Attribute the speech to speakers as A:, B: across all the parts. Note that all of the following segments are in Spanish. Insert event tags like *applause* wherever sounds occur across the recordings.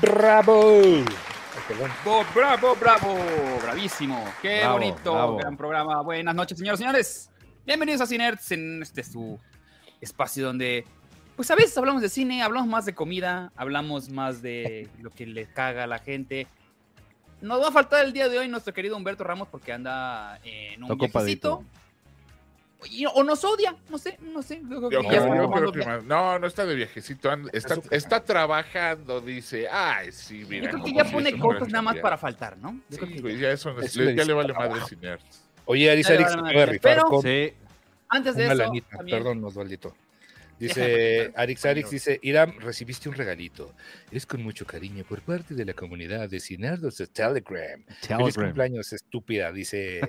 A: Bravo. Ay, perdón.
B: Bo- bravo, bravo, bravísimo. Qué
A: Bravo,
B: bonito,
A: bravo.
B: gran programa. Buenas noches, señores y señores. Bienvenidos a Cinerts en este su espacio donde, pues a veces hablamos de cine, hablamos más de comida, hablamos más de lo que le caga a la gente. Nos va a faltar el día de hoy nuestro querido Humberto Ramos porque anda en un
C: Está ocupadito.
B: viajecito. Y- o nos odia, no sé, no sé. Yo creo que
D: Yo
B: ya
D: creo-
B: está
D: yo
B: tomando
D: creo que
B: via-
D: más- No, no está de viajecito. and- Está,
A: Azúcar.
D: está trabajando, dice. Ay, sí, mira.
B: Yo creo que
D: cómo
B: ya
D: sí,
B: pone
D: eso
B: cosas
D: parece
B: nada más
D: ya.
B: para faltar, ¿no? Yo
D: Sí,
B: creo que
D: güey, ya eso no es-
A: Eso le
D: ya le
A: dice
D: vale
A: trabajo.
D: madre sin nerds.
A: Oye, dice
B: Ahí va,
A: Eric, se
B: ahí va,
A: acaba de rifar
B: pero-
A: con
C: Sí.
B: Antes de
A: una
B: eso,
A: lanita.
B: también-
A: Perdón, Osvaldito.
B: Déjame
A: Dice Arix Arix, dice, Iram, recibiste un regalito. Es con mucho cariño por parte de la comunidad de Cinardos de Telegram. Feliz
C: Telegram.
A: cumpleaños, estúpida, dice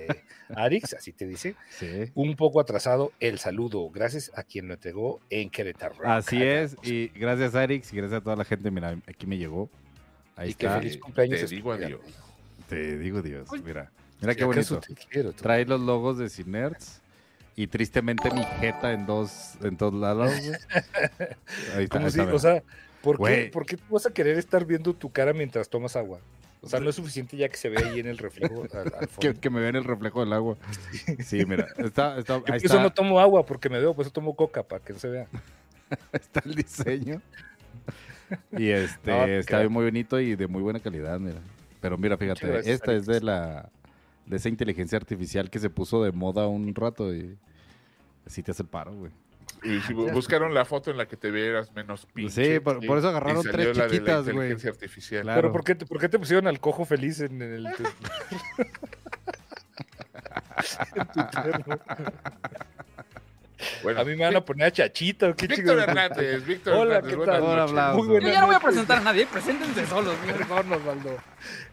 A: Arix, así te dice.
C: Sí.
A: Un poco atrasado el saludo, gracias a quien lo entregó en Querétaro.
C: Así es. Y
A: pues.
C: gracias, Arix. Y gracias a toda la gente. Mira, aquí me llegó. Ahí
A: Y que
C: está.
A: feliz cumpleaños.
D: Te digo
A: estúpida.
D: adiós.
C: Te digo, Dios.
B: Uy.
C: Mira, mira
A: Si
C: qué
A: acaso
C: bonito.
A: te quiero, tú.
C: Trae los logos de Cinerts y tristemente mi jeta en dos en todos lados. güey. Ahí está,
A: Como
C: ahí
A: si-
C: está, mira.
A: o sea, ¿por qué,
C: Güey.
A: por qué tú vas a querer estar viendo tu cara mientras tomas agua? O sea, no es suficiente ya que se ve ahí en el *laughs* reflejo al, al
C: que,
A: fondo.
C: que me vean el reflejo
A: *laughs*
C: del agua. Sí, mira, está, está,
A: Yo
C: ahí
A: por eso
C: está,
A: no tomo agua porque me veo, por eso tomo coca para que no se vea.
C: *laughs* está el diseño. Y este
A: No, te
C: está
A: creo.
C: muy bonito y de muy buena calidad, mira. Pero mira, fíjate,
A: Muchas gracias,
C: esta es de la de esa inteligencia artificial que se puso de moda un rato y así te hace el paro, güey.
D: Y si bu- buscaron la foto en la que te vieras menos
A: Pues
D: pinche.
C: Sí, por- por eso agarraron
D: y salió
C: tres
D: la de la
C: chiquitas, güey.
D: inteligencia artificial.
C: Claro.
A: Pero ¿por qué, te- ¿por qué te pusieron al cojo feliz en el... *laughs* en tu- en tu termo?
D: Bueno,
A: a mí me van a poner a chachita. ¿o qué
D: Víctor
A: chingados?
D: Hernández, Víctor
A: Hola,
D: Hernández,
A: ¿qué
D: buenas
C: tal?
D: noches.
C: Hola,
A: Muy
C: Blas.
A: buenas
B: Yo ya no voy a
A: noches.
B: presentar a nadie, preséntense solos. güey.
A: Perdón, Osvaldo.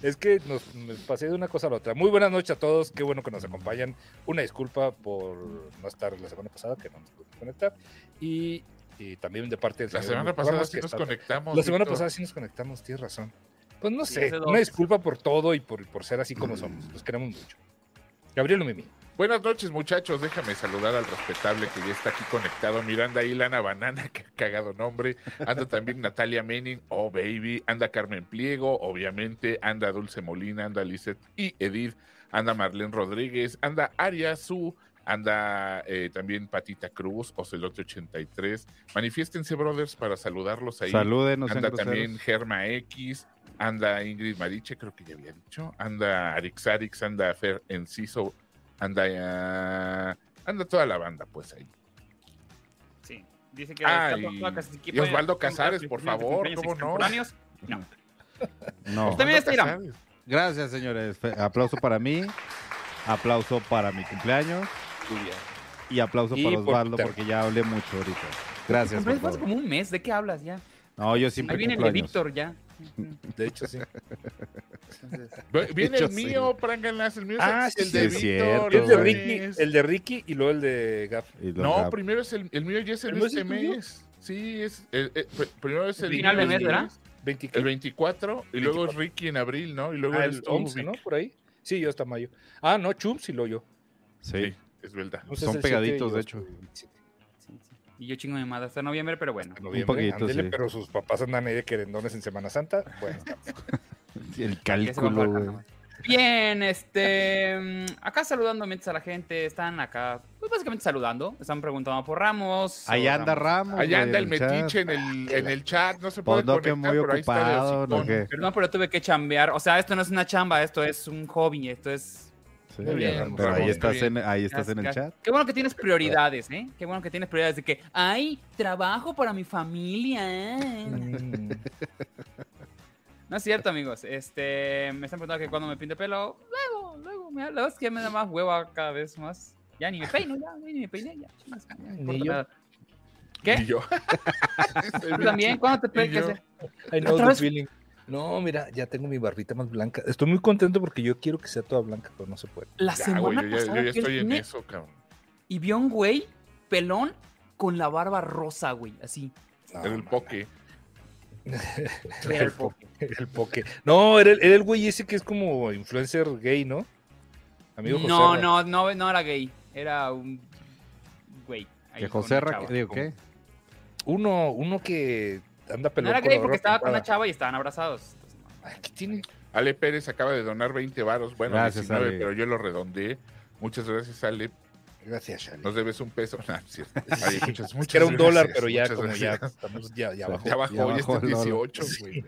A: Es que nos, me pasé de una cosa a la otra. Muy buenas noches a todos. Qué bueno que nos acompañan. Una disculpa por no estar la semana pasada, que no nos pudimos conectar. Y, y también de parte del
D: La
A: señor
D: semana
A: Humberto
D: pasada
A: Ramos,
D: sí
A: que
D: nos
A: está-
D: conectamos.
A: La semana
D: Víctor.
A: pasada sí nos conectamos, tienes razón. Pues no
B: Sí,
A: sé,
B: hace dos.
A: una disculpa por todo y por, por ser así como somos. Los queremos mucho. Gabriel Mimi.
D: Buenas noches, muchachos. Déjame saludar al respetable que ya está aquí conectado. Miranda Ilana Banana, *laughs* que ha cagado nombre. Anda también Natalia Menin, oh baby. Anda Carmen Pliego, obviamente. Anda Dulce Molina, anda Lizeth y Edith. Anda Marlene Rodríguez, anda Aria Su. Anda eh, también Patita Cruz, Ocelote83. Manifiéstense, brothers, para saludarlos ahí.
C: Salúdenos sean
D: Anda
C: groseros.
D: también Germa X, anda Ingrid Mariche, creo que ya había dicho, anda Arix Arix, anda Fer Enciso, anda ah, anda toda la banda pues ahí.
B: Sí, dice que
D: Ah,
B: está
D: y-
B: toda clasiquipa-
D: y Osvaldo
B: toda
D: Casares,
B: clasiquipa-
D: por favor,
B: cumpleaños
D: ¿cómo no?
B: extemporáneos. No.
C: No.
B: Usted- También
D: Anda
B: está
D: Casares.
C: Gracias, señores. Fe- Aplauso para mí. Aplauso para mi cumpleaños. Y aplauso
A: Y
C: para
A: por
C: Osvaldo,
A: Peter.
C: porque ya hablé mucho ahorita. Gracias,
B: Hombre,
C: por
B: es más
C: favor.
B: como un mes, ¿de qué hablas ya?
C: No, yo
B: Ahí
C: siempre
B: viene el de
C: cumplo años.
B: Víctor ya.
D: Mm.
A: De hecho,
D: *laughs*
A: sí.
B: Entonces,
A: *laughs*
D: Ve- Viene
C: Yo
D: el
C: sí.
D: mío, Prangalas, el mío es
A: Ah,
D: el
A: sí,
D: de
C: es
D: Víctor.
C: cierto.
A: el, de
D: no
A: Ricky,
D: es-
A: el de Ricky y luego el de Gaf.
C: Y los
D: No,
C: rap-
D: primero es el, el mío ya es
A: ¿El
D: el,
A: mío es
D: este
A: el tuyo?
D: mes. Sí, es el- eh, pr- primero es el
B: Final de
D: mío,
B: mes, ¿verdad?
A: 20
D: El 24 y luego es Ricky en abril, ¿no? Y luego
A: ah,
D: es
A: el 11, ¿no? Por ahí. Sí, yo hasta mayo. Ah, no, Chumps y lo yo.
C: Sí.
D: es verdad.
A: Entonces,
C: Son
A: el siete
C: pegaditos,
A: y
C: de
A: los-
C: hecho.
A: siete
B: sí, sí. Y yo chingo mi madre hasta noviembre, pero bueno.
A: de noviembre,
C: poquito,
A: ándele,
C: sí.
A: Pero sus papás andan ahí de querendones en Semana Santa. *laughs* Bueno,
C: El
B: que se va a
C: cálculo,
B: guardar
C: güey.
B: nada más. Bien, este. mm, Acá saludando mientras a la gente. Están acá, pues básicamente saludando. Están preguntando por Ramos.
C: Allá anda
B: Ramos.
C: Ramos.
D: Allá
C: güey,
D: anda
C: en
D: el
C: chat.
D: metiche en el, en el chat, no se
C: Pues
D: puede
C: no, que
D: conectar,
C: muy
D: pero ahí está de
C: ocupado,
D: hocicón.
C: no que-
B: Perdón, pero tuve que chambear. O sea, esto no es una chamba, esto es un hobby, esto es
C: Sí,
D: Muy
A: bien,
C: pero
A: Ramos,
C: ahí,
D: Ramos,
C: estás
D: muy bien.
C: en, ahí estás en el
B: Gracias.
C: chat. Ah.
B: Qué bueno que tienes prioridades, ¿eh? Qué bueno que tienes prioridades de que hay trabajo para mi familia. ¿eh?".
A: mm,
B: No es cierto, amigos. Este, me están preguntando que cuando me pinte pelo, luego, luego, me, la verdad es que me da más hueva cada vez más. Ya ni me peino, ya, ya ni me peiné, ya. chingas, ya no
A: Ni
B: importa
A: yo.
B: nada.
D: Y
A: *laughs*
B: ¿Qué?
D: yo.
B: ¿Tú también? ¿Cuándo te
D: Y yo.
B: peinas?
A: I know
B: Otra
A: the
B: vez-
A: feeling. No, mira, ya tengo mi barbita más blanca. Estoy muy contento porque yo quiero que sea toda blanca, pero no se puede.
B: La
D: Ya, güey,
B: semana
D: yo ya, yo
B: pasada fui
D: ya
B: al
D: estoy en
B: cine
D: eso, cabrón.
B: y vio un güey pelón con la barba rosa, güey,
D: *laughs*
B: así.
A: No,
D: Era el
A: no,
D: poke.
A: no, era el poke, era el poke. No, era el, era el güey ese que es como influencer gay, ¿no? Amigo José.
B: no, no, no, no era gay. Era un güey. ahí
C: Que
B: con
C: José
B: una
C: Ra-
B: chava.
C: digo, ¿qué?
A: Uno, uno que anda pelón.
B: No era
A: con
B: gay
A: la
B: porque
A: barba
B: estaba con una
A: pintada.
B: chava y estaban abrazados. Entonces,
A: Aquí tiene.
D: Ale Pérez acaba de donar 20 varos. Bueno,
C: Gracias,
D: 19,
C: Ale.
D: pero yo lo redondeé. Muchas gracias, Ale.
A: Gracias, Shani.
D: Nos debes un peso. *laughs* No, no es cierto. Ay, muchas,
A: Es
D: muchas
A: que era un dólar,
D: gracias,
A: pero ya
D: muchas
A: como ya,
D: gracias.
A: estamos, ya, ya bajó.
D: Ya bajó,
C: ya
D: ya
C: bajó
D: está en
C: el dólar.
D: 18, güey.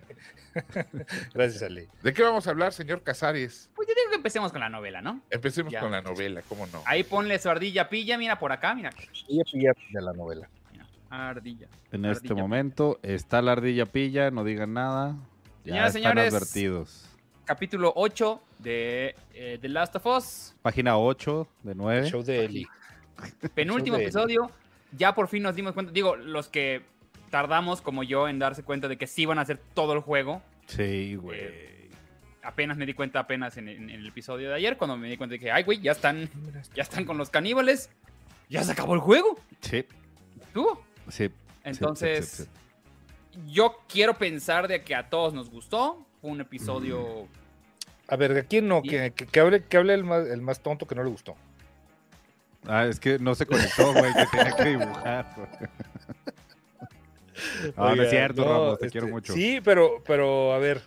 A: *laughs* Gracias, Ale.
D: ¿De qué vamos a hablar, señor Casares?
B: Pues yo digo que empecemos con la novela, ¿no?
D: Empecemos
B: Ya.
D: con la novela, ¿cómo no?
B: Ahí ponle su ardilla pilla, mira por acá, mira.
A: Voy a pillar de la novela.
B: Mira, Ardilla.
C: En
B: La
C: este
B: ardilla
C: momento está la ardilla pilla, no digan nada. Ya
B: Señoras,
C: están
B: señores.
C: advertidos.
B: Capítulo 8 de eh, The Last of
C: *laughs*
B: Us.
C: Página 8 de 9.
A: El show de Eli.
B: Penúltimo
A: Eso de-
B: episodio. Ya por fin nos dimos cuenta. Digo, los que tardamos, como yo, en darse cuenta de que sí van a hacer todo el juego.
C: Sí, güey.
B: Eh, apenas me di cuenta, apenas en, en el episodio de ayer, cuando me di cuenta de que, ay, güey, ya están, ya están con los caníbales. Ya se acabó el juego.
C: Sí,
B: Tú.
C: sí.
B: Entonces,
C: sí, sí,
B: yo quiero pensar de que a todos nos gustó. Fue un episodio.
E: Mm.
A: A ver, ¿a quién no?
B: Sí.
A: Que, que, que hable, que hable el, más, el más tonto que no le gustó.
C: Ah, es que no se conectó, güey, que tenía que dibujar. *laughs* güey. Ah, no
A: Oiga,
C: es cierto,
A: no,
C: Ramos, te
A: este,
C: quiero mucho.
A: Sí, pero, pero a ver,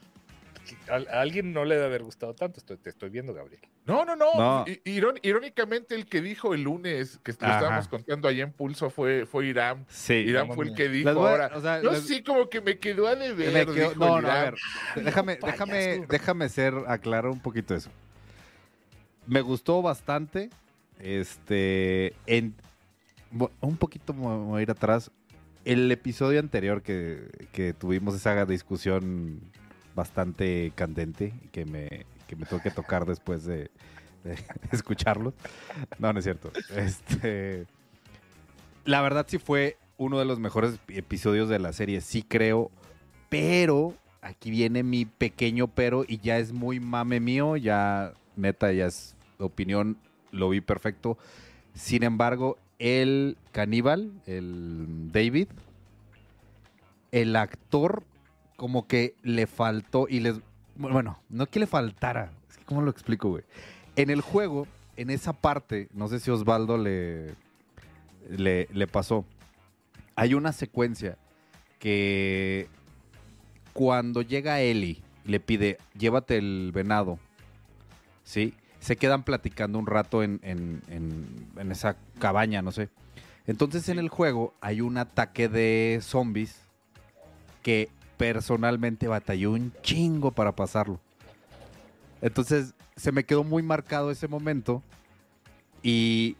A: a, a alguien no le debe haber gustado tanto. Estoy, te estoy viendo, Gabriel.
D: No, no, no.
C: No.
D: I- irón- irónicamente, el que dijo el lunes que lo
C: Ajá.
D: estábamos contando allá en Pulso fue, fue Irán.
C: Sí.
D: Irán
A: no
D: fue el
A: mames.
D: que dijo
C: Las voy a-
D: ahora.
C: o sea,
D: Yo
C: las-
D: sí, como que me quedó a deber.
C: me quedo-
D: dijo
C: no,
D: el
C: no, a
D: Irán.
C: ver. Déjame, déjame, déjame ser, aclarar un poquito eso. Me gustó bastante. Este. En, vo- un poquito me voy a ir atrás. El episodio anterior que, que tuvimos esa discusión bastante candente que me, que me tuve que tocar después de, de *laughs* escucharlo. No, no es cierto. Este. La verdad sí fue uno de los mejores episodios de la serie, sí creo, pero aquí viene mi pequeño pero y ya es muy mame mío, ya neta, ya es opinión, lo vi perfecto. Sin embargo, el caníbal, el David, el actor como que le faltó y les... Bueno, no que le faltara, es que ¿cómo lo explico, güey? En el juego, en esa parte, no sé si Osvaldo le, le, le pasó. Hay una secuencia que cuando llega Eli, le pide, llévate el venado, ¿sí? Se quedan platicando un rato en, en- en- en esa cabaña, no sé. Entonces en el juego hay un ataque de zombies que personalmente batalló un chingo para pasarlo. Entonces se me quedó muy marcado ese momento y,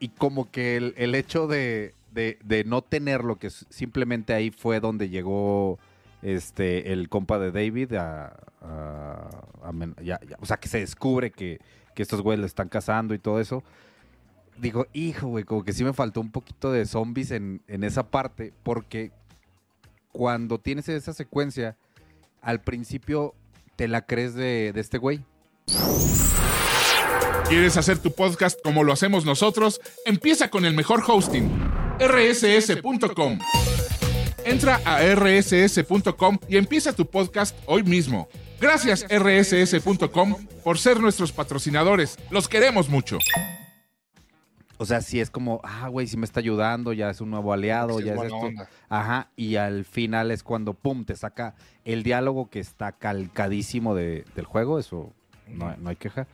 C: y como que el, el hecho de, de- de no tenerlo, que s- simplemente ahí fue donde llegó este el compa de David a, a- a men- ya- ya, o sea que se descubre que, que estos güeyes le están cazando y todo eso. Digo, hijo, güey, como que sí me faltó un poquito de zombies en, en esa parte, porque cuando tienes esa secuencia, al principio te la crees de, de este güey.
F: ¿Quieres hacer tu podcast como lo hacemos nosotros? Empieza con el mejor hosting, rss.com. Entra a rss.com y empieza tu podcast hoy mismo. Gracias rss.com por ser nuestros patrocinadores. Los queremos mucho.
C: O sea, sí es como, ah, güey, sí me está ayudando, ya es un nuevo aliado,
A: Sí,
C: Ah,
A: es
C: ya es
A: buena
C: esto.
A: onda.
C: Ajá, y al final es cuando, pum, te saca el diálogo que está calcadísimo de- del juego, eso no, no hay queja.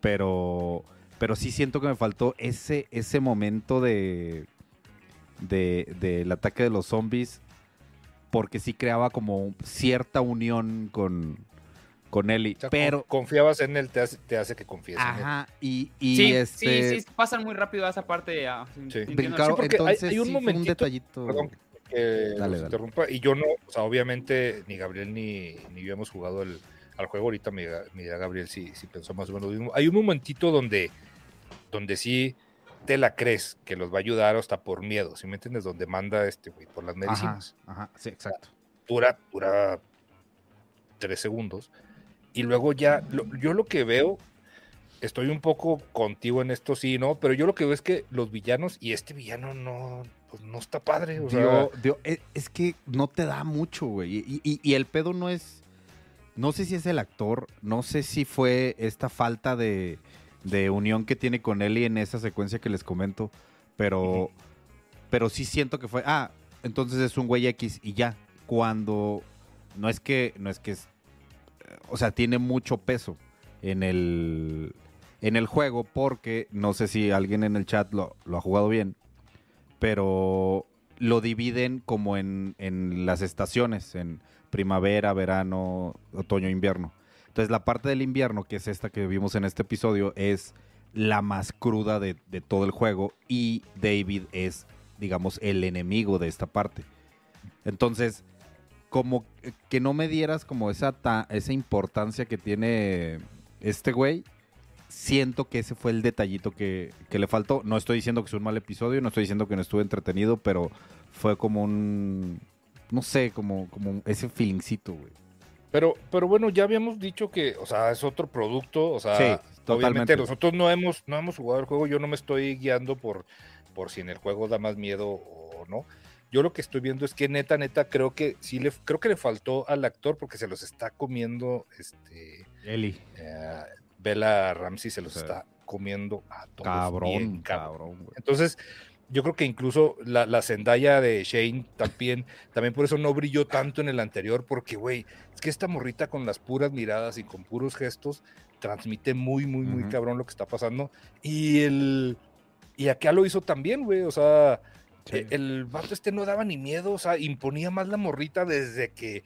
C: Pero, pero sí siento que me faltó ese, ese momento de, de- del ataque de los zombies, porque sí creaba como cierta unión con, con Ellie.
A: O sea,
C: pero,
A: con- confiabas en él, te hace, te hace que confíes en él.
C: ajá, y, y
B: sí,
C: este...
B: sí, sí, pasan muy rápido a esa parte. ah, sí, entiendo.
C: brincaron,
A: porque hay-
C: entonces
A: hay un
C: sí fue un
A: momentito-
C: detallito.
A: Perdón que los
C: Dale, dale.
A: interrumpa. Y yo no, o sea, obviamente ni Gabriel ni, ni yo hemos jugado el, al juego. Ahorita me dirá, me dirá Gabriel si, si pensó más o menos lo mismo. Hay un momentito donde, donde sí te la crees que los va a ayudar hasta por miedo, si me entiendes? Donde manda este güey por las
C: Ajá,
A: medicinas.
C: ajá, sí, exacto.
A: Dura, dura tres segundos. Y luego ya, lo- yo lo que veo, estoy un poco contigo en esto, sí, ¿no? Pero yo lo que veo es que los villanos, y este villano no, pues, no está padre. O sea,
C: Dio- dio- e- es que no te da mucho, güey. Y, y- y el pedo no es. No sé si es el actor, no sé si fue esta falta de, de unión que tiene con Eli en esa secuencia que les comento, pero, pero sí siento que fue. Ah, entonces es un güey X y ya. Cuando. No es que. No es que es- o sea, tiene mucho peso en el, en el juego porque no sé si alguien en el chat lo, lo ha jugado bien, pero lo dividen como en, en las estaciones, en primavera, verano, otoño, invierno. Entonces la parte del invierno, que es esta que vimos en este episodio, es la más cruda de, de todo el juego y David es, digamos, el enemigo de esta parte. Entonces, como que no me dieras como esa, ta- esa importancia que tiene este güey, siento que ese fue el detallito que, que le faltó. No estoy diciendo que es un mal episodio, no estoy diciendo que no estuve entretenido, pero fue como un, no sé, como, como ese feelingcito, güey.
A: Pero, pero bueno, ya habíamos dicho que, o sea, es otro producto, o sea,
C: Sí, totalmente.
A: obviamente nosotros no hemos, no hemos jugado el juego, yo no me estoy guiando por, por si en el juego da más miedo o no. Yo lo que estoy viendo es que neta, neta, creo que sí le, creo que le faltó al actor porque se los está comiendo, este,
C: Eli.
A: eh, Bella Ramsey se los
C: Sí.
A: está comiendo a todos.
C: Cabrón,
A: bien
C: cabrón, güey.
A: Entonces, yo creo que incluso la, la Zendaya de Shane también, también por eso no brilló tanto en el anterior, porque, güey, es que esta morrita con las puras miradas y con puros gestos transmite muy, muy, muy
C: Ujú.
A: cabrón lo que está pasando. Y el. Y acá lo hizo también, güey, o sea.
C: Sí.
A: e- El vato este no daba ni miedo, o sea, imponía más la morrita desde que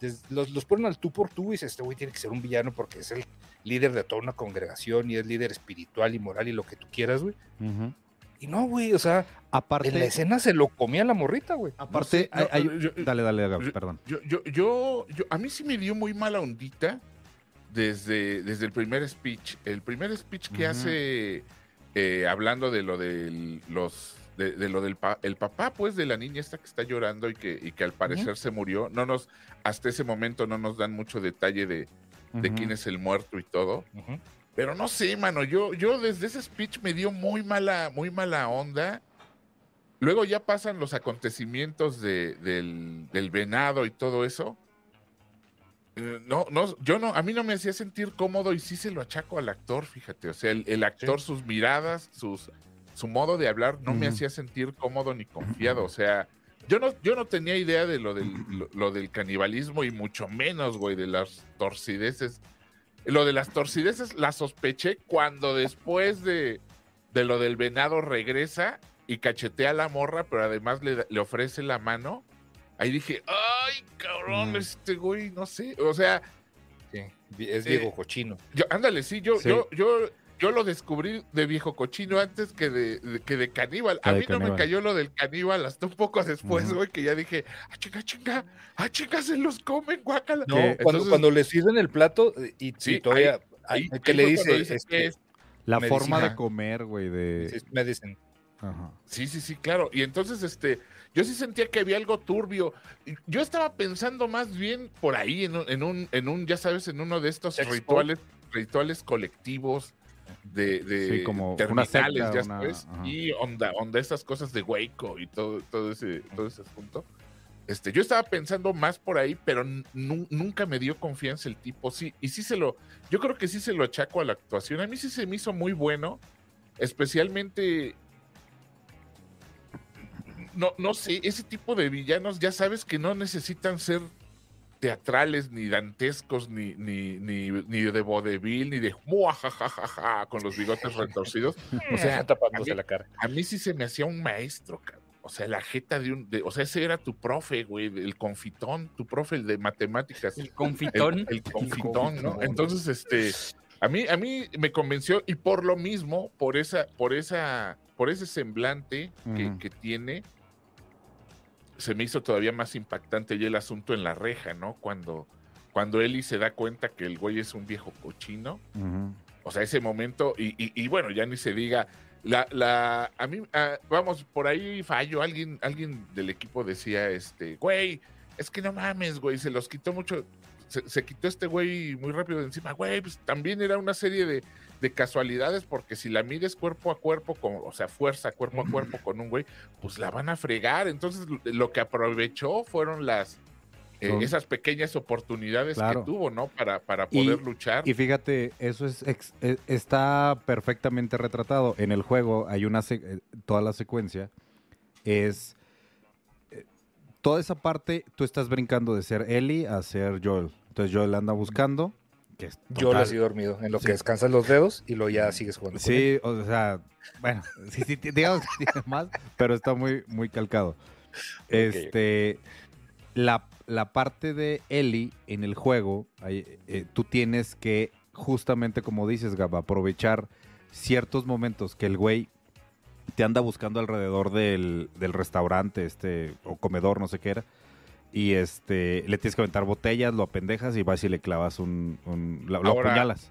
A: des- los, los ponen al tú por tú y dices, este güey tiene que ser un villano porque es el líder de toda una congregación y es líder espiritual y moral y lo que tú quieras, güey.
C: Ujú.
A: Y no, güey, o sea,
C: Aparte,
A: en la escena se lo comía la morrita, güey.
C: aparte,
D: No sé, no,
C: hay- hay-
D: yo-
C: dale, dale, Gab,
D: yo-
C: perdón.
D: Yo, yo, yo, yo- a mí sí me dio muy mala ondita desde, desde el primer speech. El primer speech que
C: Ujú.
D: hace eh, hablando de lo del los de, de lo del pa- el papá, pues, de la niña esta que está llorando y que, y que al parecer se murió. No nos, hasta ese momento no nos dan mucho detalle de, de
C: Ujú.
D: quién es el muerto y todo. Pero no sé, mano, yo, yo desde ese speech me dio muy mala, muy mala onda. Luego ya pasan los acontecimientos de- del, del venado y todo eso. Eh, No, no, yo no, a mí no me hacía sentir cómodo y sí se lo achaco al actor, fíjate. O sea, el, el actor, sus miradas, sus, su modo de hablar no me
C: Ujú.
D: hacía sentir cómodo ni confiado. O sea, yo no, yo no tenía idea de lo del, lo, lo del canibalismo y mucho menos, güey, de las torcideces. Lo de las torcideces la sospeché cuando después de, de lo del venado regresa y cachetea a la morra, pero además le, le ofrece la mano. Ahí dije, ay, cabrón,
C: Mm.
D: este güey, no sé. O sea,
A: Sí, es
D: Eh,
A: Diego Cochino.
D: yo, ándale, sí, yo,
C: Sí.
D: yo, yo, yo lo descubrí de viejo cochino antes que de, de- que de caníbal.
C: Que
D: a
C: de
D: mí no
C: caníbal.
D: me cayó lo del caníbal hasta un poco después,
C: Ujú.
D: güey, que ya dije, ah, chinga, chinga, ah, chinga, se los comen, guácala.
A: No,
C: que-
A: cuando,
D: entonces-
A: cuando le sirven el plato eh, y,
D: Sí,
A: y todavía
D: Ahí-
A: hay- que
D: ahí
A: le
D: fue cuando
A: dice,
D: dice,
A: este,
D: ¿qué es?
C: La
A: medicina.
C: forma de comer, güey, de...
A: sí, me dicen,
C: Ajá.
D: Sí, sí, sí, claro. Y entonces, este, yo sí sentía que había algo turbio. Y Yo estaba pensando más bien por ahí, en un, en un, en un ya sabes, en uno de estos
A: Sexpo.
D: rituales, rituales colectivos de, de
C: Sí, como una
D: terminales,
C: secta,
D: ya
C: una-
D: sabes,
C: ajá.
D: y onda, onda esas cosas de Waco y todo, todo ese, todo ese asunto. Este, yo estaba pensando más por ahí, pero nu- nunca me dio confianza el tipo. Sí, y sí se lo, yo creo que sí se lo achaco a la actuación. A mí sí se me hizo muy bueno, especialmente. No, no sé, ese tipo de villanos ya sabes que no necesitan ser teatrales, ni dantescos, ni, ni, ni, ni de vodevil, ni de muajajajaja con los bigotes retorcidos.
A: o *laughs* sea, tapándose
D: a mí-
A: la cara.
D: A mí sí se me hacía un maestro, cabrón. O sea, la jeta de un. de- o sea, ese era tu profe, güey, el confitón, tu profe, el de matemáticas.
B: El
D: El-
B: confitón.
E: Eh,
D: El, confitón, ¿no?
A: confitón.
D: Entonces, este, a mí, a mí me convenció y por lo mismo, por esa, por esa, por ese semblante que,
C: Ujú.
D: que tiene, se me hizo todavía más impactante ya el asunto en la reja, ¿no? Cuando, cuando Eli se da cuenta que el güey es un viejo cochino,
C: Ujú.
D: o sea, ese momento, y, y- y bueno, ya ni se diga. La, la, a mí, ah, vamos, por ahí fallo. Alguien, alguien del equipo decía, este, güey, es que no mames, güey, se los quitó mucho. Se, se quitó este güey muy rápido de encima, güey, pues también era una serie de, de casualidades, porque si la mides cuerpo a cuerpo, con, o sea, fuerza cuerpo a cuerpo con un güey, pues la van a fregar. Entonces, lo- lo que aprovechó fueron las, eh,
C: Son-
D: esas pequeñas oportunidades
C: Claro.
D: que tuvo, ¿no? Para, para
C: Y-
D: poder luchar.
C: Y fíjate, eso es ex- e- está perfectamente retratado. En el juego hay una sec- eh, toda la secuencia es eh, toda esa parte, tú estás brincando de ser Ellie a ser Joel. Entonces Joel anda buscando. Que es
A: Yo
C: total-
A: así dormido, en lo
C: Sí.
A: que descansas los dedos y luego ya sigues jugando. con él.
C: Sí, o sea, bueno, *laughs* sí, sí, ti- digamos que tiene *laughs* más, pero está muy, muy calcado. Este, la, la parte de Ellie en el juego, ahí, eh, tú tienes que, justamente como dices, Gaba, aprovechar ciertos momentos que el güey te anda buscando alrededor del, del restaurante, este, o comedor, no sé qué era. Y este, le tienes que aventar botellas, lo apendejas y vas y le clavas un. un- lo, lo
D: Ahora-
C: apuñalas.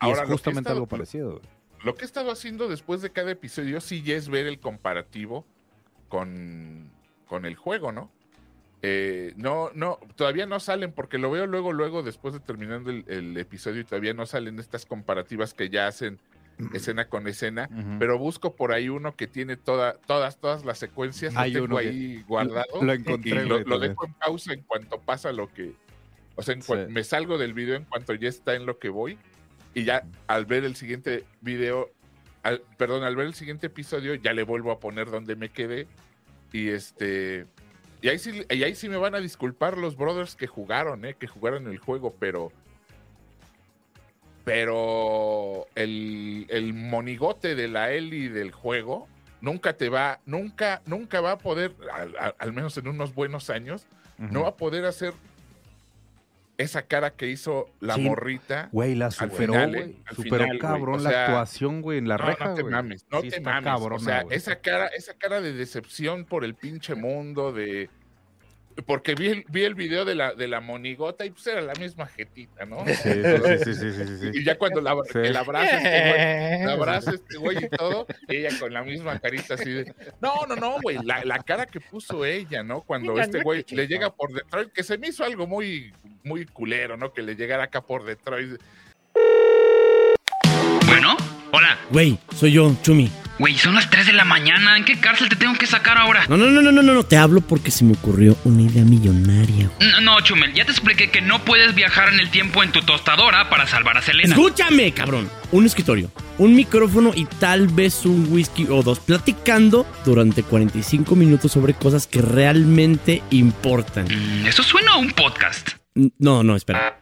C: Y
D: ahora, lo
C: es
D: que he
C: justamente
D: estado-
C: algo parecido. güey.
D: Lo que he estado haciendo después de cada episodio sí ya es ver el comparativo con, con el juego, ¿no? Eh, no, no, todavía no salen porque lo veo luego, luego, después de terminando el, el episodio y todavía no salen estas comparativas que ya hacen escena con escena,
C: Ujú.
D: pero busco por ahí uno que tiene toda, todas, todas las secuencias, lo
C: Hay
D: tengo
C: uno que-
D: ahí guardado.
C: Lo
D: Y
C: encontré,
D: lo,
C: güey,
D: lo
C: también.
D: dejo en pausa en cuanto pasa lo que. O sea, en cuan-
C: Sí.
D: me salgo del video en cuanto ya está en lo que voy. Y ya al ver el siguiente video, al- perdón, al ver el siguiente episodio, ya le vuelvo a poner donde me quedé. Y este. Y ahí sí, y ahí sí me van a disculpar los brothers que jugaron, ¿eh? Que jugaron el juego, pero. Pero el, el monigote de la Eli del juego nunca te va, nunca, nunca va a poder, al, al- al menos en unos buenos años, no va a poder hacer esa cara que hizo la
C: Sí.
D: morrita.
C: Güey, la
D: Al
C: superó,
D: final,
C: güey.
D: eh, al
C: Superó
D: final, güey.
C: cabrón
D: O
C: la
D: sea,
C: actuación, güey, en la
D: No,
C: reja,
D: no te
C: güey.
D: mames, no
C: Sí
D: te
C: está
D: mames. o
C: cabrona,
D: sea,
C: güey.
D: esa cara, esa cara de decepción por el pinche mundo, de. Porque vi el, vi el video de la, de la monigota y pues era la misma jetita, ¿no?
C: Sí, sí, sí, sí, sí, sí, sí.
D: *laughs* Y ya cuando la,
C: Sí.
D: que la abraza este
A: *laughs*
D: güey, la abraza este güey y todo, y ella con la misma carita así de, no, no, no, güey, la, la cara que puso ella, ¿no? Cuando
A: Mira,
D: este
A: no,
D: güey
A: qué
D: le
A: chingón.
D: llega por Detroit, que se me hizo algo muy, muy culero, ¿no? Que le llegara acá por Detroit.
E: Bueno, hola.
G: Güey, soy yo, Chumi.
E: Güey, son las 3 de la mañana. ¿En qué cárcel te tengo que sacar ahora?
G: No, no, no, no, no, no, no. Te hablo porque se me ocurrió una idea millonaria. güey.
E: No, no, Chumel, ya te expliqué que no puedes viajar en el tiempo en tu tostadora para salvar a Selena.
G: Escúchame, cabrón. Un escritorio, un micrófono y tal vez un whisky o dos platicando durante 45 minutos sobre cosas que realmente importan.
E: Mm, Eso suena a un podcast.
G: N- No, no, espera.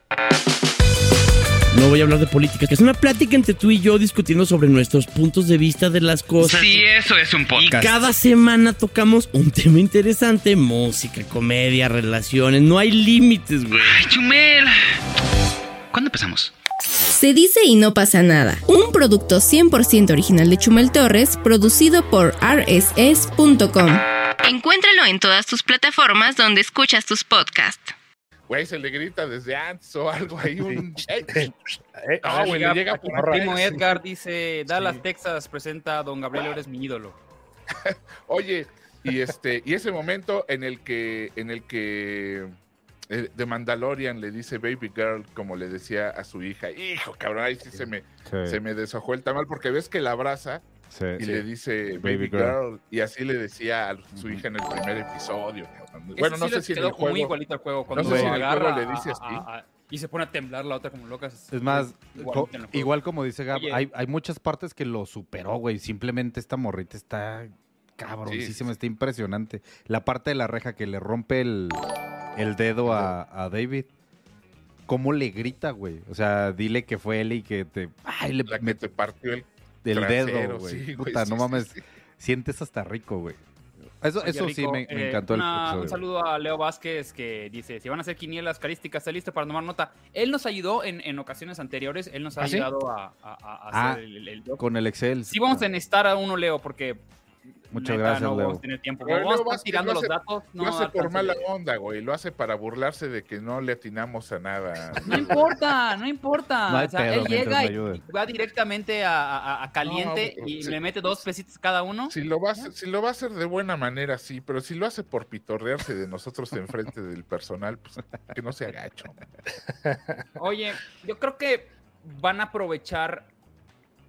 G: No voy a hablar de política, que es una plática entre tú y yo discutiendo sobre nuestros puntos de vista de las cosas.
E: sí, eso es un
G: Y
E: podcast.
G: cada semana tocamos un tema interesante, música, comedia, relaciones, no hay límites, güey.
E: Ay, Chumel. ¿Cuándo empezamos?
H: Se dice y no pasa nada. Un producto 100% original de Chumel Torres, producido por rss.com. Encuéntralo en todas tus plataformas donde escuchas tus podcasts.
D: Güey, se le grita desde antes o algo
A: *laughs*
D: ahí. Un, "Ey,
A: Eh,
D: No,
A: ah,
D: güey,
A: llega
D: le llega por
A: la eh. morra.
B: Primo Edgar dice, Dallas, Texas, presenta a Don Gabriel, eres mi ídolo.
D: Oye, y este, y ese momento en el que, en el que eh, de Mandalorian le dice baby girl, como le decía a su hija, hijo cabrón, ahí sí se me, se me deshojó el tamal, porque ves que la abraza y le dice
C: Baby
D: baby
C: girl.
D: girl. y así le decía a su hija en el primer episodio. cabrón.
B: Ese Este
D: Bueno,
B: sí
D: no
B: le
D: sé si en
B: quedó
D: el
B: como muy
D: juego.
B: igualito al juego. Cuando
D: sé
B: lo
D: si en el
B: agarra
D: juego le dice
B: a-
D: así.
B: a- a- y se pone a temblar la otra como loca.
C: Es más, co-
B: Igualito en el juego.
C: igual como dice Gab,
B: Oye.
C: hay, hay muchas partes que lo superó, güey. Simplemente esta morrita está cabrón. Sí,
D: Sí,
C: se me está impresionante. La parte de la reja que le rompe el, el dedo a, a David. ¿Cómo le grita, güey? O sea, dile que fue él y que te. Ay, le
D: La que
C: mete
D: te partió el
C: el
D: trasero,
C: dedo, güey.
D: sí, güey,
C: Puta,
D: sí,
C: no
D: sí,
C: mames.
D: sí.
C: Sientes hasta rico, güey. Eso,
B: Oye,
C: eso sí
B: Rico,
C: me, me
B: eh,
C: encantó el
B: una-
C: episodio.
B: Un saludo a Leo Vázquez que dice, si van a hacer quinielas carísticas, está listo para tomar nota. Él nos ayudó en, en ocasiones anteriores, él nos ha
A: ¿Ah, sí?
B: ayudado a, a- a- a
C: Ah.
B: hacer el, el- el-
C: Con el Excel.
B: Sí vamos a necesitar a uno, Leo, porque...
C: Muchas
B: neta,
C: gracias,
B: no vamos
C: Leo.
B: a tener tiempo.
D: Pero
B: Como vamos a
D: Leo
B: estar
D: Vázquez
B: tirando
D: lo
B: los
D: hace-
B: datos. No,
D: lo
B: va a
D: hace por
B: alcanzar
D: mala
B: de-
D: onda, güey. Lo hace para burlarse de que no le atinamos a nada.
B: *laughs* No importa, no importa.
C: No hay
B: o sea,
C: pedo,
B: él
C: mientras
B: llega
C: me
B: y
C: ayuden.
B: va directamente a, a- a caliente
D: No,
B: y
D: sí.
B: le mete dos pesitos cada uno.
D: Si lo, va a hacer, si lo va a hacer de buena manera, sí, pero si lo hace por pitorrearse de nosotros enfrente del personal, pues que no se
B: *laughs*
D: agacho.
B: Oye, yo creo que van a aprovechar.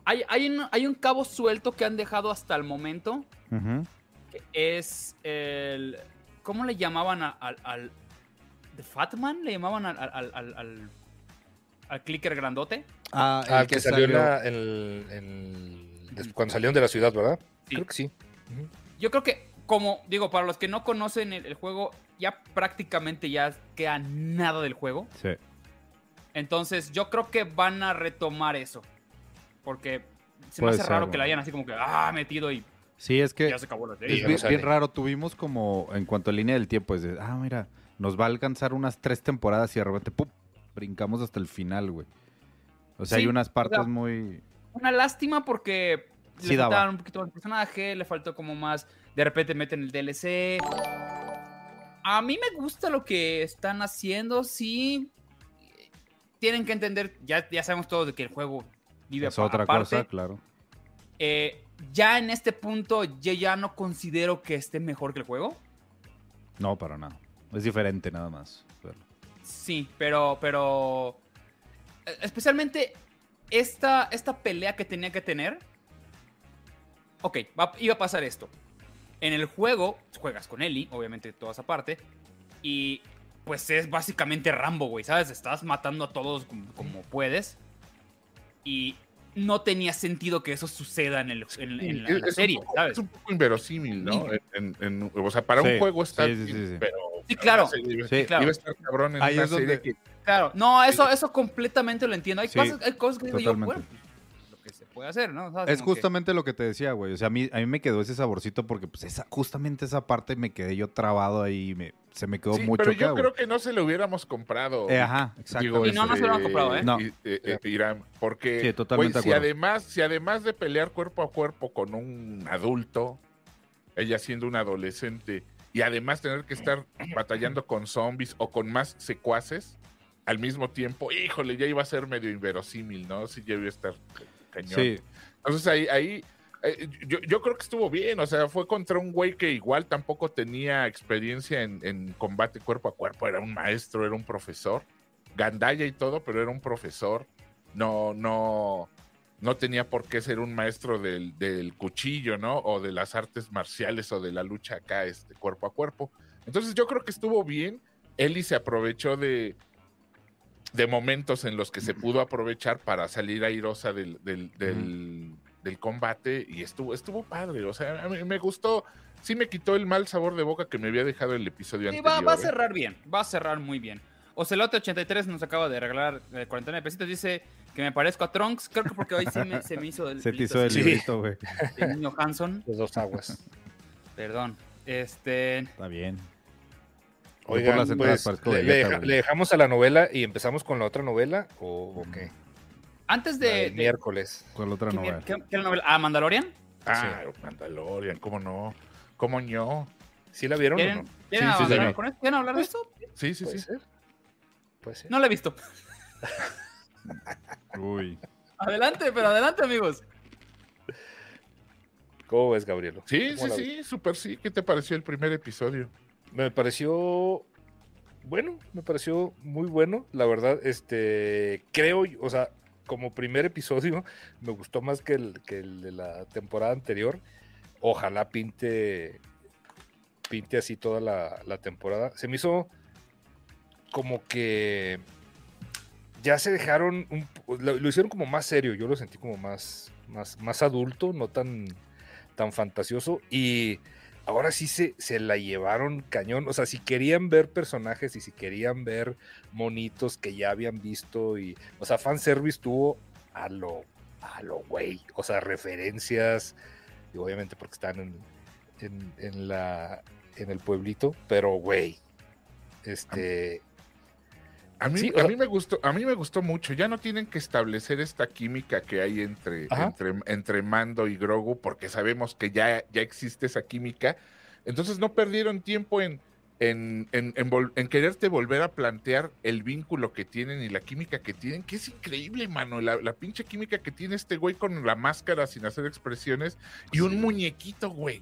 B: Hay, hay, un, hay un cabo suelto que han dejado hasta el momento,
C: Ujú.
B: que es el. ¿Cómo le llamaban a- al. al ¿The Fat Man? ¿Le llamaban al, al, al, al, al- al clicker grandote?
C: Ah, el
A: Al que salió en la- el- el- des- cuando salieron de la ciudad, ¿verdad?
B: Sí.
A: Creo que sí.
B: Yo creo que, como digo, para los que no conocen el, el juego, ya prácticamente ya queda nada del juego.
C: Sí.
B: Entonces yo creo que van a retomar eso. Porque se me
C: Puede
B: hace
C: ser,
B: raro
C: güey.
B: que la hayan así como que, ah, metido y
C: Sí, es que
B: ya se acabó la
C: es
B: serie.
A: ya
C: bien,
A: no sale.
C: bien raro. Tuvimos como, en cuanto a línea del tiempo, es de, ah, mira, nos va a alcanzar unas tres temporadas y de repente, ¡pum! brincamos hasta el final, güey. O sea,
B: Sí,
C: hay unas partes
B: o sea,
C: muy...
B: Una lástima porque
C: Sí
B: le
C: daba.
B: faltaban un poquito más personaje, le faltó como más. De repente meten el DLC. A mí me gusta lo que están haciendo, sí. Tienen que entender, ya, ya sabemos todos de que el juego vive
C: Es
B: apa-
C: otra
B: aparte.
C: cosa, claro.
B: Eh, ya en este punto, yo ya no considero que esté mejor que el juego.
C: No, para nada. Es diferente nada más. Pero-
B: Sí, pero, pero. eh, Especialmente esta, esta pelea que tenía que tener. Ok, va- iba a pasar esto. En el juego, juegas con Ellie, obviamente toda esa parte. Y pues es básicamente Rambo, güey, ¿sabes? Estás matando a todos como, como puedes. Y no tenía sentido que eso suceda en, el, en- en la, en la
D: Es- es un
B: serie,
D: poco-
B: ¿sabes?
D: Es un poco inverosímil, ¿no? En- en- o sea, para
C: Sí,
D: un juego está
C: sí, sí,
D: bien,
C: sí, sí.
D: pero
B: Sí, claro.
D: una serie iba-
C: Sí,
B: claro.
D: Iba a estar cabrón en
C: Ahí
D: una
C: es donde-
D: serie que
B: Claro, no, eso, eso completamente lo entiendo. Hay,
C: Sí,
B: cosas, hay cosas que digo yo,
C: totalmente.
B: bueno, pues, lo que se puede hacer, ¿no? ¿Sabes?
C: Es
B: Como que-
C: justamente lo que te decía, güey. O sea, a mí, a mí me quedó ese saborcito porque pues esa, justamente esa parte me quedé yo trabado ahí. me- se me quedó
D: Sí,
C: mucho
D: pero
C: acá,
D: yo
C: güey.
D: creo que no se lo hubiéramos comprado.
C: Eh, ajá, exacto.
D: Digo, este,
B: Y no,
C: este,
B: no se lo han comprado, ¿eh?
C: No.
D: y- eh, eh, Irán, porque
C: Sí, totalmente
D: güey,
C: de
D: si
C: acuerdo.
D: además, si además de pelear cuerpo a cuerpo con un adulto, ella siendo una adolescente, y además tener que estar batallando con zombies o con más secuaces al mismo tiempo, híjole, ya iba a ser medio inverosímil, ¿no? Si ya iba a estar cañón.
C: Sí,
D: Entonces ahí, ahí eh, yo, yo creo que estuvo bien, o sea, fue contra un güey que igual tampoco tenía experiencia en, en combate cuerpo a cuerpo, era un maestro, era un profesor, gandalla y todo, pero era un profesor, no, no, no tenía por qué ser un maestro del, del cuchillo, ¿no? O de las artes marciales o de la lucha acá, este, cuerpo a cuerpo. Entonces yo creo que estuvo bien, Eli se aprovechó de, de momentos en los que se pudo aprovechar para salir airosa del, del, del, del combate y estuvo, estuvo padre. O sea, a mí me gustó. Sí me quitó el mal sabor de boca que me había dejado el episodio
B: Sí, va,
D: anterior.
B: va a
D: ¿eh?
B: cerrar bien, va a cerrar muy bien. Ocelote83 nos acaba de regalar eh, 49 pesitos, dice que me parezco a Trunks, creo que porque hoy sí me- se me hizo el,
C: *laughs* se te
B: pelito
C: hizo el
B: así,
A: Sí.
C: librito, güey.
B: el niño Hanson,
A: Los dos aguas.
B: perdón. Este,
C: Está bien. Yo por
A: Oigan,
C: las entradas
A: pues,
C: parezco
A: le, le
C: galleta,
A: deja-
C: güey.
A: le dejamos a la novela y empezamos con la otra novela o o qué?
B: antes
A: La
B: de...
A: del
B: de-
A: miércoles.
C: ¿Cuál otra
B: ¿qué,
C: novela?
B: mier- qué- qué novela? Ah, Mandalorian.
D: Ah, Mandalorian, ¿cómo no? ¿Cómo no?
A: ¿Sí la vieron o no?
B: ¿Quieren, ¿quieren
C: Sí, Pues, sí,
B: hablar
C: sí.
B: con esto? ¿Quieren hablar de esto?
D: Sí, sí,
A: Puede
D: sí.
A: ser. Puede ser.
B: No la he visto. *laughs*
C: Uy.
B: Adelante, pero adelante, amigos.
A: ¿Cómo ves, Gabrielo?
D: Sí,
A: ¿Cómo
D: sí,
A: la ves?
D: sí, súper sí. ¿Qué te pareció el primer episodio?
A: Me pareció bueno, me pareció muy bueno, la verdad, este, creo, yo- o sea, como primer episodio *laughs* me gustó más que el, que el de la temporada anterior. Ojalá pinte, pinte así toda la, la temporada. Se me hizo como que ya se dejaron, un- lo, lo hicieron como más serio, yo lo sentí como más, más, más adulto, no tan, tan fantasioso y ahora sí se, se la llevaron cañón. O sea, si querían ver personajes y si querían ver monitos que ya habían visto y, o sea, fanservice tuvo a lo, a lo güey. O sea, referencias, y obviamente porque están en, en, en la, en el pueblito, pero güey, este,
D: A mí,
A: Sí,
D: a
A: o-
D: mí me gustó, a mí me gustó mucho. Ya no tienen que establecer esta química que hay entre,
A: Ajá.
D: entre, entre Mando y Grogu, porque sabemos que ya, ya existe esa química. Entonces no perdieron tiempo en, en, en- en vol- en quererte volver a plantear el vínculo que tienen y la química que tienen, que es increíble, mano. La, la pinche química que tiene este güey con la máscara sin hacer expresiones y un muñequito, güey.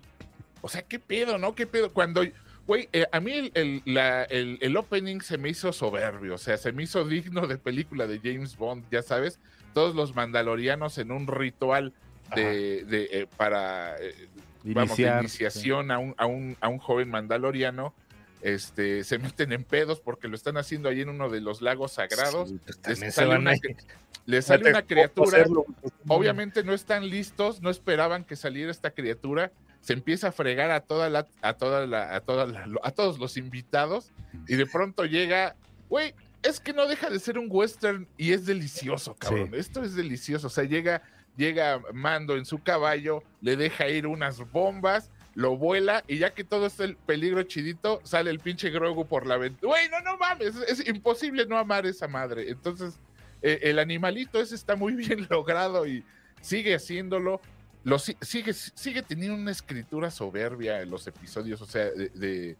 D: O sea, qué pedo, ¿no? Qué pedo. Cuando, Güey, eh, a mí el, el- la- el- el opening se me hizo soberbio, o sea, se me hizo digno de película de James Bond, ya sabes, todos los mandalorianos en un ritual de, de, eh, para eh, vamos, de iniciación a, un, a, un, a un joven mandaloriano, este, se meten en pedos porque lo están haciendo ahí en uno de los lagos sagrados,
A: sí, pues,
D: les
A: también se
D: sale
A: van
D: una
A: ahí.
D: cri- le sale una
A: ¿Cómo
D: criatura
A: hacerlo?
D: Obviamente no están listos, no esperaban que saliera esta criatura. se empieza a fregar a toda la, a toda la, a toda la- a todos los invitados y de pronto llega, güey, es que no deja de ser un western y es delicioso, cabrón.
C: Sí.
D: Esto es delicioso, o sea, llega llega Mando en su caballo, le deja ir unas bombas, lo vuela y ya que todo es el peligro chidito, sale el pinche Grogu por la ventana. Güey, no, no mames, es, es imposible no amar esa madre. Entonces, eh, el animalito ese está muy *laughs* bien logrado y sigue haciéndolo. Lo, si- sigue, sigue teniendo una escritura soberbia en los episodios, o sea, de, de,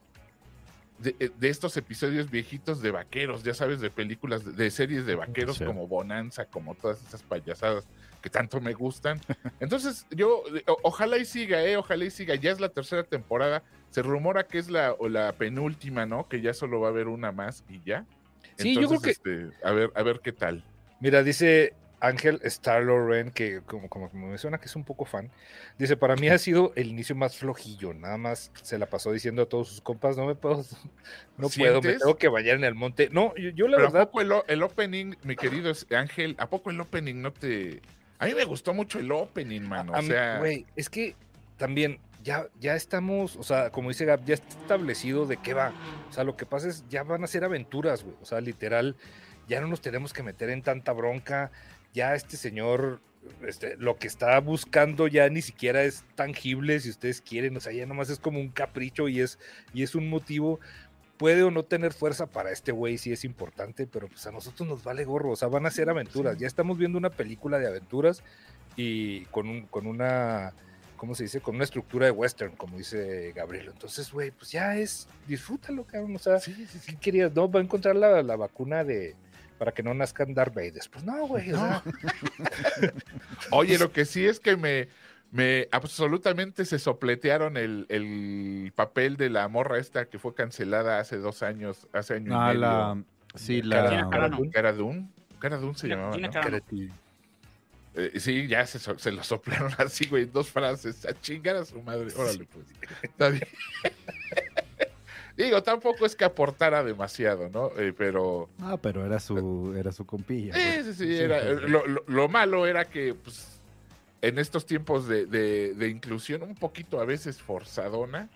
D: de- eh, de estos episodios viejitos de vaqueros, ya sabes, de películas, de, de series de vaqueros
C: Sí.
D: como Bonanza, como todas esas payasadas que tanto me
A: *laughs*
D: gustan. Entonces, yo, o- ojalá y siga, ¿eh? Ojalá y siga. Ya es la tercera temporada. Se rumora que es la, o la penúltima, ¿no? Que ya solo va a haber una más y ya.
A: Sí, yo creo que-
D: este, a, ver, a ver qué tal.
A: Mira, dice Ángel Star Loren, que como, como, como me suena que es un poco fan, dice, para mí ha sido el inicio más flojillo, nada más se la pasó diciendo a todos sus compas, no me puedo, *laughs* no puedo, me
D: ¿Sientes?
A: tengo que bañar en el monte. No, yo, yo la
D: Pero ¿a
A: verdad,
D: poco el, o- el opening, mi querido es- Ángel, ¿a poco el opening no te...? A mí me gustó mucho el opening, mano.
A: a
D: O
A: mí-
D: sea,
A: güey, es que también ya, ya estamos, o sea, como dice Gab, ya está establecido de qué va. O sea, lo que pasa es, ya van a ser aventuras, güey. O sea, literal, ya no nos tenemos que meter en tanta bronca. Ya este señor, este, lo que está buscando ya ni siquiera es tangible, si ustedes quieren. O sea, ya nomás es como un capricho y es, y es un motivo. Puede o no tener fuerza para este güey, sí es importante, pero pues a nosotros nos vale gorro. O sea, van a ser aventuras. Ya estamos viendo una película de aventuras y con, un, con una, ¿cómo se dice? Con una estructura de western, como dice Gabriel. Entonces, güey, pues ya es, disfrútalo, cabrón. O sea,
D: sí, sí, sí.
A: ¿qué querías? No, va a encontrar la, la vacuna de para que no nazcan Darth Vader. Pues no, güey. o sea,
D: Oye, lo que sí es que me, me absolutamente se sopletearon el, el papel de la morra esta que fue cancelada hace dos años, hace año
C: Ah,
D: y medio.
C: la. Sí,
B: Gina
C: la.
B: Carano.
D: Caradún. Caradún se
B: Gina-
D: llamaba.
B: Gina
A: *laughs*
D: ¿no?
B: Carano.
D: Eh, sí, ya se, so- se lo soplaron *laughs* así, güey, dos frases. A chingar a su madre. Órale, pues. Está bien. *laughs* Digo, tampoco es que aportara demasiado, ¿no? Eh, pero.
C: Ah, pero era su, era su compilla.
D: Sí,
C: güey.
D: sí, sí, era- eh,
C: sí, pues, sí.
D: lo, lo- lo malo era que pues, en estos tiempos de, de- de inclusión un poquito a veces forzadona,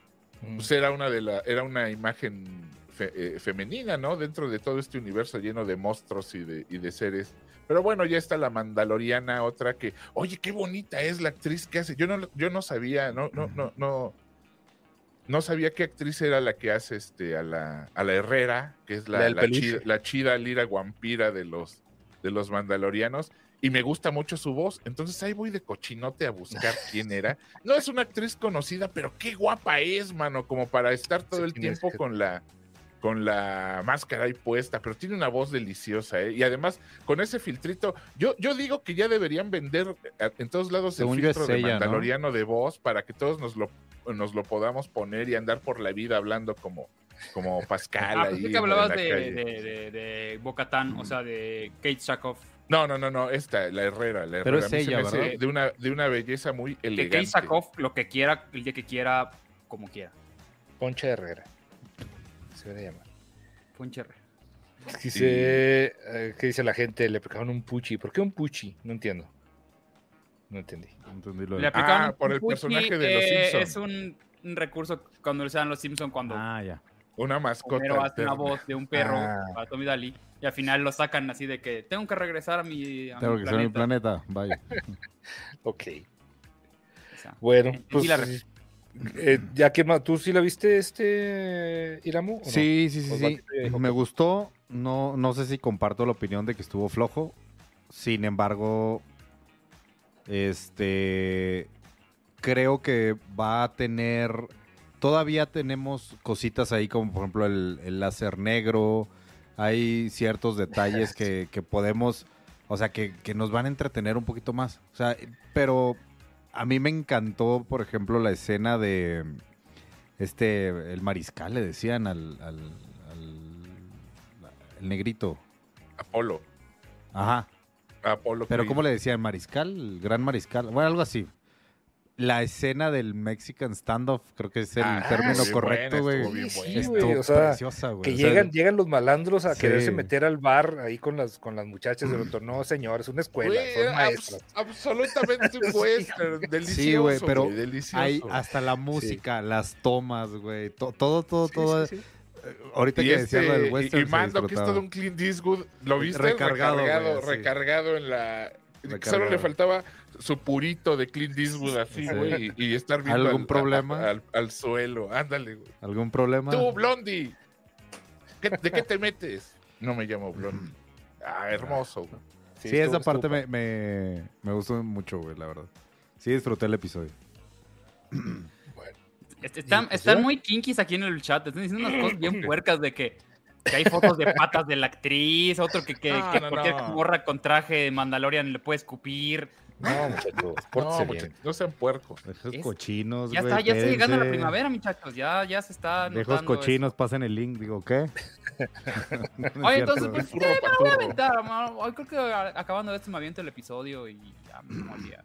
D: pues era una, de la, era una imagen fe- eh, femenina, ¿no? Dentro de todo este universo lleno de monstruos y de, y de seres. Pero bueno, ya está la Mandaloriana, otra que, oye, qué bonita es la actriz que hace. Yo no, yo no sabía, no, no, no, no. No sabía qué actriz era la que hace este a la, a la Herrera, que es
A: La
D: la,
A: del
D: la
A: peluche.
D: chida, la chida Lira Guampira de los, de los Mandalorianos. Y me gusta mucho su voz. Entonces ahí voy de cochinote a buscar quién era. No es una actriz conocida, pero qué guapa es, mano, como para estar todo
A: Sí,
D: el
A: tienes
D: tiempo
A: que-
D: con la con la máscara ahí puesta, pero tiene una voz deliciosa, ¿eh? Y además, con ese filtrito, yo, yo digo que ya deberían vender eh, en todos lados
C: Según
D: el
C: yo es
D: filtro de
C: ella, ¿no?
D: Mandaloriano de voz para que todos nos lo, nos lo podamos poner y andar por la vida hablando como, como Pascal.
B: Ah,
D: ahí
B: pensé
D: en
B: que
D: la
B: hablabas de,
D: calle.
B: de, de, de Bo-Katan, o sea, de Kate Shakov.
D: No, no, no, no, esta, la Herrera, la Herrera.
C: Pero es
D: A mí se
C: ella,
D: me hace
C: ¿verdad?
D: De una, de una belleza muy
B: Que
D: elegante.
B: Kate Shakov lo que quiera, el día que quiera, como quiera.
A: Poncha Herrera. Se viene a llamar.
B: Ponche Herrera.
A: Dice, eh, ¿qué dice la gente? Le aplicaron un puchi. ¿Por qué un puchi? No entiendo. No entendí.
C: No entendí lo
B: Le
C: de-
B: aplicaron
D: Ah,
B: un
D: por el
B: puchi,
D: personaje de Los Simpson.
B: Es un, un recurso cuando usan los Simpsons, cuando
C: Ah, ya.
D: Una mascota.
B: Homero hace una
D: alterna.
B: voz de un perro
A: Ah.
B: para Tommy Daly y al final lo sacan así de que tengo que regresar a mi, a
C: Tengo
B: mi
C: que ser mi
B: planeta.
C: planeta. Vaya.
A: Ok.
B: O sea,
A: Bueno,
B: Entendí
A: pues.
B: la re-
A: eh, ya que ma- tú sí la viste, este Iramu. ¿o no?
C: Sí, sí, sí,
A: Pues
C: sí.
A: Batman dijo
C: Me gustó. No, no sé si comparto la opinión de que estuvo flojo. Sin embargo, este creo que va a tener. Todavía tenemos cositas ahí, como por ejemplo el, el láser negro. Hay ciertos
A: *laughs*
C: detalles que, que podemos. O sea, que, que nos van a entretener un poquito más. O sea, pero a mí me encantó, por ejemplo, la escena de este, el mariscal, le decían al, al- al- el negrito.
D: Apolo.
C: Ajá.
D: Apolo.
C: Pero
D: Creed.
C: ¿cómo le decían? ¿Mariscal? ¿El gran mariscal? Bueno, algo así. la escena del Mexican standoff, creo que es el
D: Ah,
C: término
D: sí,
C: correcto,
D: buena,
C: güey.
D: estuvo bien
A: Sí,
D: buena.
A: güey,
C: Estuvo
A: o sea,
C: preciosa, güey.
A: Que
C: O sea,
A: llegan, llegan los malandros a
C: Sí. Mm.
A: quererse meter al bar ahí con las, con las muchachas del otro. No, señor, es una escuela,
D: Güey,
B: ah,
A: son
D: era
B: pues,
A: maestras.
D: abs- absolutamente western, delicioso.
C: Sí, güey, pero
D: güey, delicioso.
C: hay hasta la música, las tomas, güey. to- todo, todo, todo. eh,
D: Sí, sí, sí.
C: Ahorita
D: Y,
C: que decías lo
D: este,
C: del
D: y-
C: western.
D: y
C: se
D: mando que es todo
C: disfrutaba.
D: un Clint Eastwood, lo viste
C: Recargado,
D: recargado, recargado,
C: güey, así.
D: en la... Solo
C: Recargado.
D: le faltaba su purito de Clint Eastwood así,
C: Sí.
D: güey, y, y estar viendo
C: ¿Algún
D: al-
C: problema?
D: a- al, al suelo. Ándale, güey.
C: ¿Algún problema?
D: Tú, Blondie, ¿qué- ¿de qué te metes? No me llamo Blondie. Ah, hermoso. güey.
C: Sí,
A: estuvo-
C: esa parte
A: estuvo
C: me, me, me gustó mucho, güey, la verdad. Sí, disfruté el episodio.
B: Est- Están,
C: pues
B: están muy kinkies aquí en el chat. Están diciendo unas cosas
C: *clears throat*
B: bien puercas de que, que hay fotos de patas de la actriz, otro que, que,
D: No,
B: que
D: no,
B: cualquier
D: no.
B: morra con traje de Mandalorian le puede escupir.
A: No,
C: *laughs*
A: muchachos,
D: No,
A: pórtense
D: muchachos,
A: bien.
D: no sean puercos.
C: Dejos
B: Es-
C: cochinos,
B: Ya
C: Pues güey,
B: está, ya está llegando la
C: espérense.
B: primavera, muchachos. Ya, ya se está.
C: Dejos
B: notando eso.
C: cochinos, pasen el link, digo, ¿qué? No es
B: Oye,
C: cierto.
B: entonces, pues, sí, me la voy a aventar. amor. Hoy creo que a- acabando esto me aviento el episodio y ya me voy al día.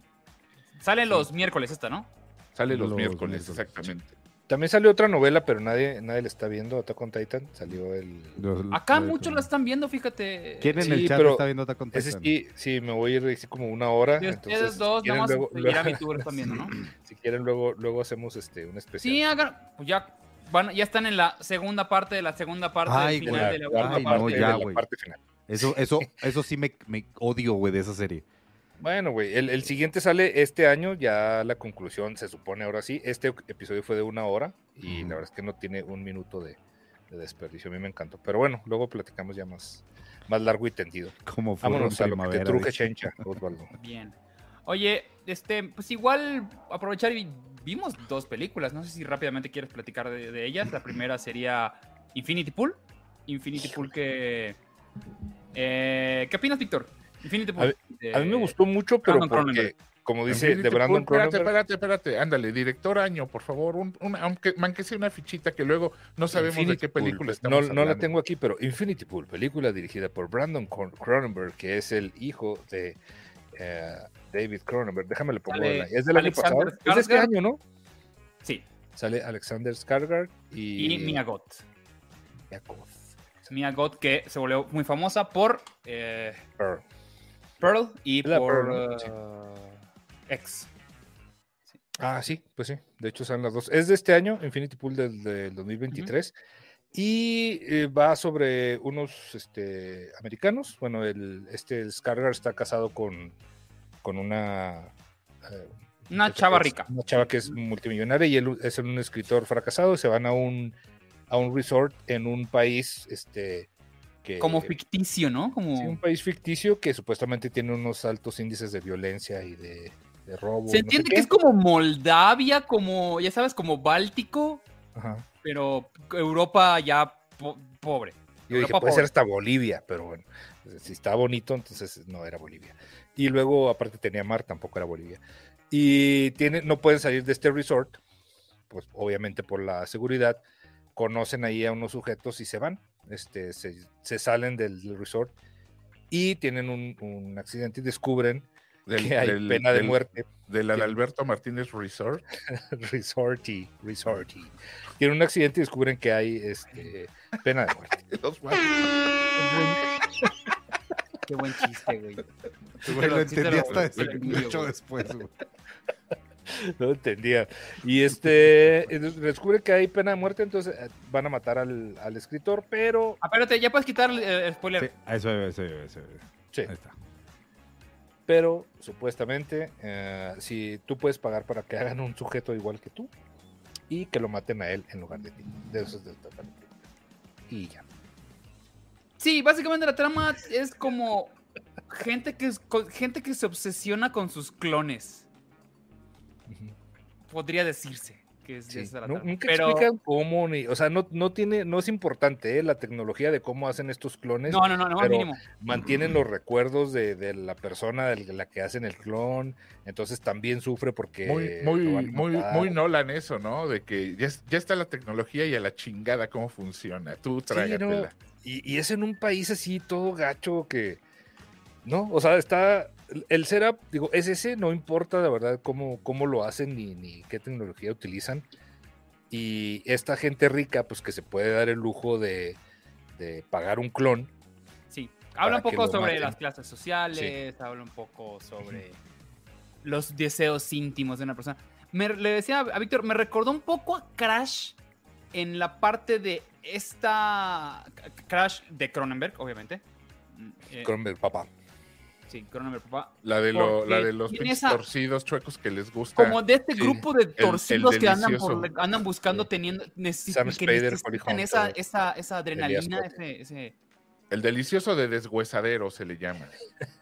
B: Sale los miércoles esta, ¿no?
D: Sale los,
C: Los
D: miércoles,
C: miércoles.
D: exactamente.
A: También salió otra novela, pero nadie, nadie la está viendo. Attack on Titan salió el.
C: Los-
B: Acá
C: los-
B: muchos la están viendo, fíjate.
C: ¿Quién en
A: Sí,
C: el chat
A: pero
C: está viendo Attack on
A: Ese
C: Titan?
A: sí, sí, me voy a ir así como una hora.
B: Y ustedes
A: entonces, si
B: dos,
A: quieren,
B: nada más
A: luego-
B: seguirá mi
A: luego-
B: tour están
C: *laughs*
B: viendo, ¿no?
A: *laughs* si quieren, luego, luego hacemos este, un
B: Sí,
A: especial.
B: hagan. Pues ya, van, ya están en la segunda parte de la segunda parte
C: Ay,
B: del
A: De
B: final
A: la,
B: de la
A: cuarta
B: última
C: ay, no,
A: parte,
B: parte.
A: de
C: ya,
A: la
C: güey.
A: parte final.
C: Eso, eso, eso sí me, me odio, güey, de esa serie.
A: Bueno, güey, el, el siguiente sale este año, ya la conclusión se supone ahora sí. Este episodio fue de una hora y
C: Ujú.
A: la verdad es que no tiene un minuto de, de desperdicio. A mí me encantó. Pero bueno, luego platicamos ya más, más largo y tendido.
C: Como fue
A: Vámonos a lo que te
C: primavera. este
A: truje,
C: dice.
A: Chencha,
B: *laughs*
A: Osvaldo.
B: Bien. Oye, este, pues igual aprovechar y vimos dos películas. No sé si rápidamente quieres platicar de, de ellas. La primera sería Infinity Pool. Infinity Pool que. eh, ¿Qué opinas, Víctor? Infinity Pool.
A: A mí me
B: Eh,
A: gustó mucho, pero
B: Brandon
A: porque,
B: Cronenberg.
A: como dice
D: Infinity
A: de
D: Pool,
A: Brandon
D: este Espérate,
A: Cronenberg,
D: espérate, espérate. Ándale, director año, por favor. Un, un- aunque, aunque sea una fichita que luego no sabemos de
A: Infinity
D: qué
A: Pool, pues,
D: película
A: no,
D: estamos
A: no la
D: hablando.
A: tengo aquí, pero Infinity Pool, película dirigida por Brandon Cron- Cronenberg, que es el hijo de eh, David Cronenberg. Déjame le pongo.
B: Sale
A: la- Es del año pasado.
B: Alexander
A: Es de este
B: Skarsgård.
A: año, ¿no?
B: Sí,
A: Sale Alexander Skarsgård y,
B: y Mia Goth.
A: Mia Goth.
B: Mia Goth que se volvió muy famosa por eh,
A: Pearl.
B: Pearl y
A: La
B: por
A: Pearl, ¿no?
B: eh,
A: Sí.
B: X.
A: Ah, sí, pues sí. De hecho, salen las dos. Es de este año, Infinity Pool del, del 2023. Y eh, va sobre unos este, americanos. Bueno, el, este el Skarsgård está casado con, con una. eh,
B: Una
A: muchacha
B: chava
A: que es-
B: rica.
A: Una chava que es multimillonaria y él es un escritor fracasado. Se van a un, a un resort en un país este, que.
B: Como ficticio, ¿no? Como...
A: Sí, un país ficticio que supuestamente tiene unos altos índices de violencia y de, de robo. y no
B: Se
A: sé
B: entiende
A: qué.
B: que es como Moldavia, como, ya sabes, como Báltico,
A: Ajá.
B: pero Europa ya po- pobre.
A: Yo dije,
B: Europa
A: puede ser
B: pobre.
A: hasta Bolivia, pero bueno, pues, si está bonito, entonces no era Bolivia. Y luego, aparte, tenía mar, tampoco era Bolivia. Y tiene, no pueden salir de este resort, pues obviamente por la seguridad. Conocen ahí a unos sujetos y se van, este, se, se salen del resort y tienen un, un accidente y descubren
D: Del-
A: que hay
D: del-
A: pena de
D: del-
A: muerte. *laughs*
D: Del Alberto Martínez Resort.
A: Resorty, Resorty. Tienen un accidente y descubren que hay este, pena de muerte.
D: Los mames.
B: Qué buen
A: *laughs*
B: chiste, güey.
C: Güey, lo
B: Pero sí te
C: entendí
B: lo-
C: hasta
B: sí te lo
C: después-
B: envío,
C: mucho
B: güey.
C: después,
B: *laughs*
C: güey.
A: No entendía. Y este descubre que hay pena de muerte, entonces eh, van a matar al, al escritor, pero
B: Ah, Espérate, ya puedes quitar el, el spoiler.
C: Sí, eso, eso, eso, eso.
A: sí,
C: Ahí está.
A: pero supuestamente eh, si tú puedes pagar para que hagan un sujeto igual que tú y que lo maten a él en lugar de ti. De eso es de esta película. Y ya.
B: Sí. básicamente la trama es como gente que, es- con- gente que se obsesiona con sus clones, podría decirse. Que es,
A: Sí,
B: esa la
A: nu-
B: trama.
A: nunca
B: Pero-
A: explican cómo ni- o sea, no, no tiene, no es importante eh, la tecnología de cómo hacen estos clones.
B: No, no, no, no,
A: pero-
B: mínimo.
A: mantienen los recuerdos de, de la persona de la que hacen el clon, entonces también sufre porque
D: Muy,
A: lo
D: muy,
A: van a
D: muy,
A: matar.
D: muy Nolan eso, ¿no? De que ya, es- ya está la tecnología y a la chingada cómo funciona. Tú
A: Sí, ¿no?
D: trágatela.
A: y, y es en un país así todo gacho que no, o sea, está el- el setup, digo, es ese, no importa la verdad cómo, cómo lo hacen ni, ni qué tecnología utilizan. Y esta gente rica, pues que se puede dar el lujo de, de pagar un clon.
B: Sí,
A: Para
B: habla un
A: que lo
B: poco sobre
A: maten.
B: las clases sociales, habla un poco sobre los deseos íntimos de una persona. Me- le decía a Víctor, me recordó un poco a Crash en la parte de esta Crash de Cronenberg, obviamente. Mm, eh,
A: Con el papá.
B: sí, Cronenberg, papá.
D: La de, lo- la
B: Porque
D: de los
B: tiene
D: pinches
B: esa-
D: torcidos chuecos que les gusta.
B: Como de este
A: Sí,
B: grupo de torcidos que andan,
D: delicioso.
B: por, andan buscando, teniendo, necesi-
A: Sam
B: que
A: Spader,
B: necesitan
A: Holly
B: esa,
A: Hunter,
B: esa, esa adrenalina,
A: Scott.
B: ese, ese,
D: El delicioso de deshuesadero se le llama.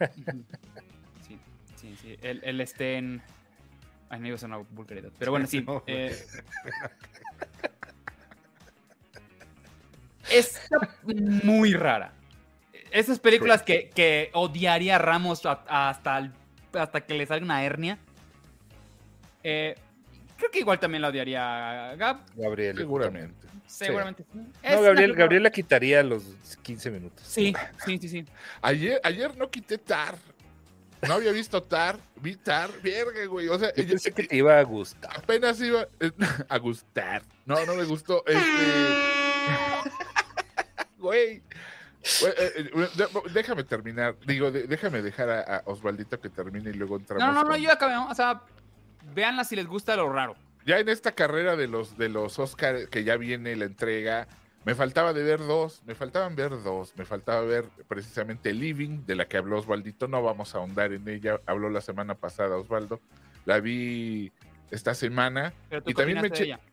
B: Ujú. *laughs* Sí, sí, sí. El, el este en. Ay, no iba a ser una vulgaridad. Pero bueno, sí.
C: No, güey.
B: eh, Está muy rara. Esas películas que, que odiaría Ramos a- a- hasta, el- hasta que le salga una hernia. Eh, creo que igual también la odiaría Gab.
A: Gabriel.
D: Seguramente.
B: Seguramente. sí. Es
A: No,
B: una
A: Gabriel,
B: película-
A: Gabriel la quitaría a los 15 minutos.
B: Sí, sí, sí, sí.
D: Ayer, ayer no quité Tar. No había visto Tar. Vi Tar. Verga, güey. O sea,
A: Yo pensé que te iba a gustar.
D: apenas iba eh, *laughs* a gustar. No, no
B: *laughs*
D: me gustó. Este- Güey. Güey, eh, eh, de- Déjame terminar. Digo, de- déjame dejar a, a Osvaldito que termine y luego entramos.
B: No, no, no,
D: con-
B: yo acabé. ¿no? O sea, véanla si les gusta lo raro.
D: Ya en esta carrera de los, de los Oscar que ya viene la entrega, me faltaba de ver dos, me faltaban ver dos, me faltaba ver precisamente Living, de la que habló Osvaldito, no vamos a ahondar en ella, habló la semana pasada Osvaldo, la vi esta semana,
B: Pero tú
D: Y también
B: qué
D: me
B: opinaste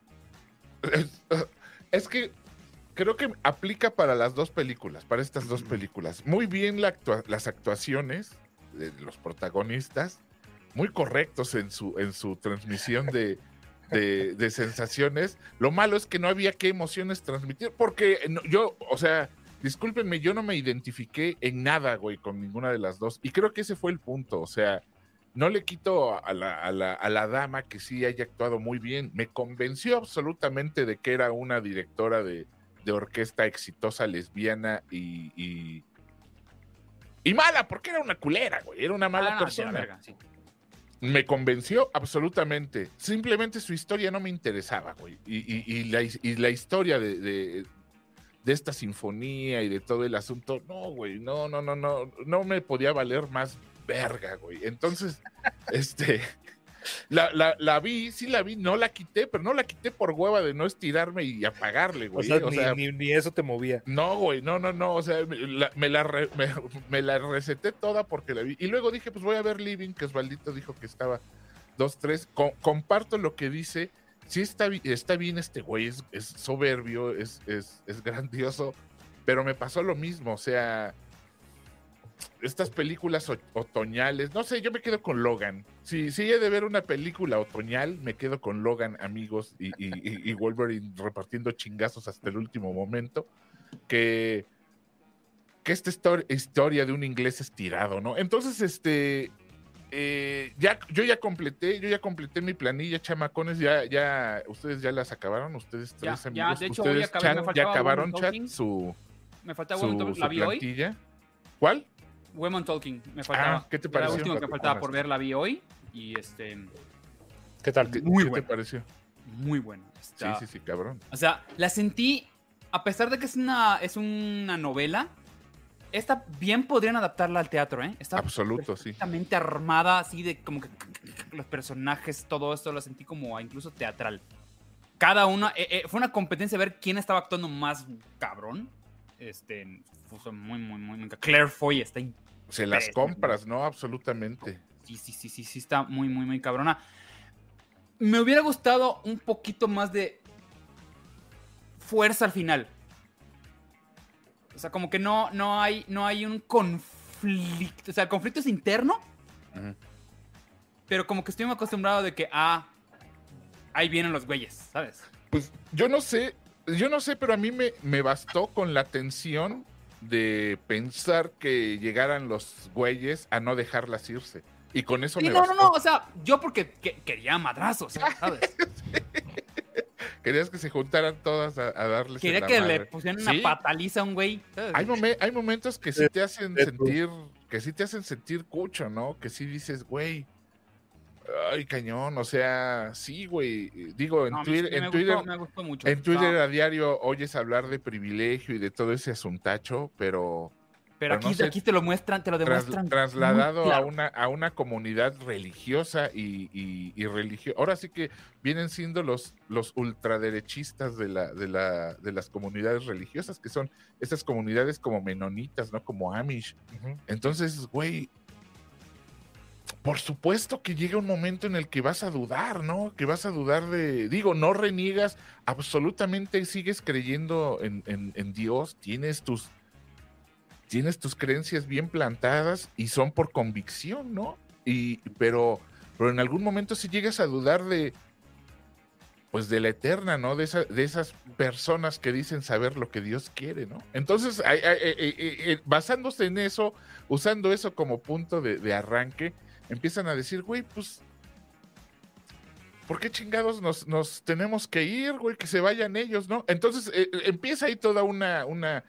B: de
D: eché-
B: ella?
D: es que creo que aplica para las dos películas, para estas dos películas. Muy bien la actua- las actuaciones de los protagonistas, muy correctos en su, en su transmisión de, de- de sensaciones. Lo malo es que no había qué emociones transmitir, porque no- yo, o sea, discúlpenme, yo no me identifiqué en nada, güey, con ninguna de las dos. Y creo que ese fue el punto, o sea. No le quito a la, a la- a la dama que sí haya actuado muy bien. Me convenció absolutamente de que era una directora de, de orquesta exitosa, lesbiana y, y. y mala, porque era una culera, güey. Era una mala
B: Ah, no,
D: persona.
B: sí, la verga, sí.
D: Me convenció absolutamente. Simplemente su historia no me interesaba, güey. Y, y- y la, his- y la historia de, de- de esta sinfonía y de todo el asunto, no, güey, no, no, no, no, no me podía valer más verga, güey. Entonces, este, la, la, la vi, sí la vi, no la quité, pero no la quité por hueva de no estirarme y apagarle,
A: O
D: güey. ¿eh?
A: sea,
D: o
A: ni-
D: sea,
A: ni- ni eso te movía.
D: no, güey, no, no, no. O sea, me la, me, la re- me- me la receté toda porque la vi. Y luego dije, pues voy a ver Living, que Osvaldito dijo que estaba 2-3. Co- comparto lo que dice. Sí, está, bi- está bien este güey, es, es soberbio, es, es, es grandioso, pero me pasó lo mismo. O sea, estas películas o- otoñales, no sé, yo me quedo con Logan. Si, si he de ver una película otoñal, me quedo con Logan, amigos, y, y- y- y Wolverine repartiendo chingazos hasta el último momento que, que esta histor- historia de un inglés estirado, ¿no? Entonces, este, eh, ya, yo ya completé, yo ya completé mi planilla, chamacones, ya, ya, ustedes ya las acabaron, ustedes
B: Ya,
D: tres
B: ya,
D: amigos,
B: de hecho, voy a
D: ustedes
B: acabar, me
D: chat, ya
B: faltaba
D: acabaron,
B: Woman
D: chat,
B: Talking.
D: su,
B: Me faltaba
D: su,
B: Woman Talking,
D: su
B: la vi hoy.
D: plantilla. ¿Cuál?
B: Woman Talking, me faltaba.
D: Ah, ¿qué te
B: Era La
D: pareció?
B: última que me faltaba por ver, la vi hoy. Y este,
A: ¿Qué tal?
D: ¿Qué,
B: Muy
D: qué
B: buena.
D: te pareció?
B: muy buena.
D: Sí,
B: Está-
D: sí, sí, cabrón.
B: O sea, la sentí, a pesar de que es una, es una novela, esta bien podrían adaptarla al teatro, ¿eh? Está
D: Absoluto, sí.
B: perfectamente armada, así de como que *laughs* los personajes, todo esto, lo sentí como incluso teatral. Cada uno, eh, eh, fue una competencia ver quién estaba actuando más cabrón. Este, fue muy, muy, muy, muy. Claire Foy está in-
D: Se las
B: Pero-
D: compras, ¿no? Absolutamente.
B: sí, sí, sí, sí, sí, está muy, muy, muy cabrona. Me hubiera gustado un poquito más de fuerza al final. O sea, como que no, no, hay, no hay un conflicto. O sea, el conflicto es interno. Pero como que estoy muy acostumbrado de que, ah, ahí vienen los güeyes, ¿sabes?
D: Pues yo no sé, yo no sé, pero a mí me, me bastó con la tensión de pensar que llegaran los güeyes a no dejarlas irse. Y con eso
B: Sí,
D: me
B: no, no,
D: bastó.
B: no. O sea, yo porque que- quería madrazos,
D: *laughs* Pues
B: ¿sabes?
D: Querías que se juntaran todas a, a darles en
B: Quería
D: la
B: que
D: madre.
B: le pusieran una
D: Sí.
B: pataliza a un güey. ¿sabes?
D: Hay, momen- hay momentos que sí te hacen
A: Respeto.
D: sentir que sí te hacen sentir cucho, ¿no? Que sí dices, güey, ay, cañón, o sea, sí, güey. Digo, en
B: No, a mí sí
D: Twitter,
B: me
D: en
B: gustó,
D: Twitter,
B: me gustó mucho.
D: en Twitter
B: No,
D: a diario oyes hablar de privilegio y de todo ese asuntacho, pero
B: pero
D: no
B: aquí,
D: sé,
B: aquí te lo muestran, te lo
D: tras-
B: demuestran. muy
D: trasladado
B: claro.
D: a, una, a una comunidad religiosa y, y, religiosa. Ahora sí que vienen siendo los, los ultraderechistas de, la, de, la, de las comunidades religiosas, que son estas comunidades como menonitas, ¿no? Como Amish. Entonces, güey, por supuesto que llega un momento en el que vas a dudar, ¿no? Que vas a dudar de, digo, no reniegas, absolutamente sigues creyendo en, en- en Dios, tienes tus, tienes tus creencias bien plantadas y son por convicción, ¿no? Y, pero, pero en algún momento si llegas a dudar de, pues de la eterna, ¿no? De, esa- de esas personas que dicen saber lo que Dios quiere, ¿no? Entonces, ay- ay- ay- ay- ay, eh, basándose en eso, usando eso como punto de, de arranque, empiezan a decir, güey, pues, ¿por qué chingados nos, nos tenemos que ir, güey? Que se vayan ellos, ¿no? Entonces, eh, eh, empieza ahí toda una, una,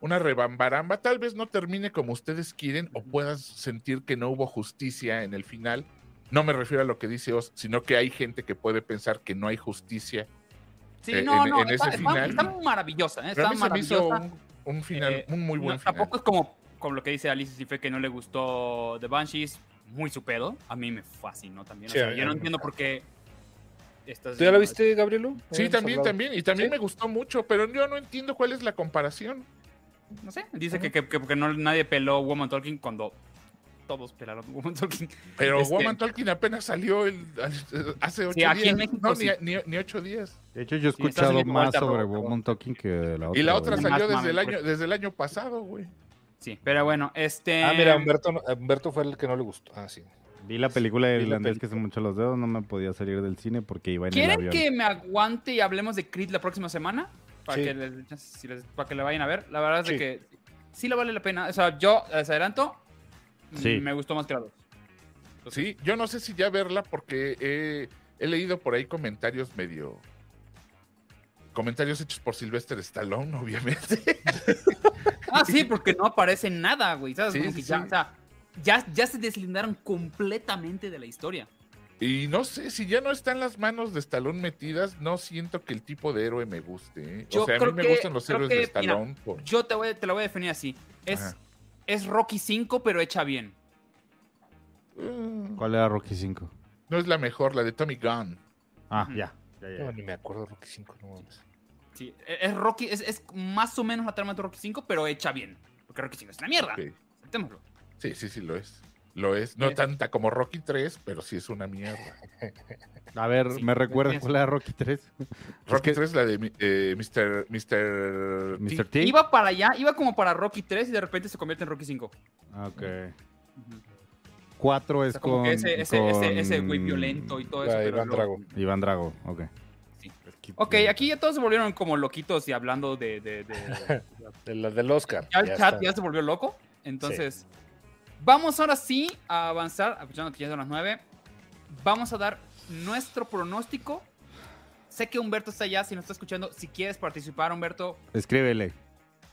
D: una rebambaramba. Tal vez no termine como ustedes quieren o puedas sentir que no hubo justicia en el final. No me refiero a lo que dice Oz, sino que hay gente que puede pensar que no hay justicia.
B: Sí,
D: eh,
B: no,
D: en-
B: no,
D: en
B: está,
D: ese
B: está-
D: final.
B: está maravillosa, eh,
D: Pero a
B: está
D: mí se me
B: maravillosa.
D: hizo un, un final,
B: Eh,
D: un muy
B: No,
D: buen final.
B: Tampoco es como, como lo que dice Alice si fue que no le gustó The Banshees, muy su pedo. A mí me fascinó también. o
A: Sí,
B: sea,
A: a mí
B: yo no
A: también.
B: entiendo por qué. estás
A: ¿Tú ya la
B: viendo-
A: viste, Gabrielo?
D: Sí,
A: Habíamos
D: también,
A: hablado.
D: también. Y también
A: Sí.
D: me gustó mucho, pero yo no entiendo cuál es la comparación.
B: No sé, dice que, que, que porque no, nadie peló Woman Talking cuando todos pelaron Woman Talking. *laughs*
D: Pero
B: Este-
D: Woman Talking apenas salió el- al- *laughs* hace ocho
B: aquí
D: días.
B: en México
D: no,
B: sí.
D: ni, ni- ni ocho días.
C: De hecho, yo he
B: Sí, estás en
C: escuchado
B: mi
C: más
B: vuelta,
C: sobre
B: Roberto.
C: Woman Talking que la otra.
D: Y la otra
C: güey.
B: salió
D: salió
B: Más
D: desde el
B: mames, pues.
D: año, desde el año pasado, güey.
B: Sí, pero bueno, este.
A: Ah, mira, Humberto, no- Humberto fue el que no le gustó. Ah, sí.
C: Vi la película
A: la
C: del irlandés que se
A: película.
C: mucho los dedos, no me podía salir del cine porque iba en el
B: ¿Quieren
C: avión.
B: que me aguante y hablemos de Creed la próxima semana? Para,
A: Sí.
B: que, les, si les- para que la vayan a ver. La verdad es de
A: Sí.
B: que sí le vale la pena. O sea, yo les adelanto. mm,
C: Sí.
B: Me gustó más que la dos.
D: Sí, yo no sé si ya verla porque eh, he leído por ahí comentarios medio. Comentarios hechos por Sylvester Stallone, *laughs* obviamente.
B: Ah, sí, porque no aparece nada, güey. ¿Sabes?
D: Sí,
B: Como
D: sí,
B: que ya,
D: sí.
B: o sea, ya, ya se deslindaron completamente de la historia.
D: Y no sé, si ya no están las manos de Stallone metidas, no siento que el tipo de héroe me guste. ¿eh?
B: Yo
D: o sea, a mí
B: creo
D: me
B: que-
D: gustan los
B: creo
D: héroes
B: que,
D: de
B: mira,
D: Stallone. por-
B: Yo te, voy, te la voy a definir así. Es,
D: Ajá.
B: es Rocky 5, pero hecha bien.
D: Mm,
C: ¿Cuál era Rocky 5?
D: No es la mejor, la de Tommy Gunn.
C: Ah,
B: Ujú.
C: ya. ya, ya,
A: No,
C: ya.
A: ni me acuerdo Rocky 5, no mames.
B: Sí, e- es Rocky, es, es más o menos la trama de Rocky 5, pero hecha bien. Porque Rocky 5 es una mierda.
D: Ok.
B: Aceptémoslo.
D: Sí, sí, sí, lo es. Lo es. No
B: Sí.
D: tanta como Rocky 3, pero sí es una mierda.
C: A ver,
B: Sí,
C: ¿me recuerdas
B: tienes-
C: cuál era Rocky 3?
D: Rocky
C: que-
D: 3, la de mi- eh, Mr. Mr. T.
C: ¿Mr. T?
B: Iba para allá, iba como para Rocky 3 y de repente se convierte en Rocky 5.
C: Ah, Ok. 4
B: O
C: es
B: sea, como
C: con...
B: que ese, ese, ese, ese güey
C: con
B: violento y todo eso.
A: La de
B: pero
A: Iván
B: luego-
A: Drago.
C: Iván Drago, ok.
B: Sí.
C: Es que-
B: Ok, aquí ya todos se volvieron como loquitos y hablando de- de- de,
A: De la del Oscar.
B: ya el chat
A: está.
B: ya se volvió loco. Entonces, vamos ahora sí a avanzar, aprovechando que ya son las 9. Vamos a dar nuestro pronóstico. Sé que Humberto está allá, si nos está escuchando, si quieres participar, Humberto,
C: Escríbele.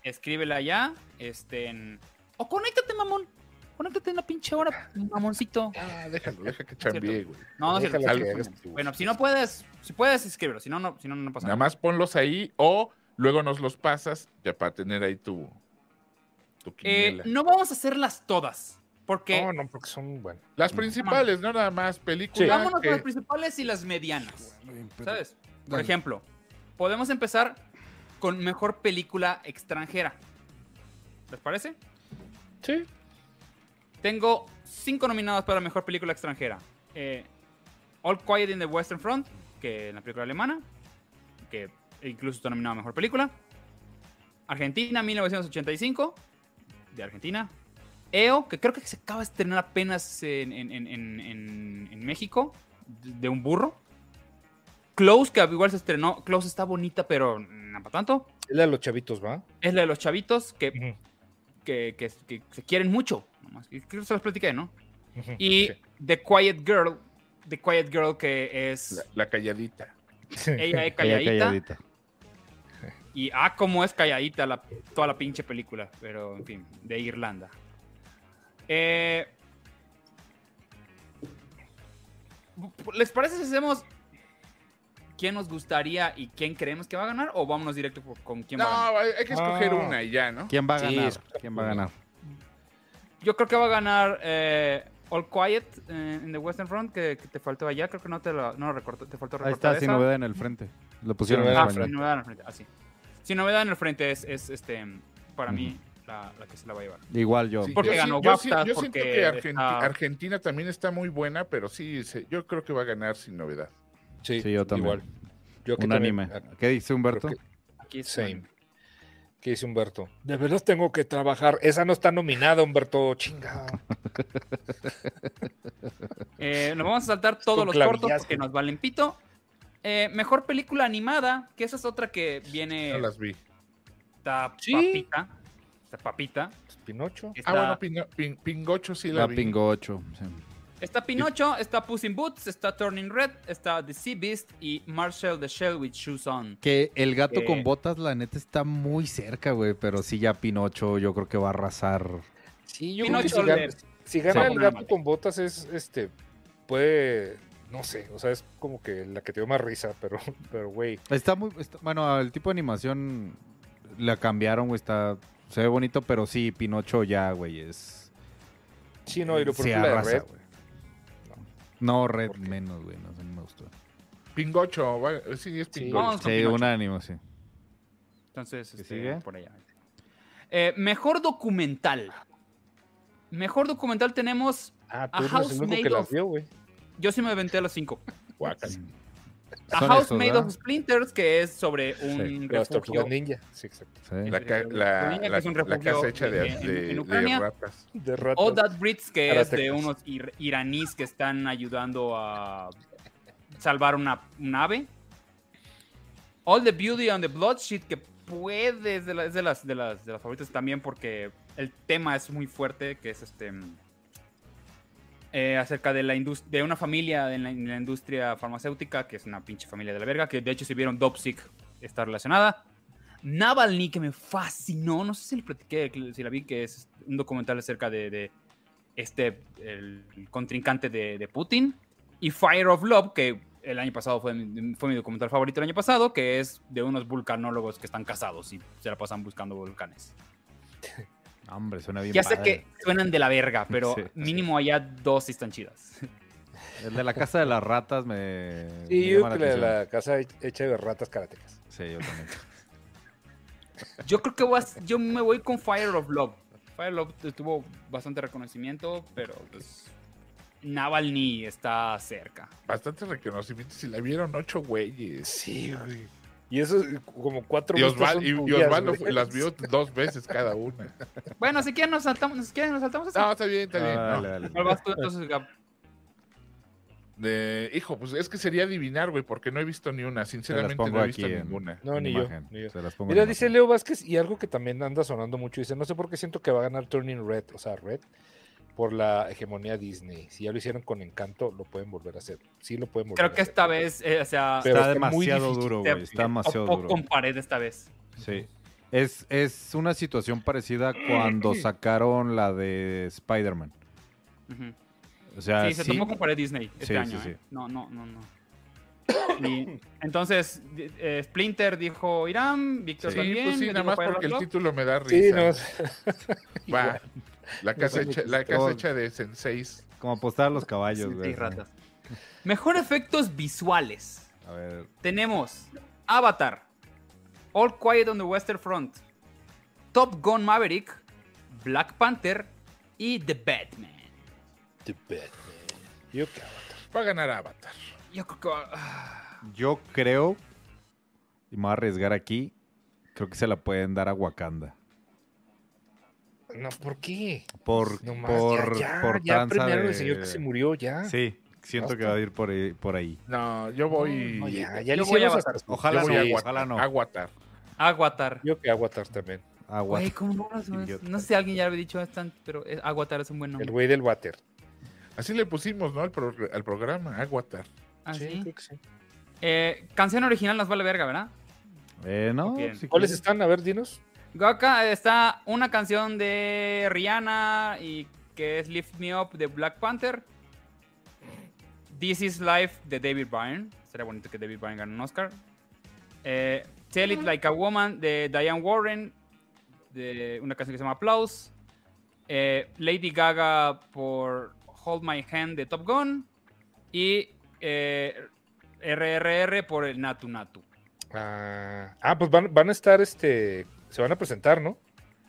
B: escríbele allá. Este, en- O conéctate, mamón. Conéctate en la pinche hora, mamoncito.
D: Ah, déjalo, deja que chambie, güey.
B: No, no es
A: Déjala
B: cierto.
A: que
D: Al-
A: haga su-
B: Bueno, si no puedes, si puedes, escríbelo. Si no, no, si no, no pasa
D: Nada
B: nada.
D: más ponlos ahí o luego nos los pasas ya para tener ahí tu, tu
B: Eh,
D: quiniela.
B: no vamos a hacerlas todas. Porque
A: Oh, No, no, porque son, bueno.
D: Las principales, no nada más. Películas
B: vámonos
D: que-
B: con las principales y las medianas. ¿Sabes? Por ejemplo, podemos empezar con mejor película extranjera. ¿Les parece?
A: Sí.
B: Tengo cinco nominadas para mejor película extranjera. Eh, All Quiet in the Western Front, que es la película alemana, que incluso está nominada a mejor película. Argentina 1985, de Argentina. EO, que creo que se acaba de estrenar apenas en, en- en- en- en- en México, de de un burro. Close, que igual se estrenó. Close está bonita, pero no para tanto.
A: Es la de los chavitos, ¿va?
B: Es la de los chavitos que,
A: Ujú,
B: que, que- que se quieren mucho. nomás. Creo que se los platiqué, ¿no?
A: ujú.
B: Y
A: Sí.
B: The Quiet Girl, The Quiet Girl que es
D: La, la calladita.
B: ella es
C: Ella
B: calladita, y ah, cómo es calladita la, toda la pinche película, pero en fin, de Irlanda. Eh, ¿Les parece si hacemos quién nos gustaría y quién creemos que va a ganar? ¿O vámonos directo por- con quién
D: No,
B: va a ganar?
D: hay que escoger
C: Ah.
D: una y ya, ¿no?
C: ¿Quién va a
A: Sí,
C: ganar?
A: es-
C: ¿Quién va a ganar?
B: Yo creo que va a ganar eh, All Quiet eh, in the Western Front, que, que te faltó allá. Creo que no te lo, no lo recortó, te faltó
C: Ahí
B: recortar
C: está, sin
B: esa.
C: novedad en el frente. Lo pusieron
A: Sin
C: en
B: Ah,
A: novedad
B: sin
C: español.
B: novedad en el frente, así. Sin novedad en el frente es, es, este, para mí la, la que se la va a llevar.
C: Igual yo.
D: Sí,
B: Porque
D: yo sí-
B: ganó
D: yo sí-
B: BAFTA,
D: Yo siento
B: porque
D: que Argenti-
B: está-
D: Argentina también está muy buena, pero sí, se- yo creo que va a ganar sin novedad.
A: Sí,
C: Sí, yo también.
A: Igual. Yo aquí
C: Un
A: también,
C: anime.
A: ah,
C: ¿Qué dice Humberto?
A: creo
B: Aquí
A: que
B: es
A: Same. ¿Qué dice Humberto? De verdad tengo que trabajar. Esa no está nominada, Humberto. *laughs* Chinga.
B: Eh, nos vamos a saltar todos
A: Con
B: los
A: clavillazo.
B: cortos que nos valen pito. Eh, mejor película animada, que esa es otra que viene
D: No las vi. Ah,
B: esta
A: Sí.
B: papita. Esta papita.
A: Pinocho.
B: Está,
D: Ah, bueno, Pino- Pin- Pingocho sí la
C: La
D: vi.
C: Pingo 8. sí.
B: está Pinocho, está Puss in Boots, está Turning Red, está The Sea Beast y Marshall the Shell with Shoes On.
C: Que el gato
B: Eh.
C: con botas, la neta, está muy cerca, güey. Pero sí, ya Pinocho, yo creo que va a arrasar.
A: Sí, yo creo que
B: Pinocho,
A: si gana,
B: le-
A: si gana
B: Sí.
A: el gato con botas es este. Puede. No sé. O sea, es como que la que te dio más risa, pero, *laughs* pero güey.
C: Está muy. está- bueno, el tipo de animación la cambiaron, güey. Está, se ve bonito, pero sí, Pinocho ya, güey, es.
A: Sí, no, y lo por
C: se
A: ejemplo, la de
C: arrasa,
A: red.
C: güey. No, Red menos, güey. No sé, no me gustó.
D: Pingocho, va- sí, es
A: Sí.
D: Pingocho.
B: Vamos con
C: Sí,
B: Pinocho.
C: un ánimo, sí.
B: Entonces, este,
C: sigue?
B: por allá. Eh, mejor documental. Mejor documental tenemos.
A: Ah,
B: A
A: tú no es
B: House
A: el único
B: Made
A: que las
B: of-
A: vio, güey.
B: Yo sí me aventé a los cinco.
D: Guácala.
B: A
C: Son
B: House
C: esos,
B: Made
C: ¿verdad?
B: of Splinters, que es sobre un
A: Las
B: refugio
A: tortugas ninja. Sí, exacto.
C: Sí.
D: La, ca- la,
B: Niña, que
D: la-
B: es un
D: la
B: refugio
D: casa hecha de,
B: en- en-
D: de-
B: en
D: de
B: Ucrania.
D: ratas.
A: De ratas.
B: All That Brits, que es de
A: Karatecas.
B: unos ir- iraníes que están ayudando a salvar una, un ave. All the Beauty and the Bloodshed, que puede, es de, la- es de las, de, las, de las favoritas también, porque el tema es muy fuerte, que es este mm, eh, acerca de la indus- de una familia en la, en la industria farmacéutica, que es una pinche familia de la verga, que de hecho si vieron Dopsic está relacionada. Navalny, que me fascinó, no sé si le platiqué, si la vi, que es un documental acerca de, de este, el contrincante de, de Putin. Y Fire of Love, que el año pasado fue mi, fue mi documental favorito el año pasado, que es de unos vulcanólogos que están casados y se la pasan buscando volcanes.
C: Hombre, suena bien.
B: ya sé
C: padre.
B: que suenan de la verga, pero
C: *laughs* Sí.
B: mínimo allá dos sí están chidas.
C: El de la casa de las ratas me.
A: Sí,
C: me
A: yo
C: llama
A: creo
C: la
A: que la,
C: atención.
A: la casa hecha de ratas karatecas.
C: Sí, yo también.
B: Yo creo que voy a- yo me voy con Fire of Love. Fire of Love tuvo bastante reconocimiento, pero pues, Navalny está cerca.
D: Bastante reconocimiento. Si la vieron ocho güeyes.
A: Sí, güey. Y eso es como cuatro
D: Y
A: vistas
D: Osvaldo,
A: son
D: y- y
A: tuyas,
D: Osvaldo
A: güey.
D: las vio dos veces cada
A: *laughs*
D: una.
B: Bueno, si quieren nos saltamos, si quieren nos saltamos esa.
D: No, está bien, está bien.
C: Ah,
D: no.
C: dale, dale.
B: ¿Cuál vas tú entonces, Gab?
D: De- hijo, pues es que sería adivinar, güey, porque no he visto ni una.
C: Se las
D: Sinceramente
C: pongo
D: no he visto
C: aquí en,
D: ninguna.
A: No,
C: en
A: ni yo,
C: imagen.
A: ni yo.
C: Se las pongo en
A: Mira,
C: imagen.
A: dice Leo Vázquez, y algo que también anda sonando mucho, dice, no sé por qué siento que va a ganar Turning Red, o sea, Red, por la hegemonía Disney. Si ya lo hicieron con encanto, lo pueden volver a hacer. Sí, lo pueden volver a
B: Creo que
A: hacer.
B: esta vez, eh, o sea,
A: Pero
C: Está
A: está muy
C: demasiado
A: difícil,
C: duro,
B: se
C: güey. Está demasiado
B: topó
C: duro.
B: con pared esta vez.
C: Sí. Es, es una situación parecida a
A: *clears throat*
C: cuando sacaron la de Spider-Man.
B: Ujú.
C: O sea,
B: sí, se tomó con pared Disney este
C: Ah, Sí,
B: año.
C: sí,
B: ¿eh?
C: sí.
B: No, no, no, no. Y entonces, di- eh, Splinter dijo Irán, Víctor
D: Sí,
B: también.
D: pues sí,
B: yo
D: nada
B: digo
D: más
B: Fire
D: porque el
B: Rock.
D: título me da
A: Sí,
D: risa.
A: no.
D: Va. La casa hecha, la
C: Todo.
D: casa hecha de senseis.
C: como apostar
A: *laughs*
C: a los
B: Sí,
C: caballos,
B: sí,
C: güey.
B: ratas. *laughs* Mejor efectos visuales.
C: A ver,
B: Tenemos Avatar, All Quiet on the Western Front, Top Gun Maverick, Black Panther y The Batman.
A: The Batman. Yo qué avatar.
D: Va a ganar Avatar.
B: Yo creo que va- ah,
C: yo creo, y me voy a arriesgar aquí, creo que se la pueden dar a Wakanda.
A: No, ¿por qué?
C: Por,
A: No más,
C: por,
A: ya, ya,
C: por
A: ya
C: tranza
A: premiaron
C: de-
A: al señor que se murió, ya.
C: Sí, siento que va a ir por ahí. Por ahí.
D: No, yo voy.
A: No, ya, ya le
B: Yo voy a
A: hicimos
B: Avatar.
A: hasta-
C: Ojalá
A: yo
D: yo
A: voy
D: voy
A: a
C: no,
D: a
A: Avatar.
C: ojalá no.
D: Avatar.
B: Avatar.
A: Yo que Avatar también.
C: Agua.
B: Güey, ¿cómo no, no-
C: Idiota.
B: no sé si alguien ya había dicho esto, antes, pero es- Aguatar es un buen
A: El
B: nombre.
A: güey del water.
D: Así le pusimos, ¿no? Al, pro- al programa, Aguatar.
B: Ah,
A: Sí,
B: ¿sí?
A: creo que sí.
B: Eh, canción original nos vale verga, ¿verdad?
C: Eh, no,
B: Bien.
C: si
A: ¿Cuáles
C: quieres.
A: están? A ver, dinos.
B: Acá está una canción de Rihanna y que es Lift Me Up de Black Panther. This is Life de David Byrne. Sería bonito que David Byrne gane un Oscar. Eh, Tell It Like a Woman de Diane Warren. De una canción que se llama Applause. Eh, Lady Gaga por Hold My Hand de Top Gun. Y eh, RRR por el Natu Natu.
A: Ah, ah, pues van, van a estar, este, se van a presentar, ¿no?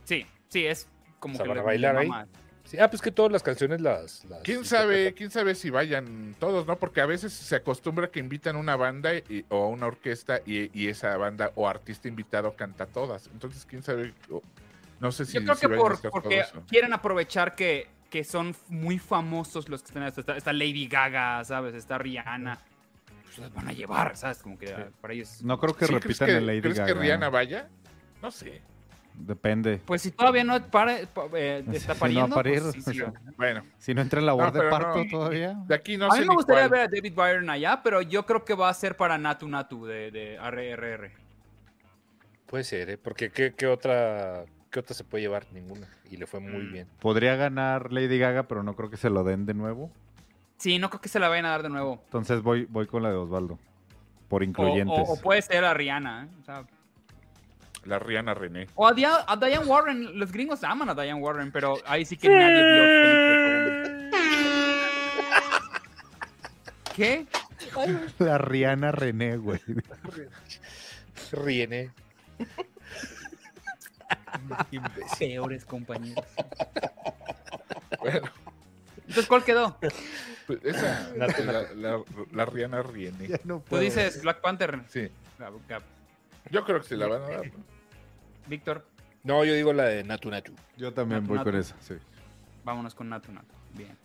B: Sí, sí, es como
A: O sea,
B: que
A: van a
B: le-
A: bailar ahí.
B: mamá.
A: Sí, ah, pues que todas las canciones las... las
D: ¿Quién
A: interpretan.
D: sabe, quién sabe si vayan todos, ¿no? Porque a veces se acostumbra que invitan una banda y- o una orquesta y, y esa banda o artista invitado canta todas. Entonces, quién sabe. O- no sé si.
B: Yo creo
D: si
B: que
D: vayan a
B: por-
D: estar
B: porque
D: todos, ¿no?
B: quieren aprovechar que, que son f- muy famosos los que están. Está, está Lady Gaga, ¿sabes? Está Rihanna. Pues las van a llevar, ¿sabes? Como que ah, para ellos.
C: No creo que
D: ¿Sí crees
C: repitan
D: que,
C: el Lady
D: ¿crees
C: Gaga.
D: que Rihanna vaya? No sé.
C: Depende.
B: Pues si todavía no para, pa- eh, está
C: Sí, no
B: pariendo.
C: va a parir.
B: pues, sí, sí, va.
D: Bueno,
C: Si no entra en labor
D: No,
C: de
D: pero
C: parto
D: no.
C: todavía.
D: de aquí no
B: a
D: sé.
B: mí me
D: ni
B: gustaría
D: cuál.
B: ver a David Byron allá, pero yo creo que va a ser para Natu Natu de, de RRR.
A: Puede ser, ¿eh? Porque ¿qué, qué otra, ¿qué otra se puede llevar? Ninguna. Y le fue muy
B: Mm.
A: bien.
C: Podría ganar Lady Gaga, pero no creo que se lo den de nuevo.
B: Sí, no creo que se la vayan a dar de nuevo.
C: Entonces voy, voy con la de Osvaldo. Por
B: O, o-
C: incluyentes.
B: o puede ser a Rihanna. ¿eh? O, sea,
D: La Rihanna René.
B: o a, Dia- a Diane Warren. Los gringos aman a Diane Warren, pero ahí sí que nadie vio. Felipe Colón. ¿Qué?
C: La Rihanna René, güey.
A: Riene.
B: Peores compañeros. Entonces, ¿cuál quedó?
D: Pues Esa,
C: *laughs*
D: la, la- la Rihanna René.
C: Ya no
B: Tú
C: puedo.
B: dices Black Panther.
D: Sí.
B: Gab- Gab.
D: Yo creo que se la van a dar. ¿no?
B: Víctor,
A: No, yo digo la de Natu Natu.
C: Yo también voy con esa, sí.
B: vámonos con Natu Natu. Bien.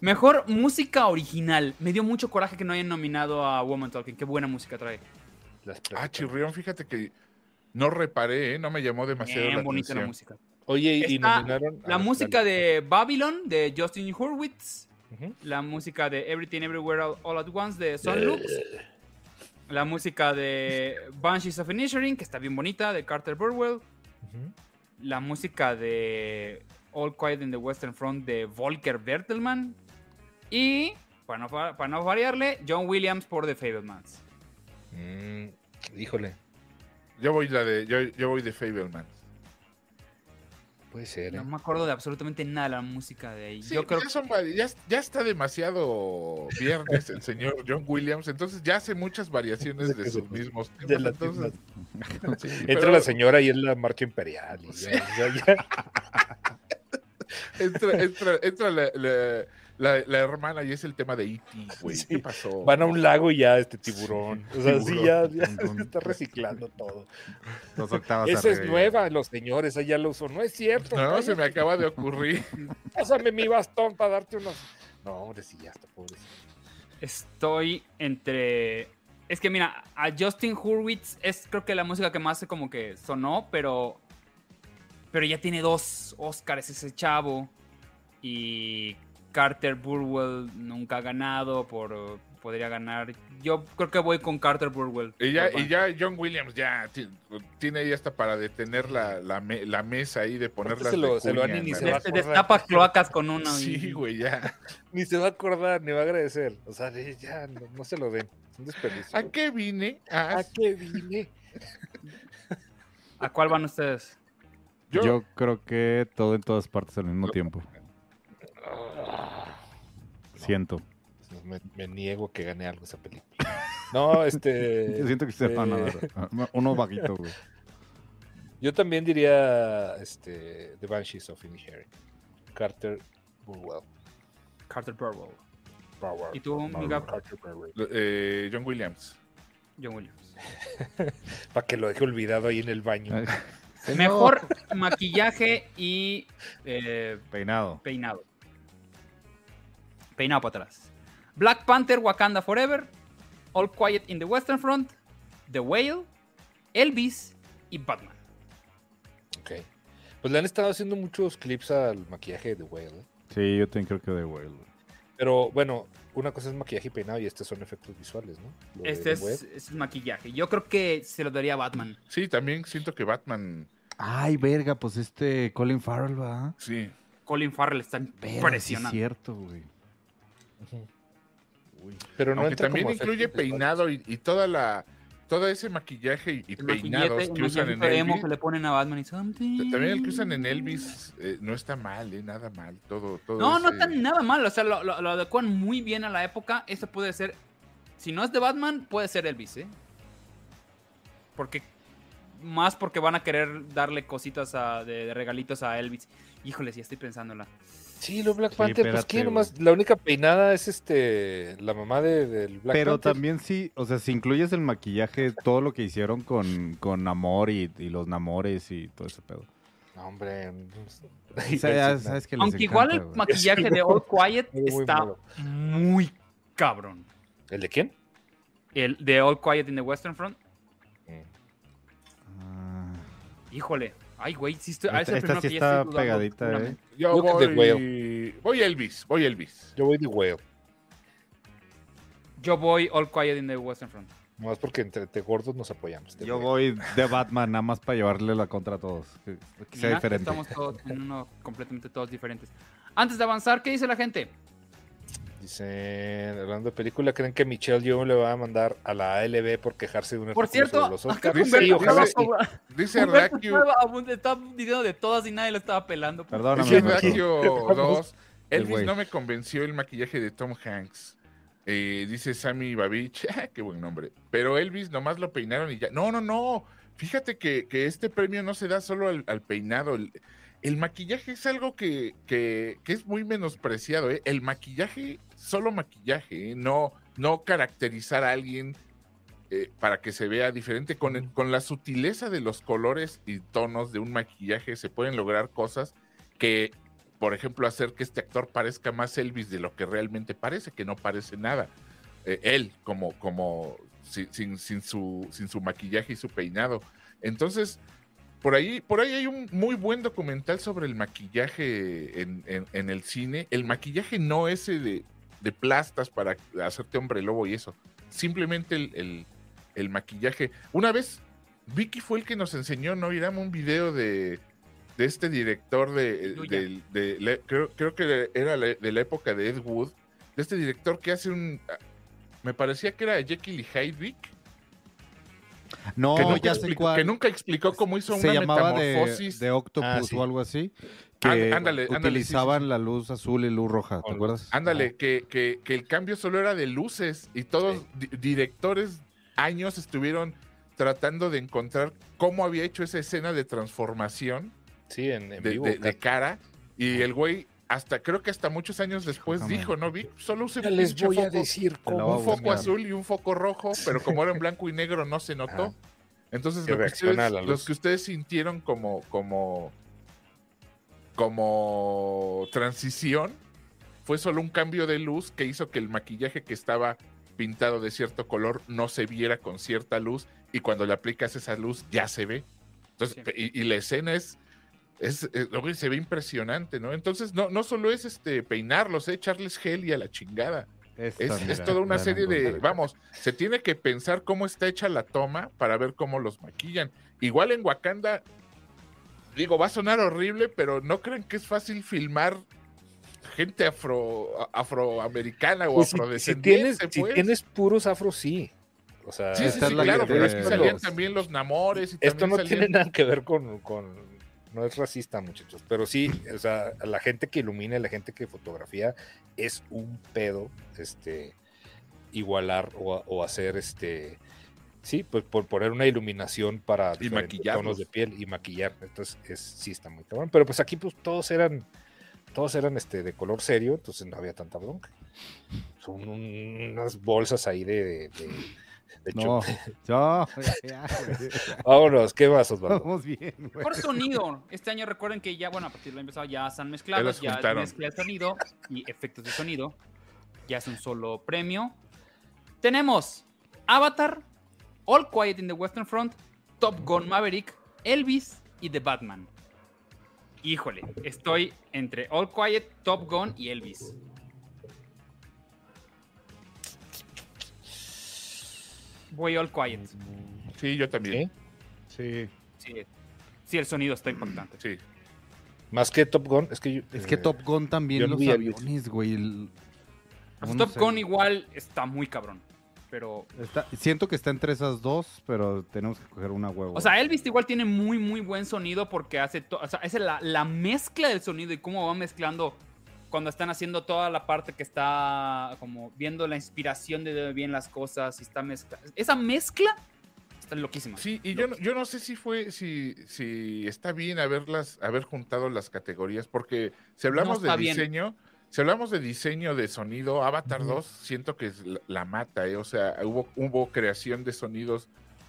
B: Mejor música original. Me dio mucho coraje que no hayan nominado a Woman Talking. Qué buena música trae.
A: Las
D: Ah,
A: preguntas.
D: Chirrión, fíjate que no reparé, ¿eh? no me llamó demasiado
B: Bien
D: la
B: bonita la
D: atención.
B: música.
A: Oye, y- y
B: Está
A: nominaron... a
B: La
A: ver,
B: música
A: dale.
B: de Babylon de Justin Hurwitz.
A: Ujú.
B: La música de Everything Everywhere All, All at Once de
A: Eh.
B: Son Lux. La música de Banshees of Inisherin, que está bien bonita, de Carter Burwell.
A: Ujú.
B: La música de All Quiet in the Western Front de Volker Bertelmann. Y, para no, fa- para no variarle, John Williams por The Fablemans.
A: Mm, híjole,
D: Yo voy la de, yo, yo voy de Fableman.
A: puede ser, ¿eh?
B: No me acuerdo de absolutamente nada de la música de ahí. Yo creo
D: ya, son vari- ya, ya está demasiado viernes el señor John Williams, entonces ya hace muchas variaciones de sus mismos temas.
A: De las
D: entonces, *laughs* sí,
A: Entra
D: pero
A: la señora y es la marcha imperial. y ya- ya-
D: *laughs*
A: ya.
D: entra, entra- entra la, la- la- la hermana y es el tema de E.T., güey.
A: Sí.
D: ¿Qué pasó?
A: Van a un lago y ya este tiburón. O sea, sí, ya, ya
C: Tiburón.
A: se está reciclando todo.
C: Dos octavas
A: Esa es
C: arriba.
A: nueva, los señores, allá lo usó. No es cierto.
D: No,
A: cállate,
D: se me acaba de ocurrir. *laughs*
A: Pásame mi bastón para darte unos. No, hombre, sí, ya está, pobrecito.
B: Estoy entre. Es que mira, a Justin Hurwitz es creo que la música que más como que sonó, pero. Pero ya tiene dos Oscars ese chavo. Y Carter Burwell nunca ha ganado, por podría ganar. Yo creo que voy con Carter Burwell.
D: Y ya, y ya John Williams ya ti- tiene ahí hasta para detener la, la, me- la mesa ahí de ponerla.
A: se lo- se lo han
B: Se-
A: iniciado.
B: se destapa cloacas con uno. y-
D: *laughs* Sí, güey, ya.
A: Ni se va a acordar, ni va a agradecer. O sea, de- ya no, no se lo den. Es un desperdicio.
D: ¿A qué vine? Ah,
A: ¿A qué vine?
B: ¿A cuál van ustedes?
C: Yo...
D: Yo-
C: creo que todo en todas partes al mismo tiempo. Siento.
A: Ah, Me, me niego que gane algo esa película. No, este.
C: *laughs* Yo siento que se van a
A: eh,
C: dar. Ah, Uno bajito, güey.
A: Yo también diría este, The Banshees of Inisherin. Carter Burwell.
B: Carter Burwell.
A: Burwell.
B: ¿Y tú, mi Gab?
A: Carter Burwell.
D: eh, John Williams.
B: John Williams.
A: Para que lo deje olvidado ahí en el baño.
C: Ay,
B: Mejor maquillaje y. eh,
C: Peinado.
B: Peinado. Peinado para atrás. Black Panther, Wakanda Forever, All Quiet in the Western Front, The Whale, Elvis y Batman.
A: Ok. Pues le han estado haciendo muchos clips al maquillaje de Whale. ¿eh?
C: Sí, yo también creo que de Whale. güey.
A: Pero bueno, una cosa es maquillaje y peinado y estos son efectos visuales, ¿no? Lo de
B: Este es,
A: Whale.
B: es un maquillaje. Yo creo que se lo daría a Batman.
D: Sí, también siento que Batman.
C: Ay, verga, pues este Colin Farrell, va.
D: Sí.
B: Colin Farrell está
C: Pero sí es
B: impresionante.
C: cierto, güey.
A: Pero no
D: Aunque
A: entra
D: también
A: como
D: incluye
A: efecto visual.
D: peinado y, y toda la todo ese maquillaje y, y
B: El
D: peinados
B: maquillete-
D: que
B: el
D: usan en
B: maquillete emo que
D: Elvis.
B: le ponen a Batman y something.
D: También el que usan en Elvis eh, no está mal, eh, nada mal, todo, todo.
B: No, no
A: Este,
D: ese-
B: está nada mal. O sea, lo, lo, lo adecuan muy bien a la época. Esto puede ser. Si no es de Batman, puede ser Elvis, ¿eh? Porque. Más porque van a querer darle cositas a- de, de regalitos a Elvis. Híjole, sí, estoy pensándola.
A: Sí, lo Black
C: Sí,
A: Panther, pues
C: espérate,
A: que nomás, la única peinada es este, la mamá de, del Black
C: Pero
A: Panther.
C: también sí, o sea, si incluyes el maquillaje, todo lo que hicieron con, con Namor y, y los Namores y todo
A: *laughs*
C: ese pedo.
A: No, hombre. *laughs*
C: O sea, ya sabes que les
B: Aunque igual el
C: encanta, güey.
B: maquillaje de All Quiet
A: Muy
B: está
A: malo.
B: muy cabrón.
A: ¿El de quién?
B: El de All Quiet in the Western Front.
C: Ah,
B: Híjole. Ay, güey, sí estoy. ah, es
C: esta
B: el
C: esta
B: primero
C: sí
B: que ya estoy
C: está
B: dudando,
C: pegadita,
B: seguramente.
C: ¿eh?
D: Yo
A: Look at the
D: voy, voy Elvis, voy Elvis.
A: Yo voy de Whale.
B: Yo voy All Quiet in the Western Front.
A: Nomás porque entre te gordos nos apoyamos. The
C: Yo
A: Whale.
C: voy de Batman, nada más para llevarle la contra a todos. Que, que sea
B: Mira,
C: diferente.
B: Estamos todos en uno completamente todos diferentes. Antes de avanzar, ¿qué dice la gente?
A: Dicen, hablando de película, ¿creen que Michelle Yeoh le va a mandar a la ALB por quejarse de una
B: Por cierto,
A: los
B: acá
A: Oscars?
D: Humberto
A: Sí, ojalá
D: Cueva-
A: sí.
D: Dice
B: Humberto
D: Ardaquio,
B: Cueva abunda- está diciendo de todas y nadie lo estaba pelando.
C: Perdóname.
D: dice
C: Humberto.
D: Ardaquio
C: *laughs*
D: 2,
C: El
D: Elvis
C: güey.
D: no me convenció el maquillaje de Tom Hanks. Eh, dice Sammy Babich, *laughs* ¡ah, qué buen nombre. Pero Elvis nomás lo peinaron y ya. No, no, no. Fíjate que, que este premio no se da solo al, al peinado. El, el maquillaje es algo que, que- que es muy menospreciado. ¿eh? El maquillaje, solo maquillaje, ¿eh? no, no caracterizar a alguien eh, para que se vea diferente. Con, el- con la sutileza de los colores y tonos de un maquillaje se pueden lograr cosas que, por ejemplo, hacer que este actor parezca más Elvis de lo que realmente parece, que no parece nada. Eh, él, como, como sin, sin- sin su, sin su maquillaje y su peinado. Entonces, por ahí, por ahí hay un muy buen documental sobre el maquillaje en, en- en el cine. El maquillaje no ese de, de plastas para hacerte hombre lobo y eso. Simplemente el, el- el maquillaje. Una vez, Vicky fue el que nos enseñó, ¿no? Irán un video de, de este director de,
B: Luya.
D: del- de- le- creo, creo que era la- de la época de Ed Wood, de este director que hace un... ah, Me parecía que era Jekyll y Hyde Vic,
C: No,
D: que, nunca
C: ya sé
D: explicó,
C: cuál.
D: que nunca explicó cómo hizo
C: se
D: una
C: llamaba de,
D: metamorfosis.
C: de Octopus
A: Ah, sí.
C: o algo así. Que
D: Ánd- ándale, ándale, sí, sí,
C: utilizaban la luz azul y luz roja, ¿te
A: Con-
C: acuerdas?
D: Ándale, que, que- que el cambio solo era de luces y todos di- directores años estuvieron tratando de encontrar cómo había hecho esa escena de transformación
A: Sí, en, en
D: de,
A: vivo.
D: de- de cara y el güey hasta creo que hasta muchos años después
C: Híjole.
D: dijo, ¿no, Vic? Solo usé
A: Ya les
D: pinche
A: voy a
D: foco-
A: decir
C: la
A: cómo
C: voy a
D: un
A: fue.
C: buscar.
D: foco azul y un foco rojo, pero como era en blanco y negro no se notó.
A: Ajá.
D: Entonces,
A: Ah. Que
D: lo que,
A: reacciona
D: ustedes,
A: a la luz.
D: los que ustedes sintieron como, como, como transición fue solo un cambio de luz que hizo que el maquillaje que estaba pintado de cierto color no se viera con cierta luz y cuando le aplicas esa luz ya se ve. Entonces,
B: Sí.
D: y, y la escena es, es, es- lo que se ve impresionante, ¿no? Entonces, no, no solo es este peinarlos, ¿eh? Charles Hell y a la chingada.
C: Esta,
D: Es, es
C: Ah, mira,
D: toda una
C: ya la
D: serie de,
C: encontré.
D: vamos, se tiene que pensar cómo está hecha la toma para ver cómo los maquillan. Igual en Wakanda, digo, va a sonar horrible, pero no crean que es fácil filmar gente afro, a- afroamericana o
A: Pues si- si,
D: afrodescendiente.
A: tienes, si
D: pues.
A: tienes puros afros, sí. O sea,
D: sí, sí,
C: Esta es
D: sí,
C: Ah, la
D: claro,
C: que-
D: pero es que
C: eh,
D: salían
A: los-
D: también los namores y
A: esto
D: también
A: no
D: salían-
A: tiene nada que ver con, con- No es racista, muchachos. Pero sí, o sea, a la gente que ilumina, y la gente que fotografía, es un pedo este, igualar o, a- o hacer este. Sí, pues por poner una iluminación para diferentes
D: maquillarlos.
A: tonos de piel y maquillar. Entonces, es, sí está muy cabrón. Pero pues aquí pues todos eran todos eran este de color serio, entonces no había tanta bronca. Son un- unas bolsas ahí de, de, de, de *laughs*
C: No,
A: chupe.
C: yo,
B: ah,
C: ya, güey, *laughs* ya,
A: Vámonos, ¿qué vas, Osvaldo?
C: vamos bien, güey.
B: Mejor sonido. Este año recuerden que ya, bueno, a partir del año pasado ya están
D: Ya
B: mezclados,
D: los
B: ya
D: juntaron.
B: mezcla de sonido y efectos de sonido. Ya es un solo premio. Tenemos Avatar, All Quiet in the Western Front, Top Gun Maverick, Elvis y The Batman. Híjole, estoy entre All Quiet, Top Gun y Elvis. Voy All Quiet.
D: Sí, yo también.
A: ¿Sí?
C: Sí.
B: Sí, sí el sonido está impactante.
D: Sí.
A: Más que Top Gun, es que yo,
C: Es que
A: eh,
C: Top Gun también
A: yo no
C: los
A: vi aviones.
C: aviones, güey. el-
B: Pues
C: no
B: Top
C: sé,
B: Gun
C: güey.
B: igual está muy cabrón. Pero.
C: Está- siento que está entre esas dos, pero tenemos que coger una
D: Oh.
C: huevo.
B: O sea, Elvis igual tiene muy, muy buen sonido porque hace. to- O sea, es la, la mezcla del sonido y cómo va mezclando cuando están haciendo toda la parte que está como viendo la inspiración de dónde vienen las cosas y está mezcla. Esa mezcla está loquísima.
D: Sí, y yo no, yo no sé si fue, si, si está bien haberlas, haber juntado las categorías, porque si hablamos de
B: está bien.
D: diseño, si hablamos de diseño de sonido, Avatar 2 siento que es la, la mata, ¿eh? o sea, hubo, hubo creación de sonidos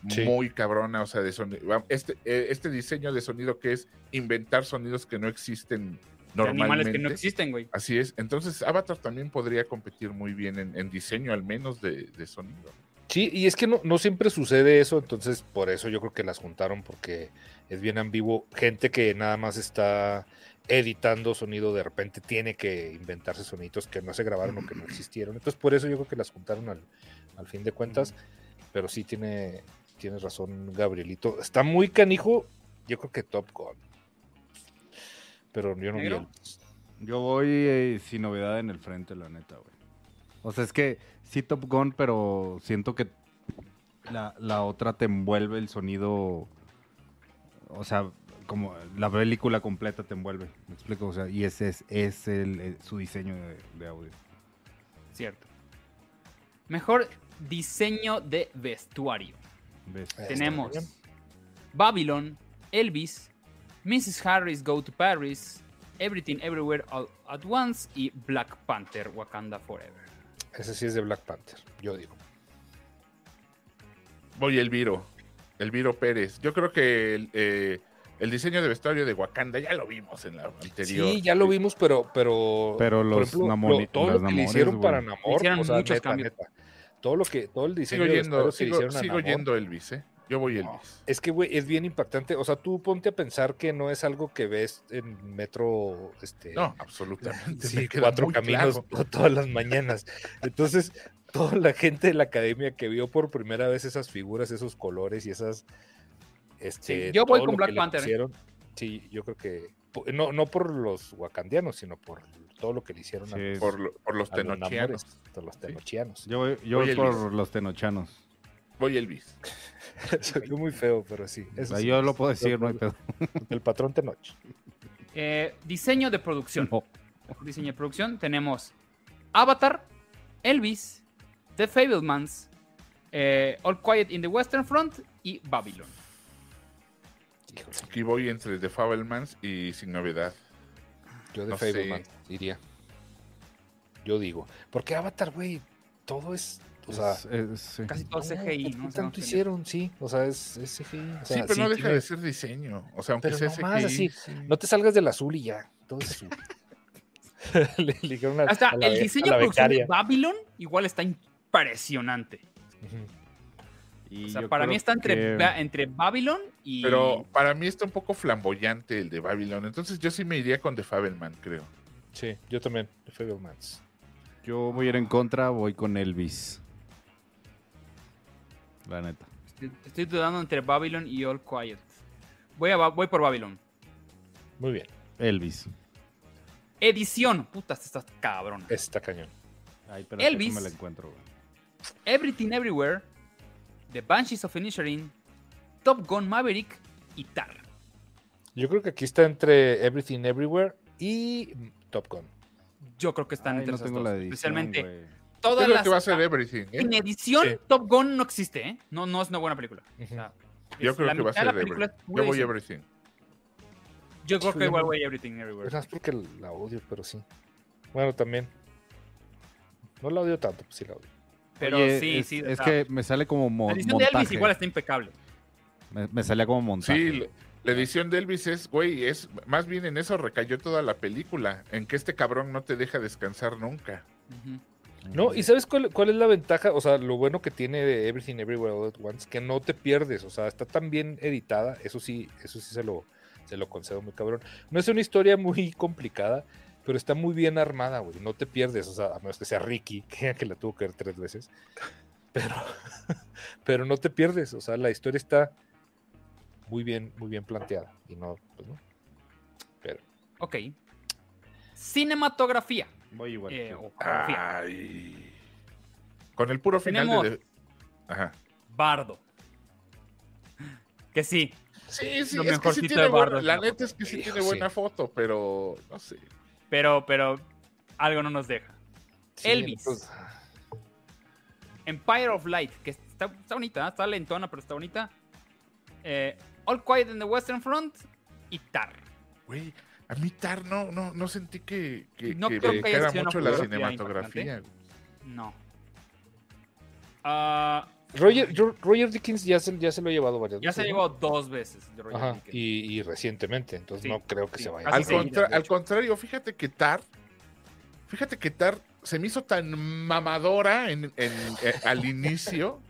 A: Sí.
D: muy cabrona, o sea, de soni- va- este, eh, este diseño de sonido que es inventar sonidos que no existen
B: De
D: normalmente.
B: animales que no existen, güey.
D: Así es, entonces Avatar también podría competir muy bien en, en diseño, al menos de, de sonido.
A: Sí, y es que no, no siempre sucede eso, entonces por eso yo creo que las juntaron, porque es bien ambiguo. Gente que nada más está editando sonido, de repente tiene que inventarse sonidos que no se grabaron o que no existieron. Entonces por eso yo creo que las juntaron al, al fin de cuentas, pero sí tiene, tienes razón, Gabrielito. Está muy canijo, yo creo que Top Gun. Pero yo no vi
B: ¿Negro?
A: el- eh,
C: Yo voy eh, sin novedad en el frente, la neta, güey. O sea, es que sí Top Gun, pero siento que la, la otra te envuelve el sonido. O sea, como la película completa te envuelve. ¿Me explico? O sea, y ese es, es el, eh, su diseño de, de audio.
B: Cierto. Mejor diseño de vestuario.
C: ¿Ves?
A: Eh,
B: Tenemos
A: está bien.
B: Babylon, Elvis, Mrs. Harris Go to Paris, Everything Everywhere All at Once y Black Panther Wakanda Forever.
A: Ese sí es de Black Panther, yo digo.
D: Voy Elviro. Elviro Pérez. Yo creo que el, eh, el diseño de vestuario de Wakanda ya lo vimos en la anterior.
A: Sí, ya lo vimos, pero. Pero,
C: eh, Pero
A: por
C: los Namoni-
A: lo- todo
C: las
A: lo que le
C: Namores,
A: hicieron
C: güey.
A: para Namor.
B: Hicieron
A: o sea,
B: muchos
A: neta,
B: cambios.
A: neta. todo, lo que, todo el diseño
D: Sigo
A: de
D: yendo,
A: vestuario que le
D: sigo,
A: hicieron a
D: sigo
A: Namor,
D: yendo Elvis, ¿eh? Yo voy
A: No.
D: Elvis.
A: Es que, güey, es bien impactante. O sea, tú ponte a pensar que no es algo que ves en metro. Este,
D: No, absolutamente.
A: sí,
D: me queda
A: cuatro
D: muy
A: caminos pues,
D: claro.
A: to- *laughs* todas las mañanas. Entonces, toda la gente de la academia que vio por primera vez esas figuras, esos colores y esas. Este,
B: Sí, yo voy
A: todo
B: con
A: lo
B: Black
A: que le
B: Panther, ¿eh?
A: pusieron. sí, yo creo que. po- No, no por los wakandianos, sino por todo lo que le hicieron a,
C: Sí, es-
D: Por, lo- por los
A: a los
D: tenochianos.
A: Namores, a los tenochianos. *laughs*
C: Yo voy, yo voy
D: Oye,
C: por
D: Luis.
C: los tenochanos.
D: Voy Elvis.
A: Salió muy feo, pero sí.
C: O
A: eso
C: sea,
A: sí,
C: Ah, yo lo puedo decir, no hay pedo.
A: El patrón Tenoch.
B: Eh, diseño de producción.
C: No.
B: Mejor Diseño de producción tenemos Avatar, Elvis, The Fablemans, eh, All Quiet in the Western Front y Babylon.
A: Híjole,
D: Aquí voy entre The Fabelmans y Sin Novedad.
A: yo de
D: No sé.
A: Fableman diría. Yo digo. Porque Avatar, güey, todo es. O sea,
C: Es- es- sí.
B: Casi todo
A: no,
B: CGI,
A: ¿por qué
B: ¿no? O sea, no
A: tanto
B: tiene-
A: hicieron, sí. O sea, es, es CGI. O sea,
D: sí, pero
A: sí
D: no deja
A: tiene-
D: de ser diseño. O sea, aunque
A: Pero
D: sea
A: nomás
D: CGI,
A: así, No te salgas del azul y ya. Todo es azul. *laughs* le, le dijeron a-
B: Hasta
A: a la
B: el
A: be-
B: diseño
A: a la
B: de producción de
A: becaria.
B: Babylon igual está impresionante.
A: Ujú.
C: Y
B: O sea,
C: yo
B: para mí
C: creo
B: está entre,
C: que-
B: Ba- entre Babylon y.
D: Pero para mí está un poco flamboyante el de Babylon. Entonces yo sí me iría con The Fabelman, creo.
A: Sí, yo también. De Fablemans.
C: Yo voy a ir en contra, voy con Elvis. La neta.
B: Estoy, estoy dudando entre Babylon y All Quiet. Voy, a, Ba- voy por Babylon.
A: Muy bien.
C: Elvis.
B: Edición. Putas, estás cabrón.
A: Está cañón.
C: Ay, pero Elvis.
B: Elvis.
C: me la encuentro, güey.
B: Everything Everywhere, The Banshees of Inisherin, Top Gun Maverick y Tar.
A: Yo creo que aquí está entre Everything Everywhere y mm, Top Gun.
B: Yo creo que están
C: Ay,
B: entre
C: no
B: esas
C: tengo
B: dos.
C: la edición,
B: Especialmente
C: güey.
D: Yo
B: todas
D: creo
B: las.
D: que va a ser Everything. ¿eh?
B: En edición,
A: Sí.
B: Top Gun no existe, ¿eh? No, no es una buena película.
A: Ujú.
B: O sea,
D: Yo
B: es-
D: creo
B: la
D: que va a
B: mitad
D: ser
B: de la película
D: Everything.
B: es pura
D: Yo voy
B: edición.
D: Everything.
B: Yo creo
A: Híjole,
B: que igual
A: no.
B: voy Everything Everywhere.
A: Es más porque la odio, pero sí. Bueno, también. No la odio tanto, pues sí la odio.
B: Pero
C: Oye,
B: sí,
C: es,
B: sí. o
C: Es
B: sea,
C: que me sale como mo-
B: La edición de Elvis
C: montaje.
B: igual está impecable.
C: me, me salía como montaje.
D: Sí, la- la edición de Elvis es, güey, es más bien en eso recayó toda la película, en que este cabrón no te deja descansar nunca.
B: Ujú.
C: Mm.
A: No, y ¿sabes cuál, cuál es la ventaja? O sea, lo bueno que tiene de Everything Everywhere All at Once, que no te pierdes, o sea, está tan bien editada, eso sí, eso sí se lo, se lo concedo muy cabrón. No es una historia muy complicada, pero está muy bien armada, güey, no te pierdes, o sea, a menos que sea Ricky, *laughs* que, que la tuvo que ver tres veces, pero, *laughs* pero no te pierdes, o sea, la historia está muy bien, muy bien planteada, y no, pues no. Pero,
B: Ok. Cinematografía.
A: Voy igual.
B: eh,
A: sí.
B: o
D: Ah.
B: fotografía.
D: Ay. Con el puro final de-
B: Tenemos-
D: de. Ajá.
B: Bardo. Que sí.
D: Sí, sí,
B: Lo
D: es que
B: mejorcito
D: sí
B: de
D: tiene
B: Bardo
D: buena,
B: es
D: La
B: la
D: neta es que sí
B: fotografía,
D: tiene
B: sí.
D: buena foto, pero no sé.
B: Pero, pero algo no nos deja.
A: Sí,
B: Elvis.
A: entonces,
B: Empire of Light, que está, está bonita, ¿eh? está lentona, pero está bonita. Eh, All Quiet in the Western Front y Tar.
D: Güey, a mí Tar no, no, no sentí que, que,
B: No
D: que
B: creo
D: me
B: que haya
D: cara
B: sido una
D: mucho la
B: fotografía
D: cinematografía.
B: No. Ah,
A: Roger, Ro- Roger Dickens ya se, ya se lo ha llevado varias
B: ya se
A: veces, ¿no?
B: llegó dos veces. Roger
A: Ajá,
B: Dickens.
A: y, y recientemente, entonces
B: Sí,
A: no creo que
B: sí,
A: se vaya.
B: casi
D: Al,
B: Sí, sí,
D: contra-
A: de
D: al
A: hecho.
D: contrario, fíjate que Tar, fíjate que Tar se me hizo tan mamadora en, en- eh, al inicio.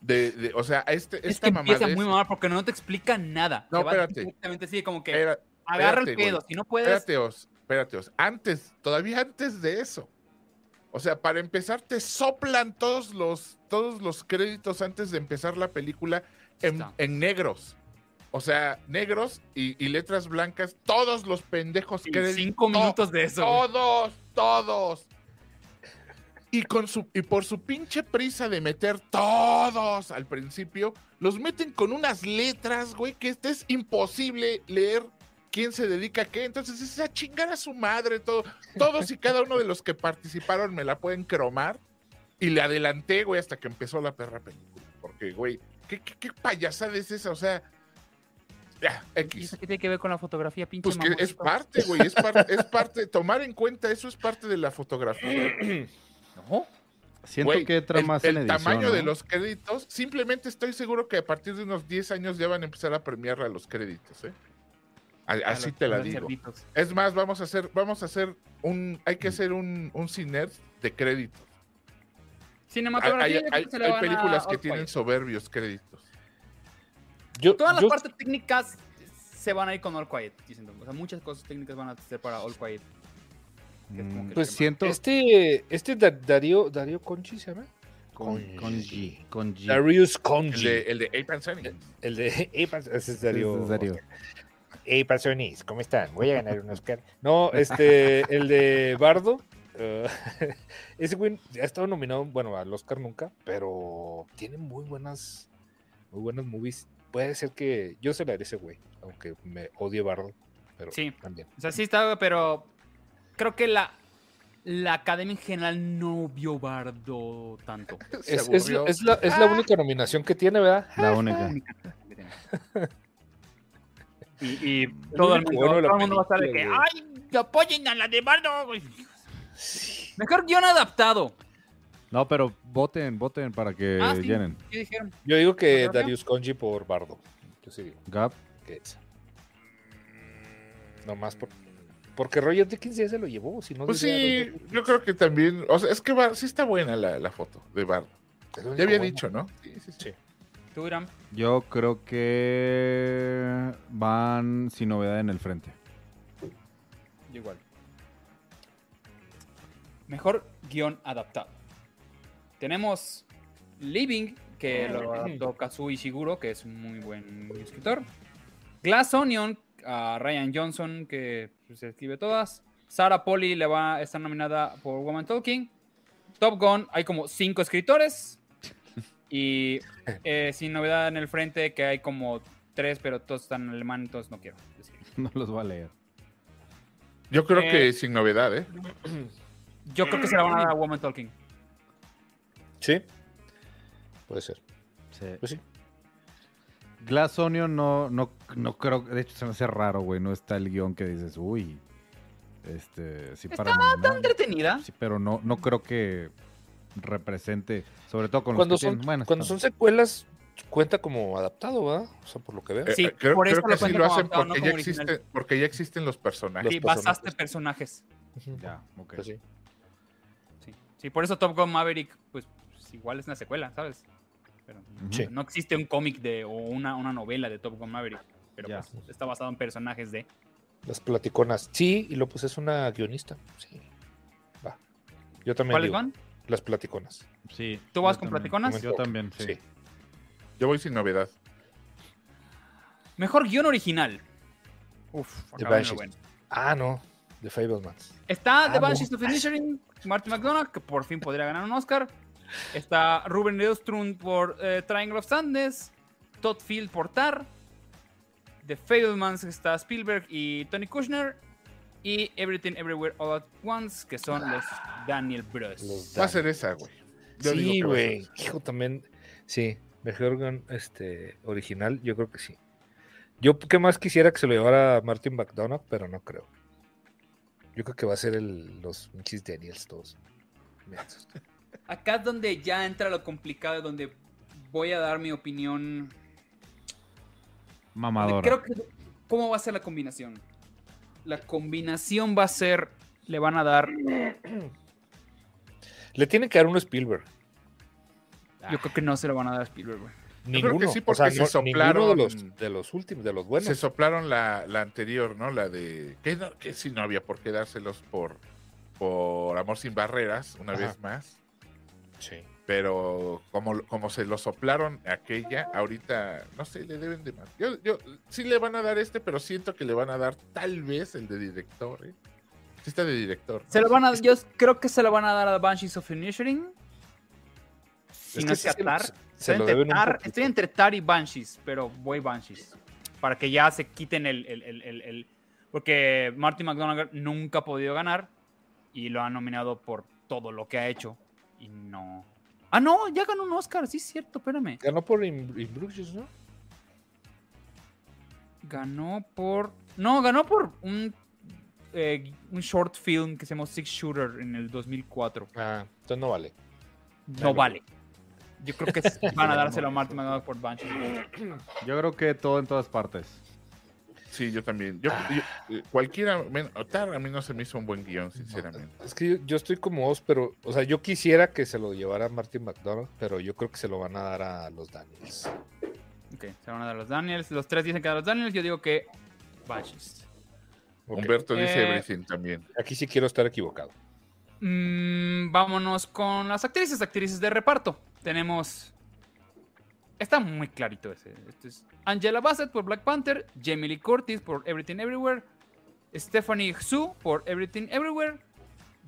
D: De, de- o sea, este,
B: Es
D: esta
B: que
D: mamada.
B: empieza muy mal porque no te explica nada.
D: No,
B: Te va
D: espérate.
B: Directamente sigue como que
D: Espera-
B: agarra el
D: espérate,
B: pedo.
D: güey.
B: Si no puedes,
D: espérate, Os, espérate, Os. Antes, todavía antes de eso. O sea, para empezar, te soplan todos los, todos los créditos antes de empezar la película en,
B: Está.
D: en negros. O sea, negros y, y letras blancas, todos los pendejos
B: en
D: créditos.
B: cinco minutos de eso. güey.
D: Todos, todos. Y, con su, y por su pinche prisa de meter todos al principio, los meten con unas letras, güey, que este es imposible leer quién se dedica a qué. Entonces es a chingar a su madre, todo, todos y cada uno de los que participaron me la pueden cromar. Y le adelanté, güey, hasta que empezó la perra película. Porque, güey, ¿qué, qué, qué payasada es esa? O sea, ya,
B: ¿Y
D: X.
B: eso qué tiene que ver con la fotografía, pinche
D: Pues que es
B: mamoncito?
D: parte, güey, es, par- es parte, tomar en cuenta eso es parte de
C: *clears throat*
D: la fotografía.
B: No.
C: Siento
D: Güey,
C: que entra
D: el-
C: más
D: el,
C: en edición.
D: tamaño de
C: ¿no?
D: los créditos, simplemente estoy seguro que a partir de unos 10 años ya van a empezar a premiar a los créditos, ¿eh? A-
B: A
D: Así
B: los-
D: te
B: a
D: la
B: los
D: digo.
B: cerditos.
D: Es más, vamos a hacer, vamos a hacer un, hay que hacer un, un cine de créditos. Hay,
B: Cinematografía.
D: hay-
B: yo creo
D: hay-
B: que se la
D: hay
B: van a
D: películas que
B: Oscar.
D: tienen soberbios créditos.
A: Yo,
B: Todas las
A: yo-
B: partes técnicas se van a ir con All Quiet. yo siento. O sea, muchas cosas técnicas van a ser para All Quiet. que es como que el
C: Pues
B: tema.
C: siento
A: este, este Da- Darío, Darío Conchi se llama.
C: con, con G, con G.
A: Darius
D: El
A: Conchi.
D: de, el de Ape and Sonic.
A: El de *laughs* Ape and- ese es
C: Sí,
A: Darío.
C: en serio.
A: Hey, personis, ¿cómo están? Voy a ganar un Oscar. *laughs* No, este, el de Bardo. eh, *laughs* ese güey ha estado nominado, bueno, al Oscar nunca, pero tiene muy buenas, muy buenas movies. Puede ser que yo se la haré ese güey, aunque me odie Bardo, pero
B: Sí.
A: también.
B: O sea, sí está, pero creo que la, la academia en general no vio Bardo tanto.
D: Se
A: Es, es la,
D: aburrió.
A: es la- es la única nominación que tiene, ¿verdad?
C: La única.
B: *laughs* Y, y todo el
A: único
B: mundo,
A: bueno de la
B: todo el mundo va a estar de que,
A: película,
B: ¡ay! ¡Apoyen a la de Bardo! güey". Mejor guión adaptado.
C: No, pero voten, voten para que
B: Ah, sí.
C: llenen.
B: ¿Qué dijeron?
A: Yo digo que
B: ¿Fotografía?
A: Darius Conji por Bardo. Yo sí digo
C: Gap.
A: que esa. Nomás por- porque Roger Dickens ya se lo llevó, si no
D: Pues
A: diría
D: sí,
A: Roger Dickens.
D: yo creo que también, o sea, es que va- sí está buena la, la foto de Bardo.
A: Es lo único
D: Ya había
A: bueno.
D: dicho, ¿no? Sí, sí, sí.
B: ¿Tú, Iram?
C: Yo creo que van sin novedad en el frente. *laughs*
B: Yo igual. Mejor guión adaptado. Tenemos Living, que lo adaptó Kazuo Ishiguro, que es un muy buen escritor. Glass Onion, a Ryan Johnson, que pues, se escribe todas. Sarah Polly le va, está nominada por Woman Talking. Top Gun, hay como cinco escritores. Y eh, sin novedad en el frente, que hay como tres, pero todos están en alemán, entonces no quiero decir.
C: No los va a leer.
D: Yo creo
B: Eh,
D: que sin novedad, ¿eh?
B: Yo creo que se la van a dar a Woman Talking.
A: Sí. Puede ser. Pues sí.
C: Glass Onion no, no, no creo. De hecho, se me hace raro, güey. No está el guión que dices, uy. Este, sí, para. nominar".
B: entretenida.
C: Sí, pero no, no creo que represente. Sobre todo con
A: Cuando
C: los que
A: son,
C: tienen. Bueno,
A: cuando
C: está-
A: son secuelas, cuenta como adaptado, ¿verdad? O sea, por lo que veo.
D: Eh,
B: Sí,
D: eh, creo,
B: por eso lo
D: creo que sí
B: cuentan
D: lo
B: como
D: hacen
B: adaptado, no
D: porque,
B: como
D: ya
B: original.
D: existen, porque ya existen los personajes.
A: Los
B: Sí, basaste personajes.
A: Ujú.
C: Ya, ok.
A: Pues sí.
B: Sí. Sí, por eso Top Gun Maverick, pues, pues, igual es una secuela, ¿sabes? Pero
C: Ujú.
A: Sí.
B: no existe un cómic de o una, una novela de Top Gun Maverick, pero
C: Ya.
B: pues, está basado en personajes de.
A: Las platiconas. Sí, y lo pues es una guionista. Sí. Va. Yo también.
B: ¿Cuáles
A: digo,
B: van?
A: Las platiconas.
C: Sí,
B: ¿Tú vas
C: yo
B: con
C: también.
B: platiconas?
C: Yo también, sí.
A: Sí.
D: Yo voy sin novedad.
B: Mejor guión original. Uf,
A: The
B: acá viene lo
A: Banshees.
B: bueno.
A: Ah, no. The Fablemans.
B: Está The
A: Ah,
B: Banshees of Inisherin, Martin McDonagh, que por fin podría ganar un Oscar. Está Ruben Leostrund por eh, Triangle of Sadness. Todd Field por Tar. The Fablemans está Spielberg y Tony Kushner. Y Everything Everywhere All at Once, que son los Daniel Bros.
A: Los
D: Va a
A: Dan-
D: ser esa, güey.
A: Sí,
D: Yo digo que va a ser
A: güey. Hijo, también. Sí, mejor guion, este, original, yo creo que sí. Yo, ¿qué más quisiera que se lo llevara Martin McDonagh? Pero no creo. Yo creo que va a ser el, los pinches Daniels todos. Mensos.
B: Acá es donde ya entra lo complicado, donde voy a dar mi opinión. donde
C: Mamadora.
B: Creo que cómo va a ser la combinación. La combinación va a ser, le van a dar,
A: Le tienen que dar uno a Spielberg.
B: yo creo que no se lo van a dar a Spielberg, güey.
D: Yo creo que
A: Ninguno.
D: sí,
A: o sea,
D: porque se
A: no- ninguno de
D: soplaron-
A: los, de los últimos, de los buenos.
D: Se soplaron la, la anterior, ¿no? La de. Que, no- que si no había por qué dárselos por, por Amor Sin Barreras, una
A: Ajá.
D: vez más.
A: Sí.
D: Pero como, como se lo soplaron aquella, ahorita, no sé, le deben de más. Yo, yo, sí le van a dar este, pero siento que le van a dar tal vez el de director, ¿eh? Sí está de director. ¿no?
B: Se lo van a, yo creo que se lo van a dar a Banshees of Inisherin. Si
A: Es
B: no
A: que
B: es
A: sí se lo-
B: Qatar.
A: se- se
B: Estoy,
A: lo
B: entre
A: deben un
B: Tar-
A: poquito.
B: estoy entre Tar y Banshees, pero voy Banshees. Para que ya se quiten el. el- el- el- el- porque Martin McDonagh nunca ha podido ganar y lo ha nominado por todo lo que ha hecho. Y no. Ah, no, ya ganó un Oscar, sí, es cierto, espérame.
A: Ganó por In- Inbrugios, ¿no?
B: Ganó por. No, ganó por un. eh, un short film que se llamó Six Shooter en el 2004.
A: Ah, entonces no vale.
B: No vale. Yo creo que s- van a dárselo a Martin McDonagh por Banshees.
C: Yo creo que todo en todas partes.
D: Sí, yo también. Yo, yo- eh, cualquiera, men- Tar a mí no se me hizo un buen guión, sinceramente.
A: Es que yo, yo estoy como vos, pero, o sea, yo quisiera que se lo llevara Martin McDonald, pero yo creo que se lo van a dar a los Daniels.
B: Ok, se van a dar los Daniels. Los tres dicen que a los Daniels. Yo digo que Banshees.
A: Ok,
D: Humberto dice
B: Eh,
D: Everything también.
A: Aquí sí quiero estar equivocado.
B: Mm, vámonos con las actrices, actrices de reparto. Tenemos. Está muy clarito ese. Esto es Angela Bassett por Black Panther, Jamie Lee Curtis por Everything Everywhere, Stephanie Hsu por Everything Everywhere,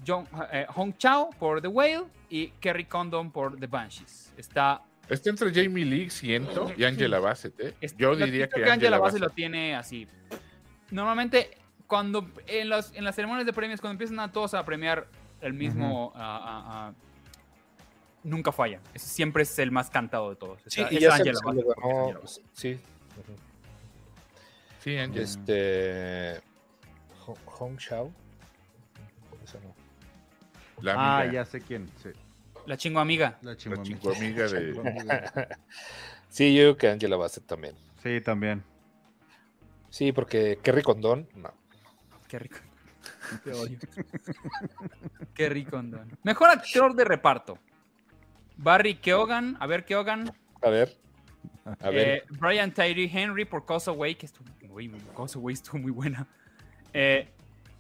B: Jong- eh, Hong Chao por The Whale y Kerry Condon por The Banshees. Está.
D: Está entre Jamie Lee, siento, y Angela Bassett, ¿eh?
B: es-
D: Yo
B: Este, lo-
D: diría
B: creo
D: que Angela Bassett.
B: lo tiene así. Normalmente, cuando en, los- en las ceremonias de premios, cuando empiezan a todos a premiar el mismo, a- a- a- nunca falla. Es- siempre es el más cantado de todos.
A: Sí,
B: Está-
A: y
B: es
A: Ah, ya se,
B: Angela
A: se lo
B: Bassett, porque es
A: ganó. pues,
B: Angela Bassett.
A: Sí. ujú.
D: Sí,
B: Mm.
D: Angela.
A: Este. Hong, Hong Shao. Esa no.
D: La
C: Ah,
D: amiga,
C: ya sé quién. sí.
B: La chingo amiga.
C: La
D: la
C: chingona.
D: chingo amiga de...
A: Sí, yo creo que Angela Bassett también.
C: Sí, también.
A: Sí, porque Kerry Condón, no.
B: Qué rico. *laughs* Te odio. Qué rico, Andón. Mejor actor de reparto. Barry Keoghan. A ver, Keoghan.
A: A ver. A ver.
B: Eh, Brian Tyree Henry por Causeway, que estuvo, uy, Causeway estuvo muy buena. Eh,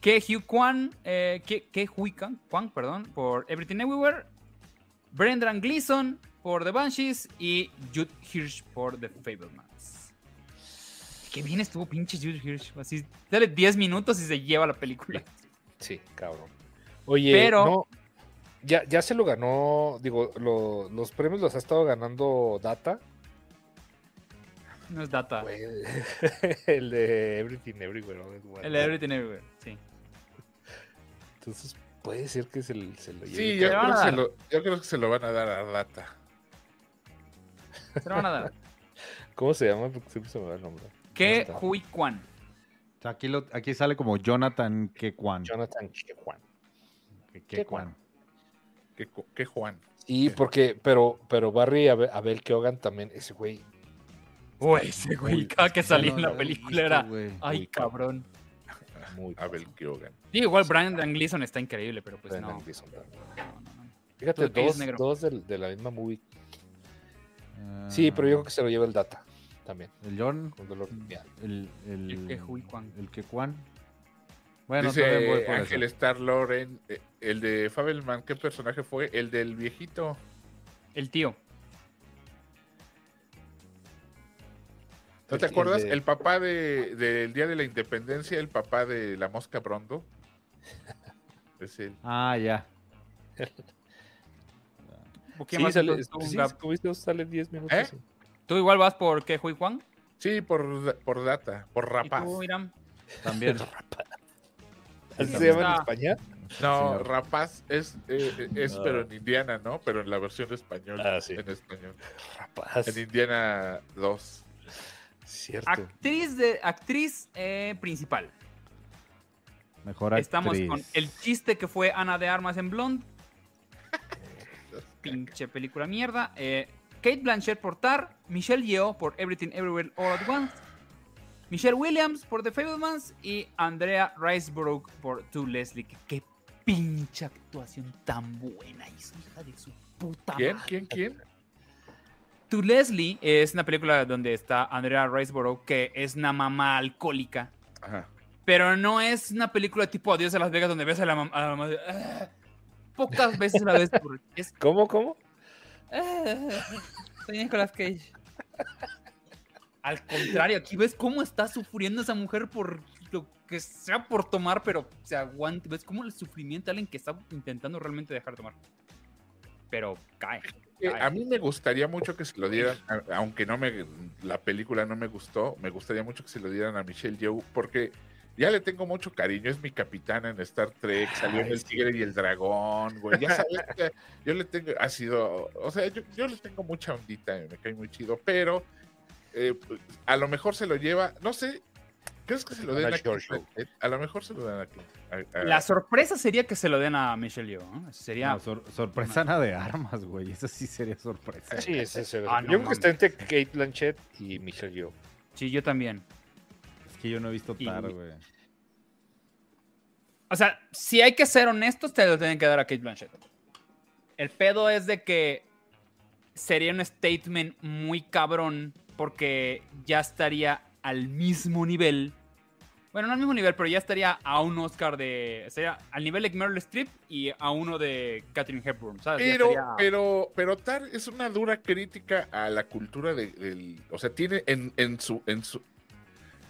B: Ke Hugh Kwan, eh, Ke, Ke Huy Kwan, Kwan, perdón, por Everything Everywhere. Brendan Gleeson por The Banshees y Jude Hirsch por The Fablemans. Qué bien estuvo pinche Jude Hirsch. Así, dale 10 minutos y se lleva la *laughs* película.
A: Sí, cabrón. Oye,
B: Pero-
A: no, ya, ya se lo ganó, digo, lo- los premios los ha estado ganando Data,
B: No es data.
A: güey, Pues, *laughs*
B: *laughs*
A: el de Everything Everywhere. All at Once.
B: El Everything Everywhere, sí.
A: Entonces puede ser que se, l- se lo lleve.
D: Sí,
B: le
D: yo
B: van
D: creo,
B: a
D: que se
B: dar.
D: lo, yo creo que se lo van a dar a Data.
B: Se lo van a *laughs* dar.
A: ¿Cómo se llama? Porque siempre se me va el nombre.
B: Ke
A: Jonathan.
B: Hui Kwan.
C: O sea, Aquí, lo, aquí sale como Jonathan Kekwan.
A: Jonathan Juan.
C: Kekwan.
D: Que, cu- que Juan.
A: Sí, porque, pero, pero Barry Abe- Abel Keoghan también, ese güey.
B: Uy, ese güey, cada que salía en la película era. Ay,
A: Uy,
B: cabrón.
A: Muy
D: Abel Keoghan.
B: Digo, igual Brian Gleason está increíble, pero pues
A: Brendan
B: no.
A: Gleeson también.
B: no, no, no.
A: Fíjate,
B: Tú, ¿qué dices,
A: dos,
B: negro?
A: dos del- de, la misma movie.
B: Ah.
A: Sí, pero yo creo que se lo lleva el Data también,
C: El John.
A: con dolor
B: Mm.
A: de alma.
C: El, el,
B: El Kehuikwan.
C: El Kekwan. Bueno, también voy
D: Dice
C: por
D: Ángel
C: eso.
D: Star Loren, eh, el de Fabelman, ¿qué personaje fue? El del viejito.
B: El tío.
D: ¿No
A: El-
D: te
A: el
D: acuerdas?
A: de-
D: El papá de, del Día de la Independencia, el papá de la mosca
A: *laughs*
D: Brondo. Es él.
C: Ah, ya.
B: ¿Por qué
A: Sí,
B: más
A: sale, pues
B: entonces tú,
A: sí,
B: Gab?
A: como dices, sale 10 minutos.
D: ¿Eh?
A: sí.
B: ¿Tú igual vas por qué, Hui Juan?
D: Sí, por, por data, por
B: ¿Y
D: rapaz.
B: tú, Iram? *laughs*
C: También.
A: ¿Así se
B: también
A: llama en
B: está.
A: España?
D: No,
C: Señor.
D: rapaz es, eh, es
A: Ah.
D: pero en Indiana, ¿no? Pero en la versión española.
A: Ah, sí.
D: En español.
A: Rapaz,
D: En Indiana 2.
A: cierto.
B: Actriz, de, actriz eh, principal.
C: Mejor
B: Estamos
C: actriz.
B: con el chiste que fue Ana de Armas en Blonde. Pinche película mierda. Eh, Kate Blanchett por Tar. Michelle Yeoh por Everything Everywhere All at Once. Michelle Williams por The Fablemans. Y Andrea Ricebrook por To Leslie. Que- Qué pinche actuación tan buena hizo, hija de su puta
D: ¿Quién?
B: madre.
D: ¿Quién? ¿Quién?
B: To Leslie es una película donde está Andrea Riceborough, que es una mamá alcohólica.
D: Ajá.
B: Pero no es una película tipo Adiós a Las Vegas donde ves a la mam- a la mamá. de, "Ah". Pocas veces la ves. Por, es.
A: ¿Cómo, cómo?
B: "Ah". *laughs* Soy Nicolas Cage. Al contrario, aquí ves cómo está sufriendo esa mujer por lo que sea por tomar, pero se aguanta. Ves cómo el sufrimiento de alguien que está intentando realmente dejar de tomar. Pero cae.
D: Eh,
B: Ay.
D: a mí me gustaría mucho que se lo dieran, a- aunque no me la película no me gustó, me gustaría mucho que se lo dieran a Michelle Yeoh porque ya le tengo mucho cariño, es mi capitana en Star Trek, salió en El Tigre y el Dragón, güey, ya
B: *laughs*
D: sabes, o sea, yo le tengo, ha sido, o sea, yo, yo le tengo mucha ondita, eh, me cae muy chido, pero eh, pues, a lo mejor se lo lleva, no sé, ¿crees que se lo
A: Van a
D: den a Clint
A: George.
D: Eastwood? A lo mejor se lo dan a Clint- a- a-
B: La sorpresa sería que se lo den a Michelle Yeoh. ¿no? Sería
C: No, sor- sorpresa Ana de Armas, güey. Esa sí sería sorpresa.
A: Sí, ese se ve.
B: Ah,
A: Yo
B: no
A: creo que
B: mames.
A: está entre Kate Blanchett y Michelle Yeoh.
B: Sí, yo también.
C: Es que yo no he visto
B: Y-
C: TAR, güey.
B: O sea, si hay que ser honestos, te lo tienen que dar a Kate Blanchett. El pedo es de que sería un statement muy cabrón porque ya estaría al mismo nivel. Bueno, no al mismo nivel, pero ya estaría a un Oscar de... Sería al nivel de Meryl Streep y a uno de Catherine Hepburn, ¿sabes? Ya
D: Pero,
B: estaría-
D: pero, pero Tar es una dura crítica a la cultura de- del. O sea, tiene en, en su. En su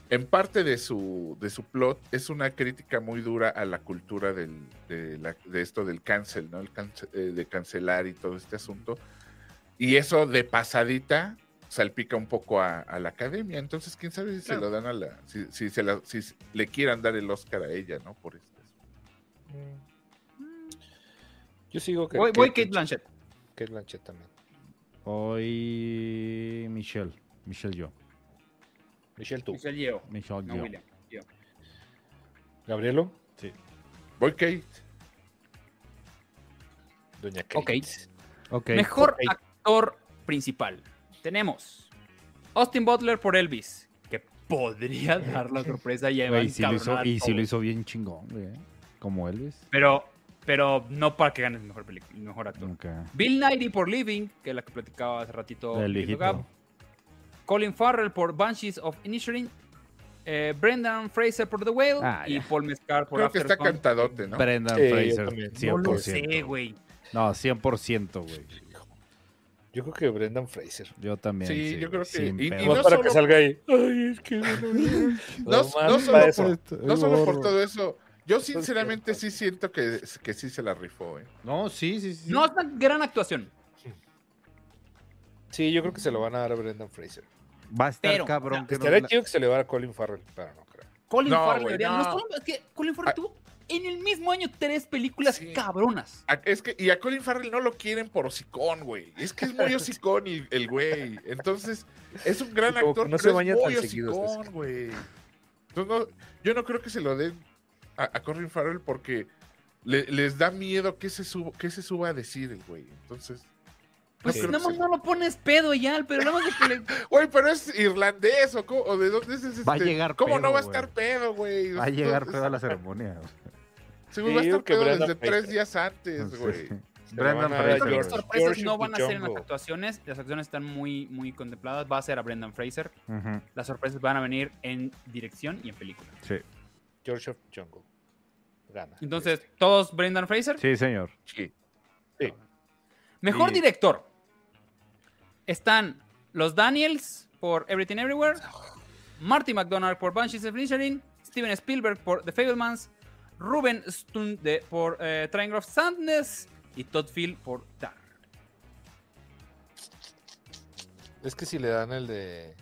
D: en parte de su, de su plot es una crítica muy dura a la cultura del, de, la- de esto del cancel, ¿no? El cance- eh, de cancelar y todo este asunto. Y eso de pasadita salpica un poco a, a la academia. Entonces, quién sabe si se lo dan a la. Si, si se la, si le quieran dar el Oscar a ella, ¿no? Por este esto.
A: Yo sigo que.
B: Voy, voy Kate Blanchett.
A: Kate Blanchett también.
C: Hoy Michelle. Michelle yo.
A: Michelle, tú.
B: Michelle Yeoh,
C: Michelle
B: no
C: yo.
B: William. Yeoh.
A: Gabrielo,
D: Voy, Kate.
A: Doña Kate.
B: Ok.
C: Ok.
B: Mejor
A: ok.
B: actor principal. Tenemos Austin Butler por Elvis, que podría *laughs* dar la sorpresa y
C: Güey,
B: ahí
C: y si lo hizo, y si lo hizo bien chingón, güey. ¿eh? Como Elvis.
B: Pero, pero no para que gane el mejor, película, el mejor actor.
C: Ok.
B: Bill Nighy por Living, que es la que platicaba hace ratito.
C: Del
B: Lilo
C: hijito.
B: Gab. Colin Farrell por Banshees of Inisherin. eh, Brendan Fraser por The Whale.
C: Ah,
B: y
C: ya.
B: Paul Mescar por
D: Creo que está
B: After Sun.
D: cantadote, ¿no?
C: Brendan
A: Sí, yo
C: Fraser.
A: también.
B: No lo
C: 100%.
B: sé, güey.
C: No, 100%, güey.
A: Yo creo que Brendan Fraser.
C: Yo también.
D: Sí,
C: Sí,
D: yo creo
C: güey,
D: que-
C: sin
D: y- y
C: pedos.
A: Nomás
D: no
A: para
D: solo-
A: que salga ahí. Ay, es que. No, no, *laughs* no.
D: No-
A: Nomás
D: no
A: para
D: solo por-
A: eso.
D: No solo por
C: Gorro.
D: todo eso. Yo sinceramente sí siento que, que sí se la rifó, ¿eh?
C: No, sí, sí, sí.
B: No es una gran actuación.
A: Sí, yo creo que se lo van a dar a Brendan Fraser.
C: Va a estar
B: Pero,
C: cabrón. que no
A: Estaría
C: la-
A: chido que se le va a dar a Colin Farrell, pero no creo.
B: Colin
D: No,
B: Farrell
D: güey,
B: debería- no es
D: no.
B: Colin- es que Colin Farrell
D: Ah.
B: tuvo en el mismo año tres películas
D: Sí.
B: cabronas.
D: A- Es que, y a Colin Farrell no lo quieren por hocicón, güey. Es que es muy hocicón el, el güey. Entonces, es un gran
A: Sí, como que
D: actor,
A: no
D: no
A: se
D: pero
A: baña
D: es muy
A: tan seguido,
D: hocicón,
A: César.
D: güey. Entonces, no- yo no creo que se lo den a, a Colin Farrell porque le- les da miedo que se, suba, que se suba a decir el güey. Entonces,
B: Pues
A: Sí.
B: nada
D: creo que
B: más no lo pones pedo ya, pero nada más de que le- *laughs*
D: güey, pero es irlandés o, cómo- o de dónde es ese. este
C: Va a llegar
D: ¿Cómo
C: pedo,
D: no va a
C: güey.
D: estar pedo, güey?
C: Va a llegar
D: Entonces,
C: pedo a la ceremonia. güey.
D: Sí,
A: Sí,
D: va a
A: yo
D: estar
A: creo que
D: pedo
A: Brendan
D: desde tres
A: Fraser.
D: días antes,
C: Ah,
D: güey.
C: Sí.
A: Se lo van
C: Brendan
A: a dar a
C: Fraser.
A: George.
B: las
C: güey.
B: sorpresas
A: George
B: no van a ser en las
A: Buchongo.
B: actuaciones, las actuaciones están muy, muy contempladas, va a ser a Brendan Fraser,
C: Ujú,
B: las sorpresas van a venir en dirección y en película.
C: Sí.
A: George of Jungle. Gana.
B: Entonces, todos Brendan Fraser.
C: Sí, señor.
D: Sí.
B: Mejor
A: Sí.
B: director. Están los Daniels por Everything Everywhere, Marty McDonald por Banshees of Inisherin, Steven Spielberg por The Fablemans, Ruben Stund de- por eh, Triangle of Sadness y Todd Field por Dark.
A: Es que si le dan el de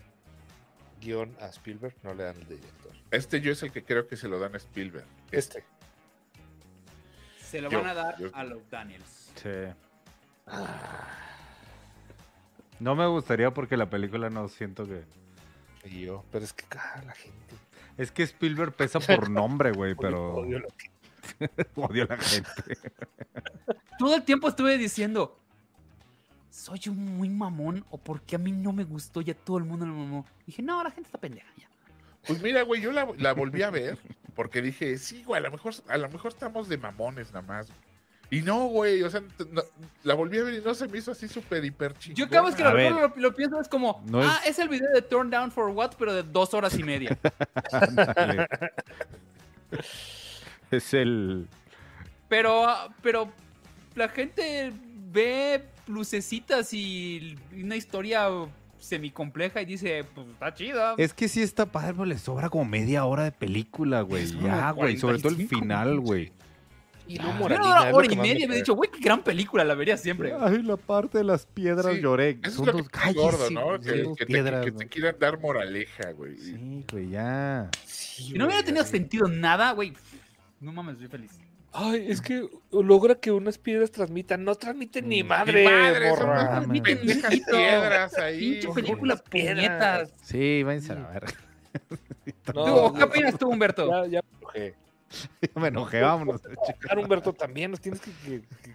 A: guión a Spielberg, no le dan el de director.
D: Este yo es el que creo que se lo dan a Spielberg.
A: Este.
B: Se lo
D: Yo-
B: van a dar
D: yo-
B: a los Daniels.
C: Sí. No me gustaría porque la película no siento que.
A: Y yo, pero es que ah, la gente.
C: Es que Spielberg pesa por nombre, güey,
D: *laughs*
C: pero
A: Odio lo que-
C: odio a la gente.
B: Todo el tiempo estuve diciendo, ¿soy un muy mamón o porque a mí no me gustó y a todo el mundo le mamó? Dije, no, la gente está pendeja ya.
D: Pues mira, güey, yo la, la volví a ver porque dije, sí, güey, a lo mejor, a lo mejor estamos de mamones nada más. güey". Y no, güey, o sea, t- no- la volví a ver y no se me hizo así súper hiper chingón.
B: Yo cada vez que lo,
C: A ver.
B: recuerdo, lo, lo pienso es como,
C: No
B: ah,
C: es-
B: es el video de Turn Down for What, pero de dos horas y media.
C: Ándale. es el.
B: Pero, ah, pero la gente ve lucecitas y una historia semicompleja y dice, pues está chida.
C: Es que sí está padre, pero le sobra como media hora de película, güey. Ya, güey. Sobre todo el final, güey.
A: Y no
B: Yo era
A: moralina.
B: hora,
A: es lo
B: hora
A: que
B: y
A: más me
B: media me he
A: caga.
B: dicho, güey, qué gran película, la vería siempre.
C: Ay, la parte de las piedras
D: Sí,
C: lloré. Son
D: Eso es lo que
C: dos
D: está
C: calles,
D: gordo,
C: sí,
D: ¿no?
C: güey, son
D: Que,
C: dos
D: que te,
C: piedras,
D: que te
C: güey.
D: quieran dar moraleja, güey. Y-
C: Sí, güey, ya.
A: Sí,
B: Si no hubiera
A: güey,
B: tenido
A: así.
B: sentido nada, güey, no mames, soy feliz.
A: Ay, es que logra que unas piedras transmitan. No transmiten ni madre,
D: madre, son
A: morra.
D: unas
C: Mames.
D: pendejas
B: Mijito,
D: piedras ahí.
B: Pinche película,
A: unas piedras.
B: puñetas.
C: Sí, váyanse a la verga. *laughs*
A: No,
B: Tú, ¿Qué
A: ya-
B: opinas tú, Humberto?
A: Ya, ya me enojé.
C: Me enojé, vámonos.
A: Claro, Humberto, también nos tienes que. que- que-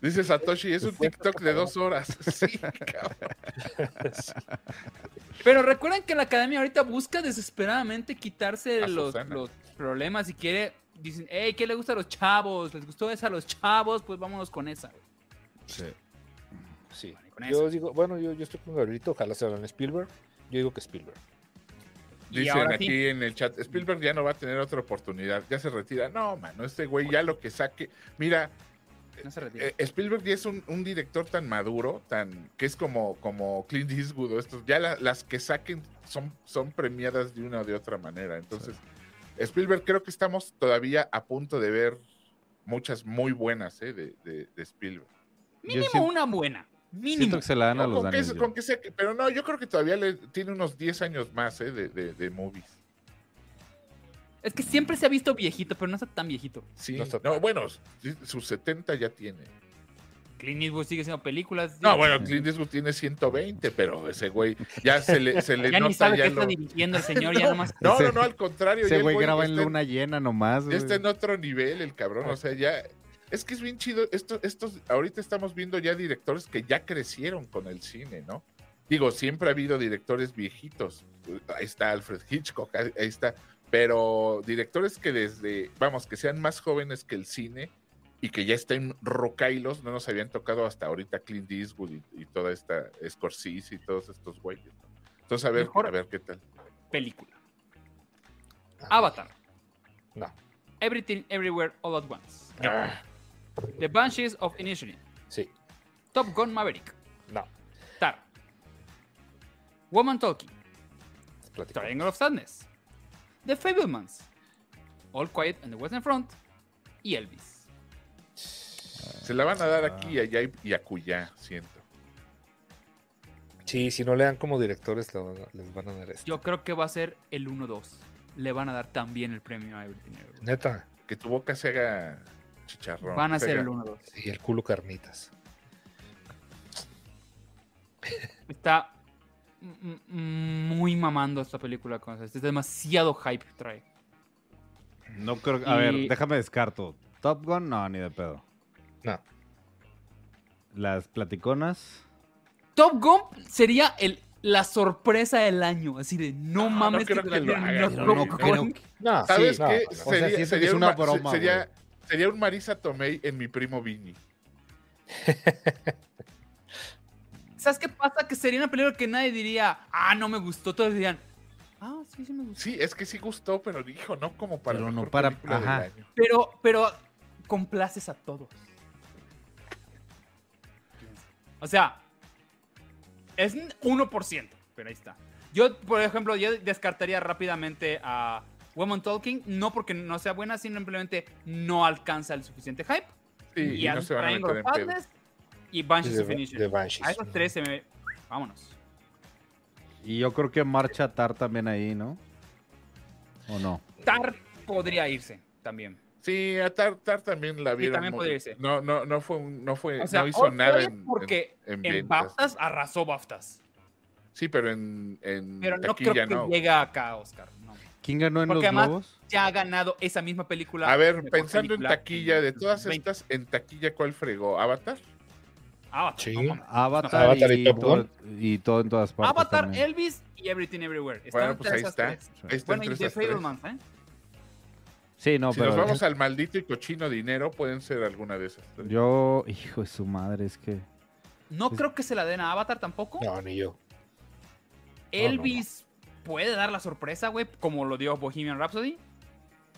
D: Dice Satoshi, es un
A: Fue-
D: TikTok de dos horas. *laughs* Sí, cabrón.
B: Pero recuerden que la academia ahorita busca desesperadamente quitarse
D: A
B: los,
D: Susana.
B: los problemas y quiere. Dicen, hey, ¿qué le gusta a los chavos? ¿Les gustó esa a los chavos? Pues vámonos con esa. güey".
A: Sí.
B: Con eso.
A: Yo digo, bueno, yo, yo estoy con Gabrielito, ojalá sea en Spielberg. Yo digo que Spielberg.
B: Y
D: Dicen
B: ahora
D: aquí
B: sí.
D: en el chat, Spielberg ya no va a tener otra oportunidad, ya se retira. No, mano, este güey ya lo que saque. Mira,
B: No se retira.
D: eh, Spielberg ya es un, un director tan maduro, tan que es como, como Clint Eastwood o estos. Ya la- las que saquen son, son premiadas de una o de otra manera. Entonces, Spielberg creo que estamos todavía a punto de ver muchas muy buenas eh, de, de- de Spielberg.
C: Yo
B: Mínimo
C: siento,
B: una buena. Mínimo.
C: siento que se la dan a
D: No,
C: los
D: con, que,
C: daños.
D: se- con que sea que- pero no, yo creo que todavía le, tiene unos 10 años más eh, de, de- de movies.
B: Es que siempre se ha visto viejito, pero no está tan viejito.
D: Sí,
A: No está
D: no,
A: tan-
D: bueno, sí, sus 70 ya tiene.
B: Clint Eastwood sigue haciendo películas.
D: No, bueno, Clint Eastwood tiene 120, pero ese güey ya se le, se le
B: *laughs* ya ni
D: nota.
B: sabe
D: Ya
B: qué
D: lo-
B: está dirigiendo el señor,
D: *laughs*
B: ya nomás.
D: No, no,
C: Ese-
D: no, al contrario. ya
C: Ese
D: el
C: güey graba
D: está
C: en luna llena nomás.
D: Ya está
C: güey.
D: en otro nivel el cabrón, o sea, ya. Es que es bien chido. Esto, estos, ahorita estamos viendo ya directores que ya crecieron con el cine, ¿no? Digo, siempre ha habido directores viejitos. Ahí está Alfred Hitchcock, ahí ahí está. Pero directores que desde, vamos, que sean más jóvenes que el cine y que ya estén rocailos, no nos habían tocado hasta ahorita Clint Eastwood y, y toda esta Scorsese y todos estos güeyes. ¿no? Entonces, a ver,
B: Mejor-
D: a ver qué tal.
B: película. Avatar.
A: No.
B: Everything Everywhere All at Once.
A: Ah,
B: The Banshees of Inisherin.
A: sí,
B: Top Gun Maverick.
A: no.
B: Tar. Woman Talking.
A: platicamos.
B: Triangle of Sadness. The Fablemans. All Quiet on the Western Front. Y Elvis.
D: Se la van a dar aquí, allá y, y acullá, siento.
A: Sí, si no le dan como directores, lo- les van a dar esto.
B: Yo creo que va a ser el 1-2. Le van a dar también el premio a Everything Everywhere.
A: Neta,
D: que tu boca se haga chicharrón.
B: Van a
D: se
B: ser el
D: haga-
B: 1-2.
A: y el culo carnitas.
B: Está m- m- muy mamando esta película. con Es demasiado hype que trae.
C: No creo. A
B: Y-
C: ver, déjame descarto. Top Gun, no, ni de pedo.
A: No.
C: Las platiconas.
B: Top Gun sería el, la sorpresa del año. Así de, no mames,
D: creo que
B: te la
D: lo
B: dieron,
D: hagan,
B: no,
D: pero
B: Top
D: no
B: Gun.
A: No,
D: ¿Sabes
A: sí, no,
D: qué?
A: no, no.
C: pues, sea, siento
D: sería,
C: que
D: sería
C: es
D: una
C: una broma,
D: sería, sería un Marisa Tomei en mi primo Vini.
B: ¿Sabes qué pasa? Que sería una película que nadie diría, ah, no me gustó. Todos dirían, ah, sí, sí me gustó.
D: Sí, es que sí gustó, pero dijo, no como para
C: Pero no
D: mejor
C: para-
D: película del
C: ajá.
D: año.
B: Pero, pero complaces a todos. O sea, es un 1%. pero ahí está. Yo, por ejemplo, yo descartaría rápidamente a Woman Talking, no porque no sea buena, sino simplemente no alcanza el suficiente hype.
D: Sí, y,
B: a
D: no se van a
B: Triangle
D: meter en
B: of
D: pedo.
B: Sadness y Banshees
A: De-
B: of Inisherin.
A: de Banshees.
B: A esos tres se me... Vámonos.
C: Y yo creo que marcha Tar también ahí, ¿no? ¿O no?
B: Tar podría irse también.
D: Sí, a Tar, Tar también la vieron.
B: también
D: muy-
B: podría ser.
D: No, no, no fue, un- no fue,
B: O sea,
D: no hizo
B: Oscar
D: nada en,
B: porque
D: en, en
B: En
D: ventas.
B: BAFTAs arrasó BAFTAs.
D: Sí, pero en, en
B: Pero no creo
D: taquilla
B: que
D: Mm, no.
B: llegue acá, Oscar. no.
C: ¿Quién ganó en
B: Porque
C: los
B: además-
C: globos?
B: Ya ha ganado esa misma película.
D: A ver,
B: mejor
D: pensando en
B: película
D: taquilla, de todas
B: 2020.
D: estas, en taquilla, ¿cuál fregó? ¿Avatar?
B: Avatar,
A: Sí.
B: no mames.
C: Avatar,
A: Avatar
C: y,
A: y Top
C: todo,
A: Gun.
C: y todo en todas partes.
B: Avatar,
C: también.
B: Elvis y Everything Everywhere. Están
D: Bueno, pues
B: entre
D: ahí
B: esas
D: está. Ahí
B: tres.
D: está
B: Bueno,
D: entre
B: y The
D: esas tres.
B: Fablemans, ¿eh?
C: Sí, no,
D: si
C: pero eh.
D: nos vamos al maldito y cochino dinero, pueden ser alguna de esas. tres.
C: yo, hijo de su madre, es que
B: No
C: Sí.
B: creo que se la den a Avatar tampoco.
A: No, ni yo.
B: Elvis puede dar la sorpresa, güey, como lo dio Bohemian Rhapsody.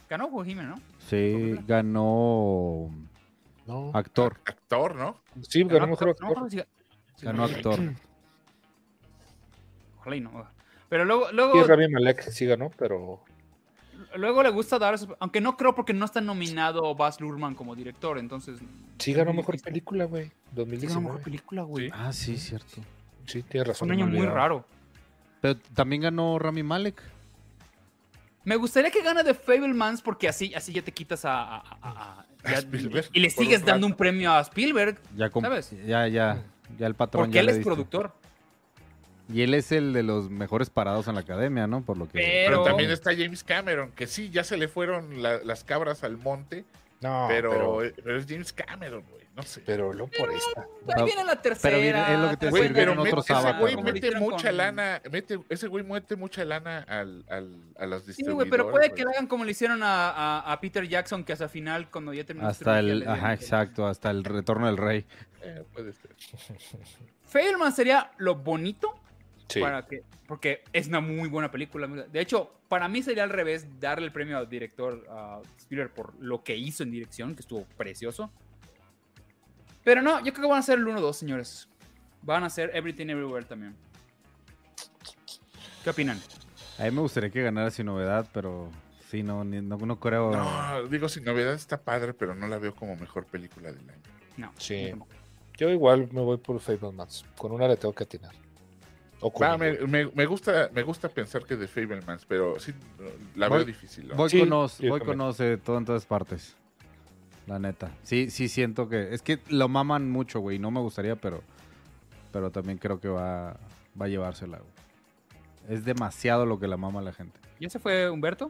B: Ganó Bohemian, ¿no?
C: sí ganó
A: No.
C: actor,
D: Actor, ¿no?
A: Sí, ganó mejor
B: Ah, No me
A: actor.
B: acuerdo si-
C: ganó actor.
B: Ojalá y no. Pero luego,
A: Sí,
B: luego,
A: Rami Malek sí ganó, pero
B: luego le gusta dar, sus- aunque no creo porque no está nominado Baz Luhrmann como director, entonces
A: sí ganó mejor película, güey.
B: es una mejor
A: 2019.
B: película, güey.
C: Ah, sí, cierto.
A: Sí, tienes
B: Es
A: razón.
B: un
A: me
B: año muy
A: olvidaba.
B: raro.
C: Pero también ganó Rami Malek.
B: Me gustaría que gane The Fablemans porque así, así ya te quitas a, a- a- a- a- ya-
D: Spielberg,
B: y le
D: por un
B: sigues
D: rato.
B: dando un premio a Spielberg
C: Ya, comp-
B: ¿Sabes?
C: ya, ya, ya el patrón
B: porque
C: ya
B: él
C: le
B: es
C: diste.
B: productor.
C: Y él es el de los mejores parados en la academia, ¿no? Por lo que.
B: Pero-
D: Pero, también está James Cameron, que sí, ya se le fueron la- las cabras al monte,
C: Ah,
A: No,
D: pero, eh,
A: pero,
D: pero, es James Cameron, güey. No sé.
A: pero no por esta.
B: Ahí
C: Ah,
B: viene la tercera.
C: pero viene- es lo que te
B: tercera,
C: decía,
D: Güey, pero
C: en
D: mete-
C: otros
D: ese
C: Avatar,
D: güey
C: ¿no?
D: mete
B: Como
D: mucha
B: hicieron con-
D: lana, mete, ese güey mete mucha lana al, al, a las
B: Sí,
D: distribuidoras.
B: güey, pero puede que
D: güey.
B: lo hagan como le hicieron a, a- a Peter Jackson, que hasta el final, cuando ya terminó. su
C: Hasta
B: trilogía,
C: el.
B: le dieron
C: Ajá,
B: el-
C: exacto, hasta el retorno del rey.
D: Eh, puede ser.
B: Fableman sería lo bonito
A: Sí.
B: para que, porque es una muy buena película. De hecho, para mí sería al revés darle el premio al director a Spielberg por lo que hizo en dirección, que estuvo precioso. Pero no, yo creo que van a ser el 1-2, señores. Van a ser Everything Everywhere también. ¿Qué opinan?
C: A mí me gustaría que ganara sin novedad, pero sí, no, ni- no, no creo.
D: No, digo, sin novedad está padre, pero no la veo como mejor película del año.
B: No.
A: Sí.
B: yo tampoco.
A: Yo igual me voy por Fablemans. Con una le tengo que atinar. O con
D: Va, me,
A: ninguna.
D: me- me gusta, me gusta pensar que de Fablemans, pero sí la
C: Voy-
D: veo difícil. ¿no?
C: Voy
A: Sí,
C: con Oz,
A: sí,
C: voy
A: también.
C: con Oz, eh, todo en todas partes. La neta. Sí, sí siento que. Es que lo maman mucho, güey. No me gustaría, pero. Pero también creo que va, va a llevársela, güey. Es demasiado lo que la mama la gente.
B: ¿Y ese fue Humberto?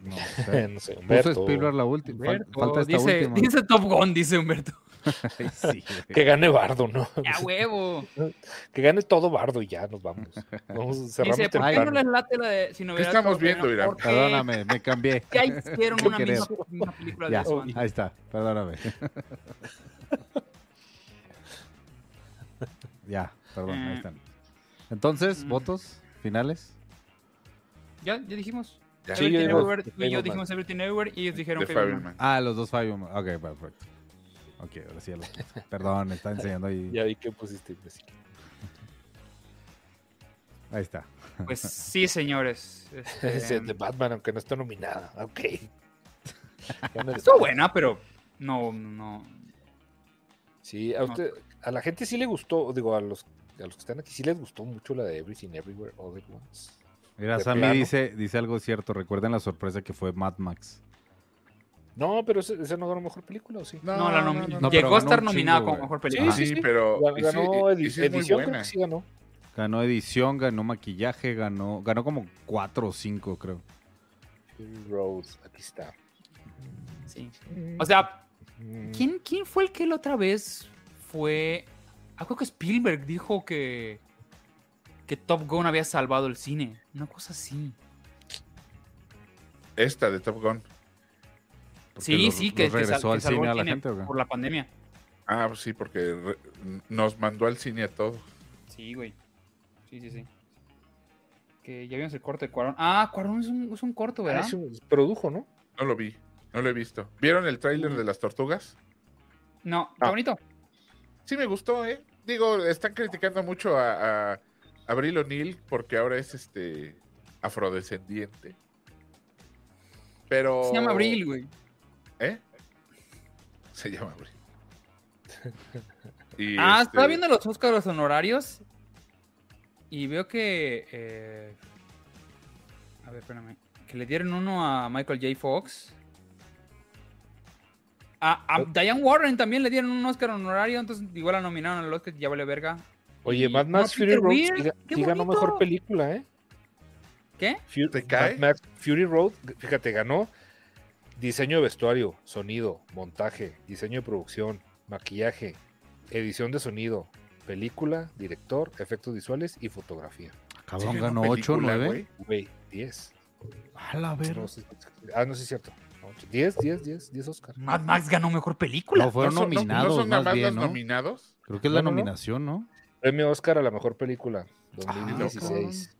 C: No, o
A: *laughs*
C: sea,
A: no sé,
C: puso
A: Humberto.
C: Spielberg la última. fal-
B: Humberto,
C: falta esta
B: dice,
C: última.
B: dice Top Gun, dice *laughs* Humberto.
C: Ay, *laughs* sí, güey.
A: Que gane Bardo, ¿no? *laughs*
B: ¡A huevo!
A: que gane todo Bardo y ya nos vamos.
B: *laughs*
A: Vamos, cerramos
B: Dice, ¿por qué
A: temprano.
B: no les late la de si novedad?
D: estamos
B: Como
D: viendo,
B: que no?
D: Irán?
B: Porque
C: Perdóname, me
B: *laughs*
C: cambié.
B: Ya hicieron
C: ¿Qué
B: una misma,
C: querés?
B: misma película de
C: Ya,
B: eso antes.
C: ahí está,
B: *laughs*
C: perdóname. ya, perdón, ahí
B: Eh.
C: están. Entonces,
B: Mm.
C: votos finales.
B: Ya, ya dijimos.
D: Ya.
A: Sí, yo
B: Everything
A: digo
B: Everywhere, tú y yo
A: Fableman.
B: dijimos Everything Everywhere y ellos dijeron
D: de
B: que Fableman.
D: Fableman.
C: Ah, los dos fallos. Ok, perfecto. Ok, ahora sí ya los
B: *laughs*
C: puse. Perdón, me está enseñando ahí.
A: Ya vi que pusiste imbécil.
C: Ahí está.
B: Pues sí,
A: *laughs*
B: señores. este,
A: Ese de Batman, aunque no está nominada.
B: *laughs*
A: Ok. Gana de
B: estuvo
A: Batman.
B: buena, pero no, no.
A: Sí, a,
B: No.
A: usted- a la gente sí le gustó, digo, a los, a los que están aquí sí les gustó mucho la de Everything Everywhere All at Once.
C: Mira,
A: De
C: Sammy
A: plano.
C: dice, dice algo cierto. Recuerden la sorpresa que fue Mad Max.
A: No, pero ese, ese no ganó mejor película, ¿o sí?
B: No, la nomi-
C: no, pero
B: llegó a
C: ganó
B: estar
C: un chingo,
B: nominada como
C: güey.
B: mejor
A: Sí,
B: película.
A: sí,
D: Sí,
A: sí.
D: pero
A: Gan-
D: y sí-
A: ganó
D: y
A: edi-
D: sí es muy
A: edición, creo
D: buena.
A: que sí ganó.
C: Ganó edición, ganó maquillaje, ganó, ganó como cuatro o cinco, creo.
A: Fury Road, aquí está.
B: Sí. O sea,
A: Mm,
B: ¿quién, ¿quién fue el que la otra vez fue. Ah, creo que Spielberg dijo que. Que Top Gun había salvado el cine. Una cosa así.
D: Esta de Top Gun.
C: Porque
B: Sí,
C: los-
B: sí, que,
C: los
B: que sal-
C: regresó
B: que
C: al
B: salvó
C: cine
B: el
C: a la gente. ¿o qué?
B: por la pandemia.
D: Ah, pues sí, porque re- nos mandó al cine a todos.
B: Sí, güey. Sí, sí, sí. Que ya vimos el corte de Cuarón. Ah, Cuarón es un, es un corto,
A: ah,
B: ¿verdad?
A: es un- produjo, ¿no?
D: No lo vi, no lo he visto. ¿Vieron el tráiler de las tortugas? Ah.
B: No, está bonito.
D: Sí me gustó, ¿eh? Digo, están criticando mucho a, a- Abril O'Neill, porque ahora es este afrodescendiente. Pero.
B: Se
D: Oh,
B: llama Abril, güey.
D: ¿Eh? Se llama Abril. Y,
B: Ah,
D: este,
B: estaba viendo los Óscaros honorarios y veo que. eh, a ver, espérame. Que le dieron uno a Michael J. Fox. A,
D: Oh.
B: a Diane Warren también le dieron un Óscar honorario, entonces igual la nominaron al Oscar, ya vale verga.
A: Oye,
B: Y-
A: Mad
B: no,
A: Max Fury
B: Peter
A: Road
B: Weir,
A: sí ga-
B: qué
A: sí ganó
B: bonito.
A: mejor película, ¿eh?
B: ¿Qué?
A: Fu-
D: ¿Te cae?
A: Mad Max Fury Road, fíjate, ganó diseño de vestuario, sonido, montaje, diseño de producción, maquillaje, edición de sonido, película, director, efectos visuales y fotografía.
C: Cabrón,
B: *laughs*
D: sí,
C: ganó
D: una
C: 8,
D: película,
C: 9.
D: güey.
A: Güey, 10.
C: A la verga.
A: No, sí- ah, no, sí es cierto. No, 10, 10, 10, 10 Oscar.
B: Mad Max ganó mejor película.
C: No, fueron
D: ¿no son- no-
C: nominados
D: ¿No son nada
C: más
D: más
C: bien,
D: los
C: ¿no?
D: nominados?
C: Creo que es
A: No,
C: la
A: no, no.
C: nominación, ¿no?
A: Premio Oscar a la mejor película 2016.
B: Ah,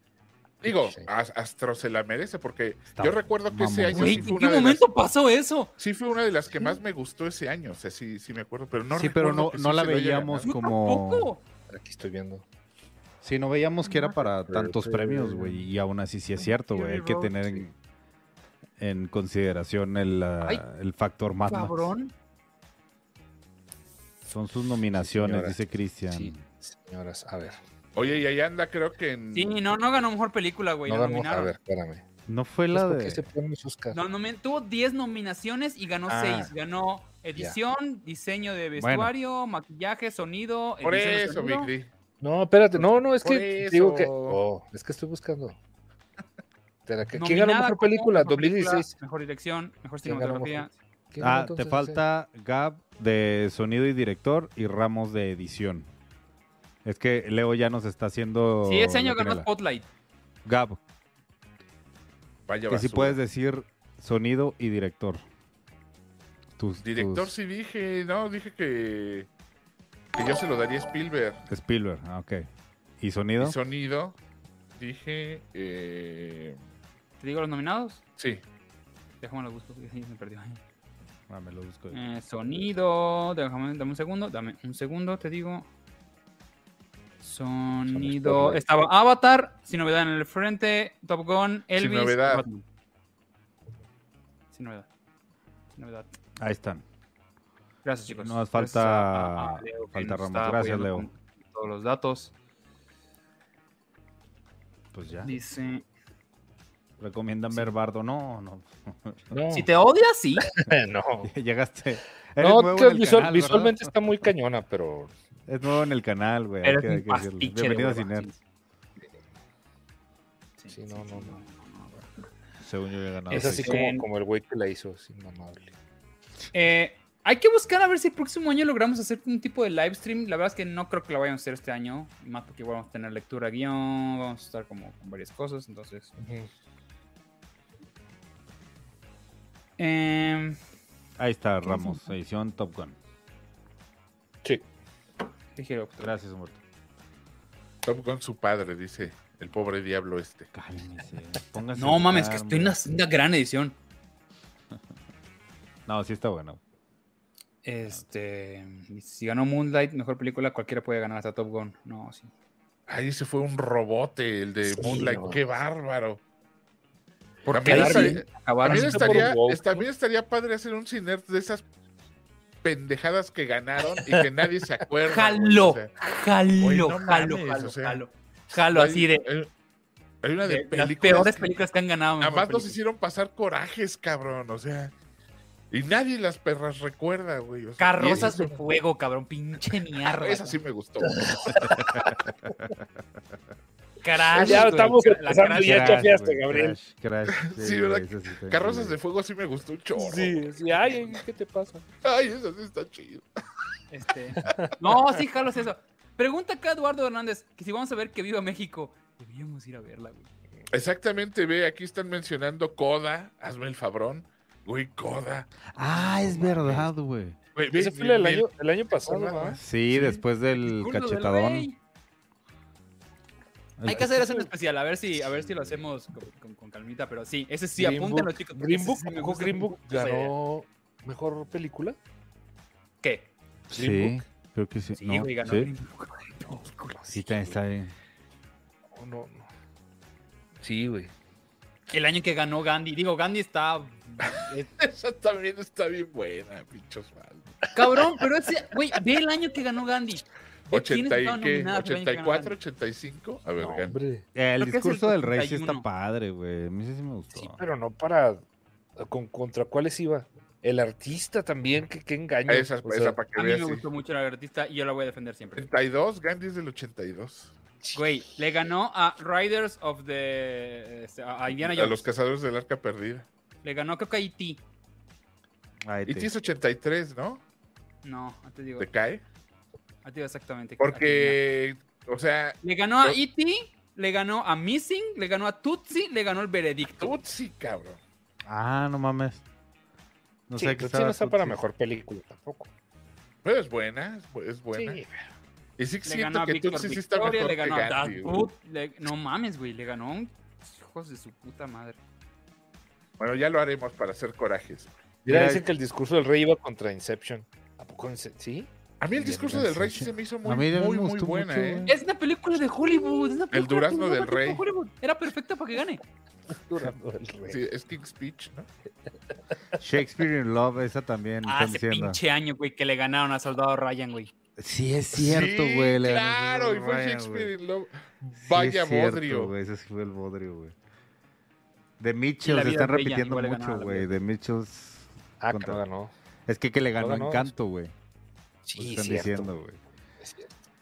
D: Digo,
A: Sí.
D: As- Astro se la merece, porque
C: Está
D: yo recuerdo que ese
C: mamón.
D: año
B: Güey,
D: sí
B: ¿en
D: fue
B: qué
D: una de las-
B: momento pasó eso?
D: sí fue una de las que más me gustó ese año, o sea, sí, sí me acuerdo, pero no
C: sí, pero
D: recuerdo
C: no,
D: que
C: no
D: sí
C: la
D: se lo haya
C: veíamos
D: ganado.
B: Yo
C: como.
B: tampoco.
A: Aquí estoy viendo.
C: Sí, no veíamos que era para tantos
A: Fury
C: premios,
A: Road.
C: güey. Y aún así sí es cierto, güey. Hay que
B: Fury Road,
C: tener en, en consideración el, ah,
B: Ay,
C: el factor Mad Max.
B: Cabrón.
C: Son sus nominaciones,
A: señora.
C: dice Cristian.
A: Sí, señoras, a ver.
D: Oye, y ahí anda, creo que en...
B: Sí, no, no ganó mejor película, güey.
A: no
B: la
A: ganó, a
B: nominaron.
A: ver, espérame.
C: No fue
A: Pues,
C: la
A: ¿Por
C: de.
A: qué se premio es Oscar?
B: No, nomi- tuvo 10 nominaciones y ganó
A: Ah,
B: 6. Ganó edición, diseño de
C: Bueno.
B: vestuario, maquillaje, sonido.
D: Por
B: edición de
D: eso,
B: sonido.
D: Bigri.
A: No, espérate, no, no, es
D: Por
A: que
D: eso.
A: digo que. Oh, es que estoy buscando. Espera, ¿qué- ¿Quién ganó
B: Nominada
A: mejor
B: como
A: película?
B: mejor película,
A: 2016.
B: Mejor dirección, mejor
A: ¿Quién ganó
B: cinematografía.
A: ¿Quién ganó
C: Ah, te
A: entonces ese?
C: falta Gab de sonido y director y Ramos de edición. Es que Leo ya nos está haciendo.
B: Sí,
A: Oh,
B: ese año
C: la
B: ganó
C: quiniela.
B: Spotlight.
C: Gab,
D: Vaya
C: que si
D: basura.
C: puedes decir sonido y director. Tus,
D: Director
C: tus-
D: sí dije, no, dije que... Que yo se lo daría a Spielberg.
C: Spielberg, ah, ok. ¿Y sonido?
D: Y sonido, dije... eh,
B: ¿Te digo los nominados?
D: Sí,
B: Déjame lo busco, *laughs* porque sí, me perdió.
C: Ah, me lo busco.
B: Eh, sonido, déjame, dame un segundo, dame un segundo, te digo. Sonido.
A: Spotlight.
B: Estaba Avatar, sin novedad en el frente, Top Gun, Elvis.
D: novedad.
B: Batman. Sin novedad. Sin novedad.
C: Ahí están.
B: Gracias, chicos.
C: No,
B: Gracias
C: falta-
B: a- a Leo, que
C: falta
B: nos
C: Ramos.
B: está
C: Gracias,
B: apoyando
C: Leo.
B: con Todos los datos.
C: Pues ya.
B: Dice.
C: Recomiendan ver Bardo. No, no.
A: No, *laughs*
B: Si te odias, sí.
A: no.
C: *laughs* Llegaste. Eres
A: No,
C: nuevo
A: que
C: en el
A: visual-
C: canal, ¿verdad?
A: visualmente está muy cañona, pero
C: Es nuevo en el canal, güey. hay
B: Eres
C: que-
B: un
C: hay que decirlo.
B: pastiche de
C: Bienvenido a
B: hueva,
C: Ciner.
B: sí.
A: Sí, no, no, no.
C: Según yo ya ganado.
A: es
B: Ese
A: así
C: seis.
B: sí.
A: como, como el güey que la hizo, es inmamable.
B: Eh, hay que buscar a ver si el próximo año logramos hacer un tipo de live stream. La verdad es que no creo que la vayamos a hacer este año. Más porque igual vamos a tener lectura guión, vamos a estar como con varias cosas. Entonces. em,
C: Ahí está Ramos, edición Top Gun.
A: Sí.
B: dije lo-
C: Gracias, muerto.
D: Top Gun su padre, dice el pobre diablo este.
C: Cálmense. pónganse a
B: No mames, que
C: jugar,
B: estoy en una,
C: hombre.
B: una gran edición.
C: No, sí está bueno.
B: Este. Si ganó Moonlight, mejor película, cualquiera puede ganar hasta Top Gun. No, sí.
D: Ahí se fue un robote, el de
A: Sí,
D: Moonlight.
A: no.
D: ¡Qué bárbaro!
B: ¿Por
D: También
B: qué
D: estaría-
B: sí, acabaron?
D: También
A: Ahora sí está
D: estaría,
A: por woke,
D: es- también estaría padre hacer un ciner de esas pendejadas que ganaron y que nadie se acuerda. güey,
B: Jalo,
D: o sea, Oye,
B: jalo,
D: no
B: jalo,
D: mames,
B: jalo,
D: o sea,
B: jalo. Jalo así de,
D: hay, hay una de,
B: de las
D: películas.
B: peores
D: que
B: películas que han ganado. mejor
D: Además nos
B: película.
D: hicieron pasar corajes, cabrón. O sea. Y nadie las perras recuerda, güey. o sea, y
B: Carrozas
D: eso-
B: de fuego, cabrón,
A: *laughs*
B: pinche mierda.
D: Esa sí me gustó.
B: Crash,
A: Ya
B: güey,
A: estamos
B: la
A: empezando
B: Crash.
A: ya.
C: Crash,
A: chafiaste,
C: güey,
A: Gabriel.
C: Crash, crash,
D: Sí, ¿verdad?
C: güey, ese sí está
D: Carrozas
C: chido.
D: de fuego sí me gustó un chorro.
A: Sí, sí, ay, ¿qué te pasa?
D: Ay, eso sí está chido.
B: Este, *laughs* No, sí, jalos eso. Pregunta acá Eduardo Hernández que si vamos a ver que viva México. Debíamos ir a verla, güey.
D: Exactamente, ve, aquí están mencionando Coda, hazme el fabrón. Güey, Coda.
C: Ah, es verdad, güey.
D: Güey, ve,
A: Ese fue
D: me-
A: el
D: me-
A: año, el año pasado,
D: acordaba.
A: ¿verdad?
B: ¿eh?
C: Sí, después del
B: Discurso del
C: cachetadón.
B: rey.
C: El-
B: Hay que hacer eso en especial, a ver si, a ver si lo hacemos con, con- con calmita, pero sí, ese sí,
A: Green
B: apúntenlo,
A: Book-
B: chicos. porque
A: Green
B: ese
A: Book,
B: sí me
A: ¿a poco
B: gusta
A: Green
B: mucho
A: Book
B: esa idea.
A: ganó mejor película.
B: ¿Qué?
C: Sí, creo que sí.
B: Sí,
C: no,
B: güey, ganó
C: sí.
B: Green Book.
C: Sí, está, está bien.
A: no. no. Sí, güey.
B: El año que ganó Gandhi. Digo, Gandhi está. es-
D: *laughs* Esa también está bien buena, pinchos mal.
B: Cabrón, pero ese. Güey, ve el año que ganó Gandhi. Ve quiénes
D: 80 y
B: estaban
D: qué,
B: nominadas el año que ganó
D: 84, 85. A ver,
A: No,
D: gan-
A: hombre.
B: Creo
C: El
B: que es el
C: discurso del rey sí está
B: 31.
C: padre, güey. A mí sí, sí me gustó.
A: Sí, pero no para. eh, ¿Con, ¿Contra cuáles iba? El artista también, que, que engaño.
D: esa,
A: O
D: esa
A: sea,
D: para que
B: A mí
D: veas.
B: me
D: sí.
B: gustó mucho la artista y yo la voy a defender siempre.
D: 82, Gandhi es del 82.
B: Güey, le ganó a Riders of the. este, A a Indiana
D: A los
B: Jones.
D: cazadores del arca perdida.
B: Le ganó, creo que a E E.T.
C: Ahí
D: Y
C: te-
D: tienes 83, ¿no?
B: No, no te digo.
D: Te cae.
B: No te digo exactamente.
D: Porque, o sea,
B: Le ganó a
D: Yo-
B: E.T., le ganó a Missing, le ganó a Tootsie, le ganó el veredicto.
D: Tutsi, cabrón.
C: Ah, no mames. No
A: sí,
C: sé
A: pero
C: qué
A: sí no está para mejor película tampoco.
D: Pero es buena, es bu- es buena.
A: Sí,
D: Y sí
B: Le ganó
D: siento
B: a
D: que
B: Víctor
D: Tutsi sí está
B: Victoria,
D: mejor
B: le
D: que
B: ganó a Dad
D: Gandhi. güey.
B: Boot. le- No mames, güey, le ganó un... Hijos de su puta madre.
D: Bueno, ya lo haremos para hacer corajes.
A: Mira,
C: Mira,
A: dicen que el discurso del rey iba contra Inception. ¿A poco Ince- ¿Sí?
D: A mí el
C: Y
D: discurso
C: el
D: del rey
C: Inception.
D: sí se me hizo
C: A
D: muy,
C: mí también
D: muy,
C: me
D: muy
C: gustó
D: buena,
C: mucho,
D: ¿eh?
C: güey.
B: Es una película de Hollywood. es una película
D: durazno
B: que
D: del
B: no mató a
D: rey.
B: Hollywood. Era perfecta para que gane.
A: *laughs* El
C: ¿eh?
A: rey.
D: Sí, es King's Speech, ¿no?
C: Shakespeare in Love, esa también.
B: Ah,
C: están
B: ese
C: diciendo.
B: pinche año, güey, que le ganaron a Soldado Ryan, güey.
C: Sí, es cierto, güey.
D: Sí,
C: le ganó
D: claro, y
C: Gordon
D: fue
C: Ryan,
D: Shakespeare
C: güey.
D: in Love.
C: Sí,
D: Vaya
C: es cierto,
D: bodrio.
C: güey, Ese sí fue el bodrio, güey. De
B: Y
C: Mitchell,
B: La
C: se
B: vida
C: están
B: es bella,
C: repitiendo
B: igual le ganaba
C: mucho,
B: la
C: güey.
B: vida.
C: De Mitchells.
A: Ah,
C: contra-
A: que no ganó.
C: Es que, que le ganó
A: ganó.
C: Encanto, güey. Lo
A: Sí,
C: Pues están
A: cierto.
C: diciendo, güey.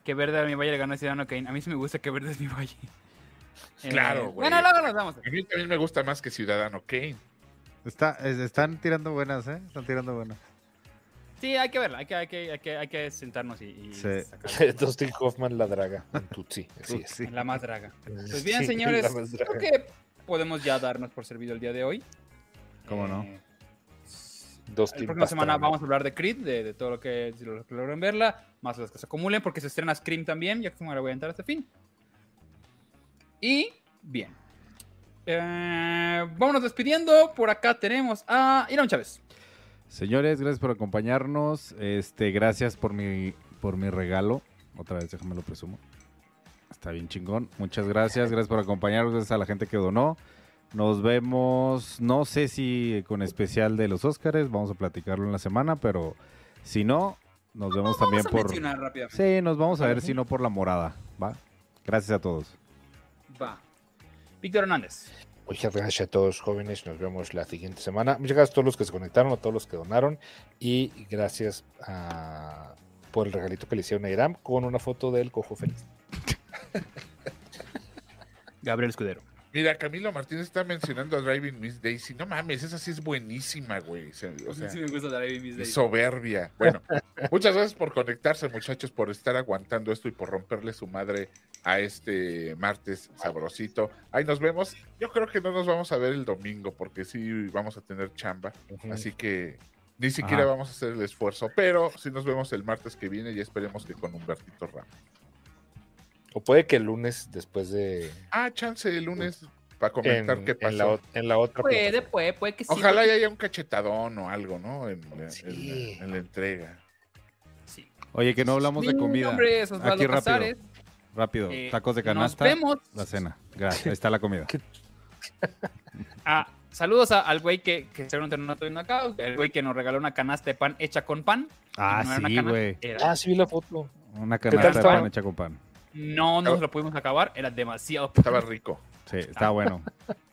B: Que Verde a mi Valle le ganó a Ciudadano Kane. A mí sí me gusta que Verde es mi Valle. Eh,
D: Claro, güey.
B: Bueno, luego nos vamos.
D: A mí también me gusta más que Ciudadano Kane.
C: Está, es- están tirando buenas, ¿eh? Están tirando buenas.
B: Sí, hay que verla, hay que, hay que, hay que, hay que sentarnos y, este, y
C: Sí.
B: sacarla.
A: *laughs* Dustin Hoffman la draga. en Tutsi.
C: *laughs*
A: Así es.
C: Sí.
B: En *laughs* La más draga. Pues bien,
A: Sí, *laughs*
B: señores,
A: la más draga.
B: creo que podemos ya darnos por servido el día de hoy.
C: ¿Cómo no?
B: Eh,
A: Dustin
B: La próxima semana
A: Pastrana.
B: vamos a hablar de Creed, de, de todo lo que, de lo que logren verla, más las que se acumulen, porque se estrena Scream también, ya que me la voy a entrar hasta el fin. Y bien. Eh, vámonos despidiendo. Por acá tenemos a Irán Chávez.
C: Señores, gracias por acompañarnos. Este, gracias por mi, por mi regalo. Otra vez, déjame lo presumo. Está bien chingón. Muchas gracias, gracias por acompañarnos, gracias a la gente que donó. Nos vemos, no sé si con especial de los Óscares, vamos a platicarlo en la semana, pero si no, nos vemos también
B: Vamos a
C: por...
B: mencionar rápidamente.
C: Sí, nos vamos a ver si no por la morada, ¿va? Gracias a todos.
B: Va. Víctor Hernández.
A: Muchas gracias a todos jóvenes. Nos vemos la siguiente semana. Muchas gracias a todos los que se conectaron, a todos los que donaron. Y gracias a- por el regalito que le hicieron a Iram con una foto del cojo feliz.
B: Gabriel Escudero.
D: Mira, Camilo Martínez está mencionando a Driving Miss Daisy. No mames, esa sí es buenísima, güey. O sea, o sea,
B: me gusta dar ahí mis
D: es soberbia. Bueno, muchas gracias por conectarse, muchachos, por estar aguantando esto y por romperle su madre a este martes sabrosito. Ahí nos vemos. Yo creo que no nos vamos a ver el domingo porque sí vamos a tener chamba.
A: Mm.
D: Así que ni siquiera
C: Ajá.
D: vamos a hacer el esfuerzo, pero sí nos vemos el martes que viene y esperemos que con Humbertito Ramos.
A: O puede que el lunes después de.
D: Ah, chance el lunes para
A: En,
D: comentar qué
A: en la,
D: pasó.
A: ot- en la otra.
B: Puede,
A: plataforma.
B: puede, puede que sí.
D: Ojalá
B: porque-
D: ya haya un cachetadón o algo, ¿no? En, la- en la-
A: Sí.
D: en la entrega.
B: sí.
C: Oye, que no hablamos de
B: Mi
C: comida.
B: nombre es Osvaldo
C: Aquí rápido.
B: Casares.
C: Rápido,
B: Eh,
C: tacos de canasta,
B: Nos vemos.
C: la cena. Gracias, ahí está la comida.
B: Ah, saludos a- al güey que, que seguramente no está viendo acá, el güey que nos regaló una canasta de pan hecha con pan.
C: Ah,
B: No era una
C: sí,
B: canasta,
C: güey.
B: era-
A: Ah, sí, vi la foto.
C: Una
A: tal
C: canasta de
A: estaba?
C: pan hecha con pan.
B: No nos lo pudimos acabar, era demasiado. pan.
D: Estaba rico.
C: Sí, está bueno.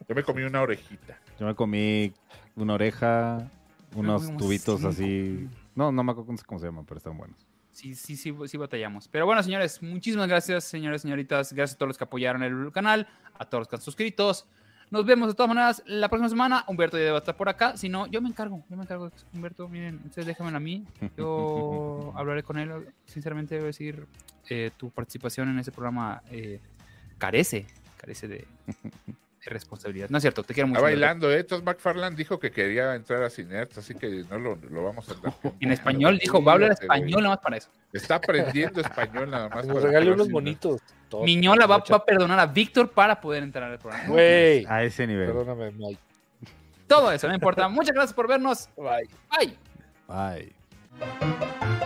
D: Yo me comí una orejita.
C: Yo me comí una oreja, unos
B: comimos
C: tubitos
B: cinco.
C: así. No, no me acuerdo cómo se- cómo se llaman, pero están buenos.
B: Sí, sí, sí, sí batallamos. Pero bueno, señores, muchísimas gracias, señores, señoritas. Gracias a todos los que apoyaron el canal, a todos los que han suscritos. Nos vemos de todas maneras la próxima semana. Humberto ya debe estar por acá. Si no, yo me encargo. Yo me encargo. Humberto, miren, ustedes déjamelo a mí. Yo hablaré con él. Sinceramente, debo decir, eh, tu participación en ese programa eh, carece, carece de, de responsabilidad. No es cierto, te quiero mucho.
D: Está
B: Humberto.
D: bailando, ¿eh? Todd McFarland dijo que quería entrar a Cinert, así que no lo, lo vamos a andar.
B: *laughs* En español, dijo, va a hablar español nada más para eso.
D: Está aprendiendo español nada más.
A: Que Nos
D: para
A: regaló
D: entrar a
A: unos
D: Cinert.
A: bonitos. Todo-
B: Miñola va,
A: mucha-
B: va a perdonar a Víctor para poder entrar al programa.
A: Güey.
C: A ese nivel.
A: Perdóname, Mike.
B: Todo eso, no importa. Muchas gracias por vernos.
A: Bye.
B: Bye.
C: Bye.